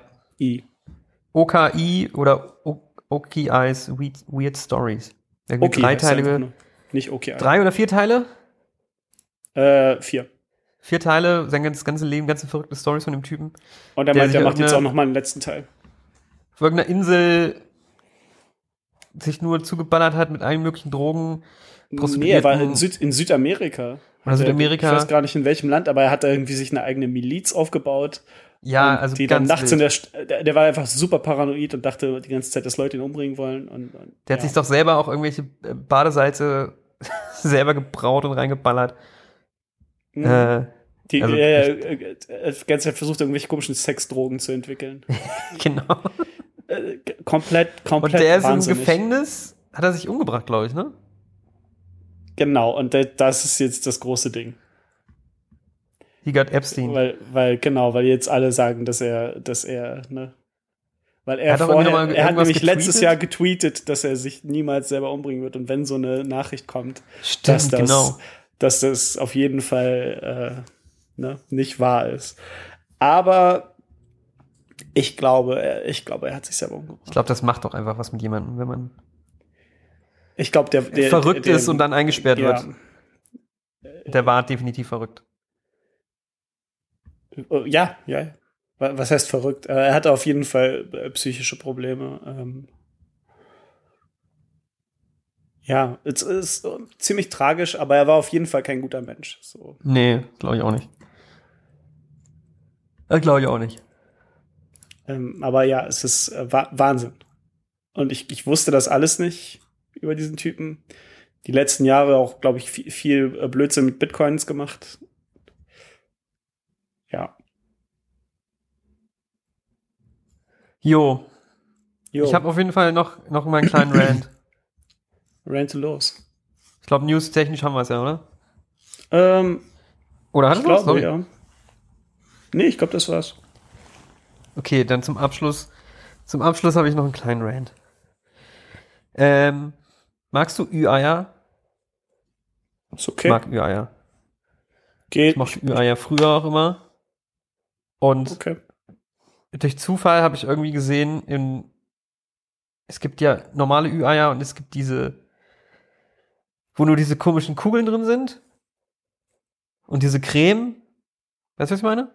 G: OKI oder O- OKI's Weird, Weird Stories. Irgendwie
H: Oki heißt er einfach
G: dreiteilige.
H: nur. Nicht Oki.
G: Drei oder vier Teile?
H: Äh, vier.
G: Vier Teile, sein ganzes ganze Leben, ganze verrückte Stories von dem Typen.
H: Und er
G: Der
H: meint,
G: sich
H: er macht jetzt
G: irgendeine-
H: auch noch mal einen letzten Teil.
G: auf irgendeiner Insel sich nur zugeballert hat mit allen möglichen Drogen.
H: Nee, er war in,
G: Prostituierten.
H: Süd, in Südamerika.
G: Oder Südamerika.
H: Ich weiß gar nicht in welchem Land, aber er hat da irgendwie sich eine eigene Miliz aufgebaut.
G: Ja,
H: und
G: also
H: die dann
G: ganz
H: nachts in
G: wild.
H: der, St- der, der war einfach super paranoid und dachte die ganze Zeit, dass Leute ihn umbringen wollen. Und, und,
G: Der hat sich doch selber auch irgendwelche äh, Badesalze (laughs) selber gebraut und reingeballert.
H: Mhm.
G: Äh,
H: die,
G: also-
H: ja, ja, äh, äh, die ganze Zeit versucht, irgendwelche komischen Sexdrogen zu
G: (laughs)
H: entwickeln.
G: genau.
H: äh, g- komplett,
G: Und
H: komplett
G: der ist im
H: wahnsinnig.
G: Gefängnis, hat er sich umgebracht, glaube ich, ne?
H: Genau, und der, das ist jetzt das große Ding.
G: He got Epstein.
H: Weil, weil, genau, weil jetzt alle sagen, dass er, dass er, ne. Weil er,
G: Hat er
H: vorher,
G: irgendwie noch mal
H: er hat
G: irgendwas
H: nämlich letztes
G: getweetet?
H: Jahr getweetet, dass er sich niemals selber umbringen wird. Und wenn so eine Nachricht kommt,
G: Stimmt,
H: dass das,
G: genau.
H: dass das auf jeden Fall äh, ne, nicht wahr ist. Aber ich glaube, er- ich glaube, er hat sich selber umgebracht.
G: Ich glaube, das macht doch einfach was mit jemandem, wenn man
H: Ich glaube, der, der
G: verrückt
H: der,
G: ist und dann eingesperrt
H: ja,
G: wird. Der war definitiv verrückt.
H: Äh, Ja, ja. Wa- Was heißt verrückt? Äh, Er hatte auf jeden Fall äh, psychische Probleme. ähm. Ja, es ist äh, ziemlich tragisch, aber er war auf jeden Fall kein guter Mensch. So.
G: Nee, glaube ich auch nicht. Glaube ich auch nicht.
H: Ähm, aber ja, es ist äh, Wa- Wahnsinn. Und ich, ich wusste das alles nicht über diesen Typen. Die letzten Jahre auch, glaube ich, viel, viel äh, Blödsinn mit Bitcoins gemacht. Ja.
G: Jo,
H: Jo,
G: Ich habe auf jeden Fall noch, noch mal einen kleinen Rant.
H: rente los.
G: Ich glaube, news-technisch haben wir es ja, oder?
H: Ähm,
G: Oder
H: ich
G: hattest du was?
H: glaube,
G: Sorry.
H: ja. Nee, ich glaube, das war's.
G: Okay, dann zum Abschluss. Zum Abschluss habe ich noch einen kleinen Rant. Ähm, magst du Ü-Eier?
H: Ist okay.
G: Ich mag Ü-Eier.
H: Geht.
G: Ich mochte Ü-Eier früher auch immer. Und
H: Okay.
G: durch Zufall habe ich irgendwie gesehen, in, es gibt ja normale Ü-Eier und es gibt diese, wo nur diese komischen Kugeln drin sind. Und diese Creme. Weißt du, was ich meine?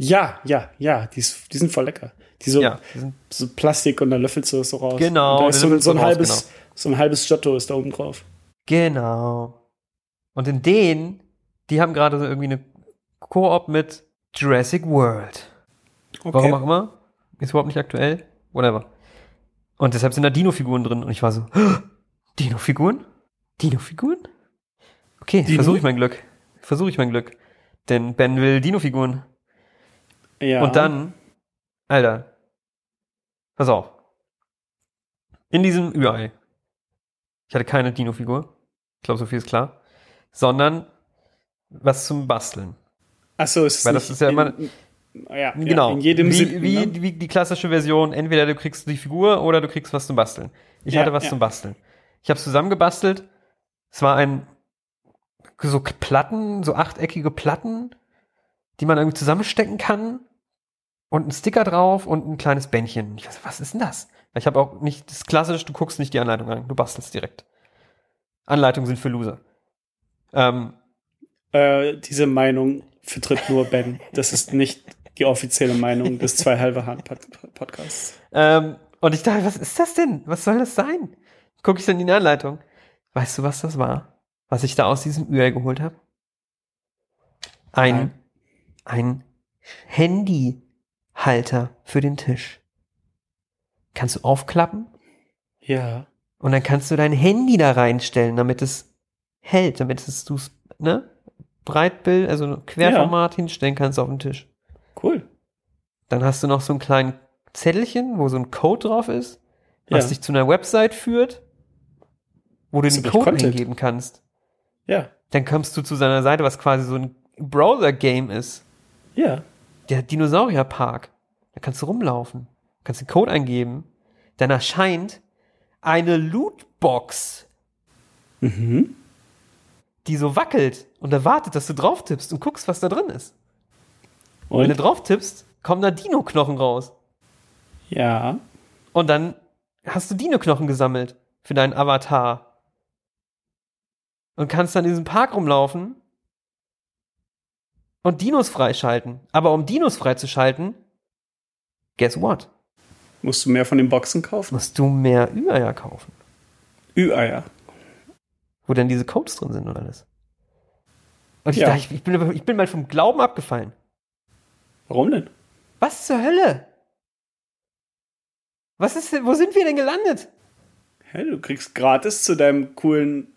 H: Ja, ja, ja, die, ist, die sind voll lecker. Die so,
G: Ja, die sind
H: so Plastik und dann löffelst du das so raus.
G: Genau,
H: Und da
G: und
H: ist
G: dann
H: so, ein- so ein
G: löffelst du raus,
H: halbes, so ein halbes Giotto ist da oben drauf.
G: Genau. Und in denen, die haben gerade so irgendwie eine Koop mit Jurassic World.
H: Okay.
G: Warum auch immer. Ist überhaupt nicht aktuell. Whatever. Und deshalb sind da Dino-Figuren drin. Und ich war so, "Oh, Dino-Figuren? Dino-Figuren? Okay,
H: Dino?
G: versuche ich mein Glück. Versuche ich mein Glück. Denn Ben will Dino-Figuren.
H: Ja.
G: Und dann, Alter, pass auf. In diesem Ü-Ei. Ich hatte keine Dino-Figur. Ich glaube, so viel ist klar. Sondern was zum Basteln.
H: Achso, es ist
G: Weil das
H: nicht
G: ist ja immer-
H: in, ja,
G: Genau.
H: Ja, in jedem
G: wie,
H: siebten,
G: wie,
H: ne?
G: wie die klassische Version, entweder du kriegst die Figur oder du kriegst was zum Basteln. Ich
H: Ja,
G: hatte was
H: ja.
G: zum Basteln. Ich habe zusammengebastelt. Es war ein so K- Platten, so achteckige Platten, die man irgendwie zusammenstecken kann und einen Sticker drauf und ein kleines Bändchen. Ich weiß, was ist denn das? Ich habe auch nicht das ist klassisch, du guckst nicht die Anleitung an, du bastelst direkt. Anleitungen sind für Loser. Ähm,
H: Äh, diese Meinung vertritt nur Ben. Das ist nicht die offizielle Meinung des zwei halbe Hahn Pod- Podcasts.
G: Ähm, und ich dachte, was ist das denn? Was soll das sein? Gucke ich dann in die Anleitung. Weißt du, was das war? Was ich da aus diesem Ü-Ei geholt habe? Ein,
H: Nein.
G: ein Handyhalter für den Tisch. Kannst du aufklappen
H: Ja.
G: und dann kannst du dein Handy da reinstellen, damit es hält, damit es du ne? Breitbild, also Querformat hinstellen kannst auf den Tisch.
H: Cool.
G: Dann hast du noch so einen kleinen Zettelchen, wo so ein Code drauf ist, was
H: Ja.
G: dich zu einer Website führt, wo du
H: Hast
G: den
H: du
G: Code
H: Content?
G: eingeben kannst.
H: Ja.
G: Dann kommst du zu seiner Seite, was quasi so ein Browser-Game ist.
H: Ja.
G: Der Dinosaurierpark. Da kannst du rumlaufen, kannst den Code eingeben. Dann erscheint eine Lootbox,
H: Mhm.
G: die so wackelt und erwartet, dass du drauf tippst und guckst, was da drin ist. Wenn du
H: Und?
G: drauf tippst, kommen da Dino-Knochen raus.
H: Ja.
G: Und dann hast du Dino-Knochen gesammelt für deinen Avatar. Und kannst dann in diesem Park rumlaufen und Dinos freischalten. Aber um Dinos freizuschalten, guess what?
H: Musst du mehr von den Boxen kaufen?
G: Musst du mehr Ü-Eier kaufen,
H: Ü-Eier.
G: wo dann diese Codes drin sind und alles. Und ich
H: Ja.
G: dachte, ich, ich, bin, ich bin mal vom Glauben abgefallen.
H: Warum denn?
G: Was zur Hölle? Was ist denn, wo sind wir denn gelandet?
H: Hä, du kriegst gratis zu deinem coolen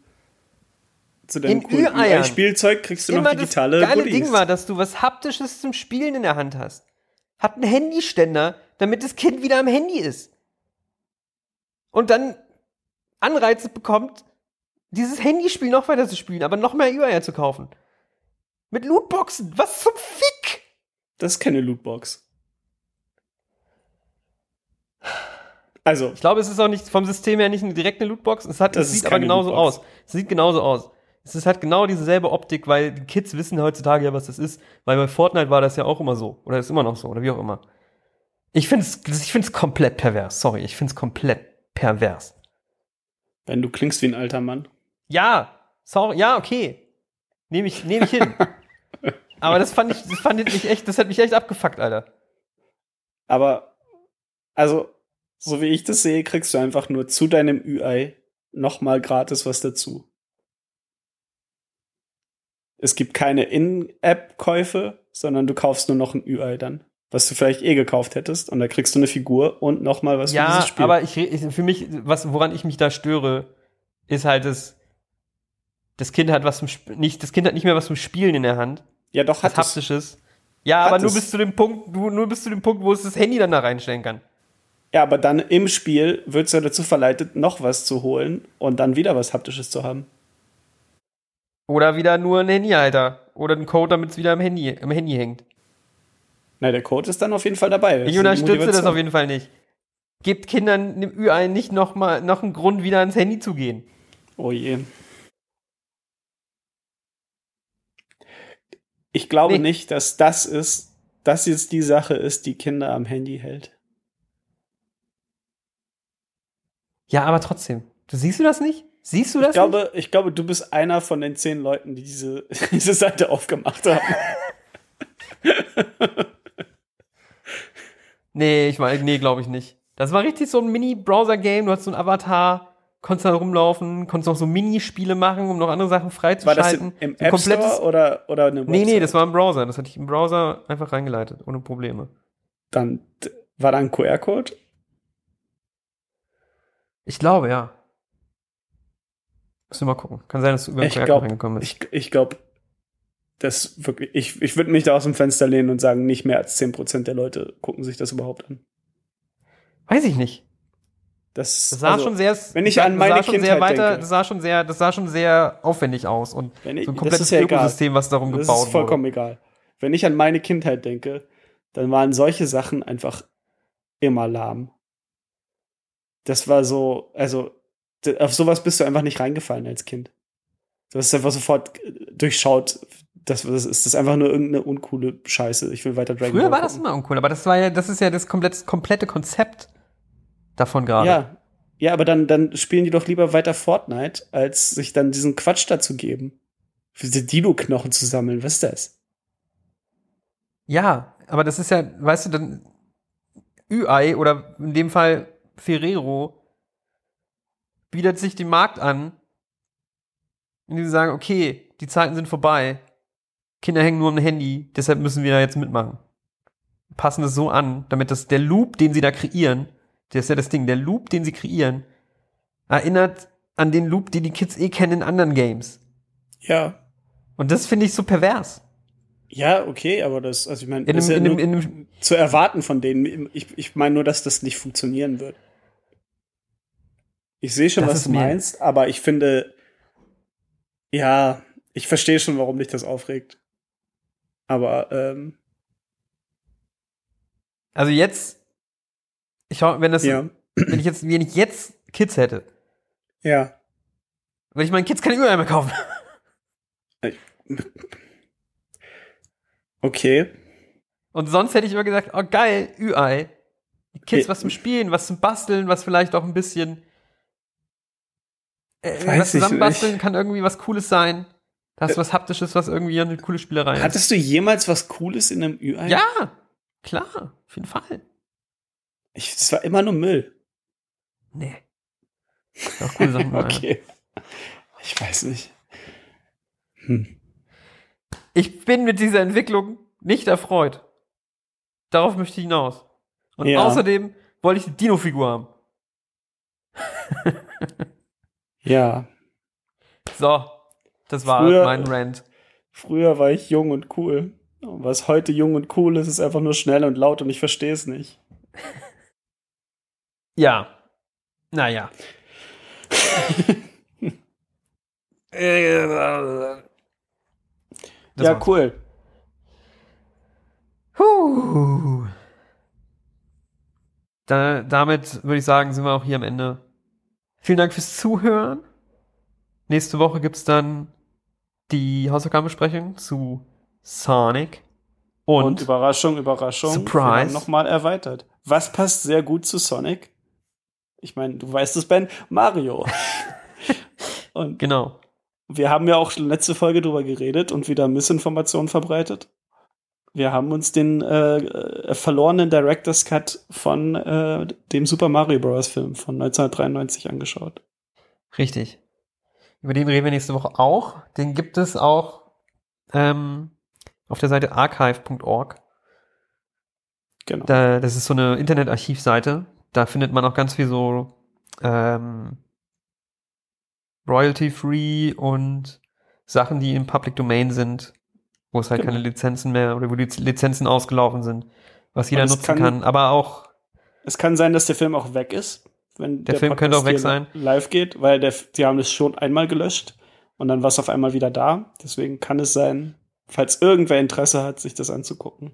H: zu deinem
G: In
H: coolen
G: Ü-Eiern.
H: Ü-Ei Spielzeug kriegst du noch digitale
G: das geile
H: Goodies.
G: Ding war, dass du was Haptisches zum Spielen in der Hand hast. Hat einen Handyständer, damit das Kind wieder am Handy ist. Und dann Anreize bekommt, dieses Handyspiel noch weiter zu spielen, aber noch mehr Überall zu kaufen. Mit Lootboxen. Was zum Fick?
H: Das ist keine Lootbox. Also,
G: Ich glaube, es ist auch nicht vom System her nicht eine direkte Lootbox. Es, hat,
H: Das
G: es
H: ist
G: sieht aber
H: keine
G: genauso
H: Lootbox.
G: aus. Es sieht genauso aus. Es ist, hat genau dieselbe Optik, weil die Kids wissen heutzutage ja, was das ist. Weil bei Fortnite war das ja auch immer so. Oder ist immer noch so. Oder wie auch immer. Ich finde es ich find's komplett pervers. Sorry, ich finde es komplett pervers.
H: wenn du klingst wie ein alter Mann.
G: Ja, sorry, ja, okay. Nehme ich, nehm
H: (laughs)
G: ich hin. aber das fand ich, das fand ich mich echt, das hat mich echt abgefuckt, Alter.
H: Aber, also, so wie ich das sehe, kriegst du einfach nur zu deinem Ü-Ei nochmal gratis was dazu. Es gibt keine In-App-Käufe, sondern du kaufst nur noch ein Ü-Ei dann. Was du vielleicht eh gekauft hättest. Und da kriegst du eine Figur und nochmal was für
G: Ja,
H: dieses Spiel.
G: aber ich, re- ich, für mich, was, woran ich mich da störe, ist halt das, das Kind hat was zum Sp- nicht, das Kind hat nicht mehr was zum Spielen in der Hand,
H: ja, doch,
G: was
H: hat es.
G: haptisches. Ja,
H: Hat
G: aber nur
H: es.
G: bis zu dem Punkt, du, nur bis zu dem Punkt, wo es das Handy dann da reinstellen kann.
H: Ja, aber dann im Spiel wird's ja dazu verleitet, noch was zu holen und dann wieder was Haptisches zu haben.
G: Oder wieder nur ein Handyhalter oder ein Code, damit es wieder am Handy, im Handy hängt.
H: Na, der Code ist dann auf jeden Fall dabei. Das
G: Ich
H: ist
G: unterstütze das
H: Motivation.
G: auf jeden Fall nicht. Gebt Kindern im Ü-Ei nicht noch mal noch einen Grund, wieder ans Handy zu gehen.
H: Oh je. Ich glaube
G: Nee.
H: nicht, dass das ist, dass jetzt die Sache ist, die Kinder am Handy hält.
G: Ja, aber trotzdem. Du siehst du das nicht? Siehst du das
H: Ich glaube, ich glaube, du bist einer von den zehn Leuten, die diese, (laughs) diese Seite aufgemacht
G: (laughs)
H: haben.
G: Nee, ich meine, nee, glaube ich nicht. Das war richtig so ein Mini-Browser-Game. Du hast so einen Avatar, konntest da rumlaufen, konntest noch so Minispiele machen, um noch andere Sachen
H: War das im,
G: freizuschalten.
H: im
G: ein
H: App Store oder, oder eine
G: Nee, nee,
H: Website?
G: das war im Browser. Das hatte ich im Browser einfach reingeleitet, ohne Probleme.
H: Dann war da ein QR-Code?
G: Ich glaube, ja. Müssen wir mal gucken. Kann sein, dass du über den
H: Ich
G: Kajaken
H: glaube,
G: reingekommen bist.
H: ich, ich glaube, das wirklich, ich, ich würde mich da aus dem Fenster lehnen und sagen, nicht mehr als 10% der Leute gucken sich das überhaupt an.
G: Weiß ich nicht.
H: Das,
G: Das sah
H: also,
G: schon sehr,
H: wenn ich an
G: das
H: meine
G: sah schon sehr
H: Kindheit denke.
G: das sah schon sehr, das sah schon sehr aufwendig aus und
H: Wenn ich-
G: so ein
H: das
G: komplettes
H: ist ja egal.
G: Ökosystem, was darum
H: Das
G: gebaut
H: ist vollkommen egal. Wenn ich an meine Kindheit denke, dann waren solche Sachen einfach immer lahm. Das war so, also d- auf sowas bist du einfach nicht reingefallen als Kind. Du hast einfach sofort äh, durchschaut, das, das ist das ist einfach nur irgendeine uncoole Scheiße. Ich will weiter
G: wurde.
H: Dragon
G: Früher
H: Ball
G: war das
H: gucken.
G: immer uncool, aber das war ja, das ist ja das komplette, komplette Konzept davon gerade.
H: Ja. Ja, aber dann, dann spielen die doch lieber weiter Fortnite, als sich dann diesen Quatsch dazu geben. Für diese Dino-Knochen zu sammeln, was ist das?
G: Ja, aber das ist ja, weißt du, dann UI oder in dem Fall Ferrero bietet sich den Markt an, indem sie sagen, okay, die Zeiten sind vorbei, Kinder hängen nur am Handy, deshalb müssen wir da jetzt mitmachen. Passen es so an, damit das der Loop, den sie da kreieren, das ist ja das Ding, der Loop, den sie kreieren, erinnert an den Loop, den die Kids eh kennen in anderen Games.
H: Ja,
G: Und das finde ich so pervers.
H: Ja, okay, aber das, also ich meine,
G: In
H: ist
G: einem,
H: ja
G: in einem,
H: nur
G: in einem,
H: zu erwarten von denen. Ich, ich meine nur, dass das nicht funktionieren wird. Ich sehe schon,
G: Das
H: was
G: ist
H: du
G: mir-
H: meinst, aber ich finde, ja, ich verstehe schon, warum dich das aufregt. Aber ähm,
G: also jetzt, ich hau- wenn das
H: ja,
G: wenn ich jetzt, wenn ich jetzt Kids hätte,
H: ja.
G: würde ich meinen Kids keine Ü-Eimer kaufen.
H: Okay.
G: (laughs) Und sonst hätte ich immer gesagt, oh geil, Ü-Ei. Die Kids
H: Ja.
G: was zum Spielen, was zum Basteln, was vielleicht auch ein bisschen
H: Weiß
G: äh, was
H: ich Äh,
G: zusammenbasteln
H: nicht.
G: kann irgendwie was Cooles sein. Da hast du was Haptisches, was irgendwie eine coole Spielerei ist.
H: Hattest du jemals was Cooles in einem Ü-Ei?
G: Ja, klar, auf jeden Fall.
H: Ich, das war immer nur Müll.
G: Nee. Auch
H: (laughs)
G: coole Sachen. Ü-Eimer.
H: Okay. Ich weiß nicht. Hm.
G: Ich bin mit dieser Entwicklung nicht erfreut. Darauf möchte ich hinaus. Und
H: Ja.
G: außerdem wollte ich eine Dino-Figur haben.
H: Ja.
G: So, das war
H: Früher-
G: mein Rant.
H: Früher war ich jung und cool. Und Was heute jung und cool ist, ist einfach nur schnell und laut und ich verstehe es nicht.
G: Ja. Naja. Das
H: ja,
G: war's.
H: cool.
G: Huh. Da, damit würde ich sagen, sind wir auch hier am Ende. Vielen Dank fürs Zuhören. Nächste Woche gibt's dann die Hausaufgabenbesprechung zu Sonic
H: Und,
G: und,
H: Überraschung, Überraschung.
G: Surprise.
H: Nochmal erweitert. Was passt sehr gut zu Sonic? Ich meine, du weißt es, Ben,
G: (laughs)
H: Mario. und
G: genau.
H: wir haben ja auch schon letzte Folge drüber geredet und wieder Missinformationen verbreitet. Wir haben uns den äh, äh, verlorenen Director's Cut von äh, dem Super Mario Bros. Film von 1993 angeschaut.
G: Richtig. Über den reden wir nächste Woche auch. Den gibt es auch ähm, auf der Seite archive.org.
H: Genau.
G: Da, das ist so eine Internetarchivseite. Da findet man auch ganz viel so ähm, Royalty-Free und Sachen, die im Public Domain sind, wo es halt
H: Genau.
G: keine Lizenzen mehr oder wo die Lizenzen ausgelaufen sind, was jeder
H: Und es
G: nutzen kann,
H: kann-
G: Aber auch
H: Es kann sein, dass der Film auch weg ist. Wenn
G: Der Film könnte auch weg
H: hier
G: sein.
H: Live geht, weil der, die haben es schon einmal gelöscht und dann war es auf einmal wieder da. Deswegen kann es sein, falls irgendwer Interesse hat, sich das anzugucken.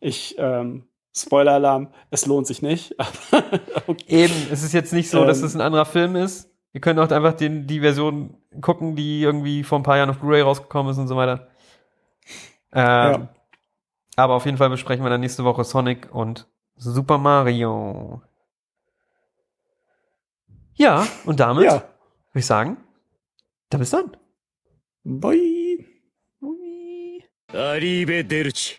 H: Ich, ähm, Spoiler-Alarm, es lohnt sich nicht. (laughs) Aber okay.
G: eben, es ist jetzt nicht so, dass
H: Ähm.
G: es ein anderer Film ist. Ihr könnt auch einfach den, die Version gucken, die irgendwie vor ein paar Jahren auf Blu-ray rausgekommen ist und so weiter. Ähm,
H: Ja.
G: Aber auf jeden Fall besprechen wir dann nächste Woche Sonic und Super Mario. Ja, und damit
H: Ja.
G: würde ich sagen, dann bis dann.
H: Bye.
G: Ui.
J: Arrivederci.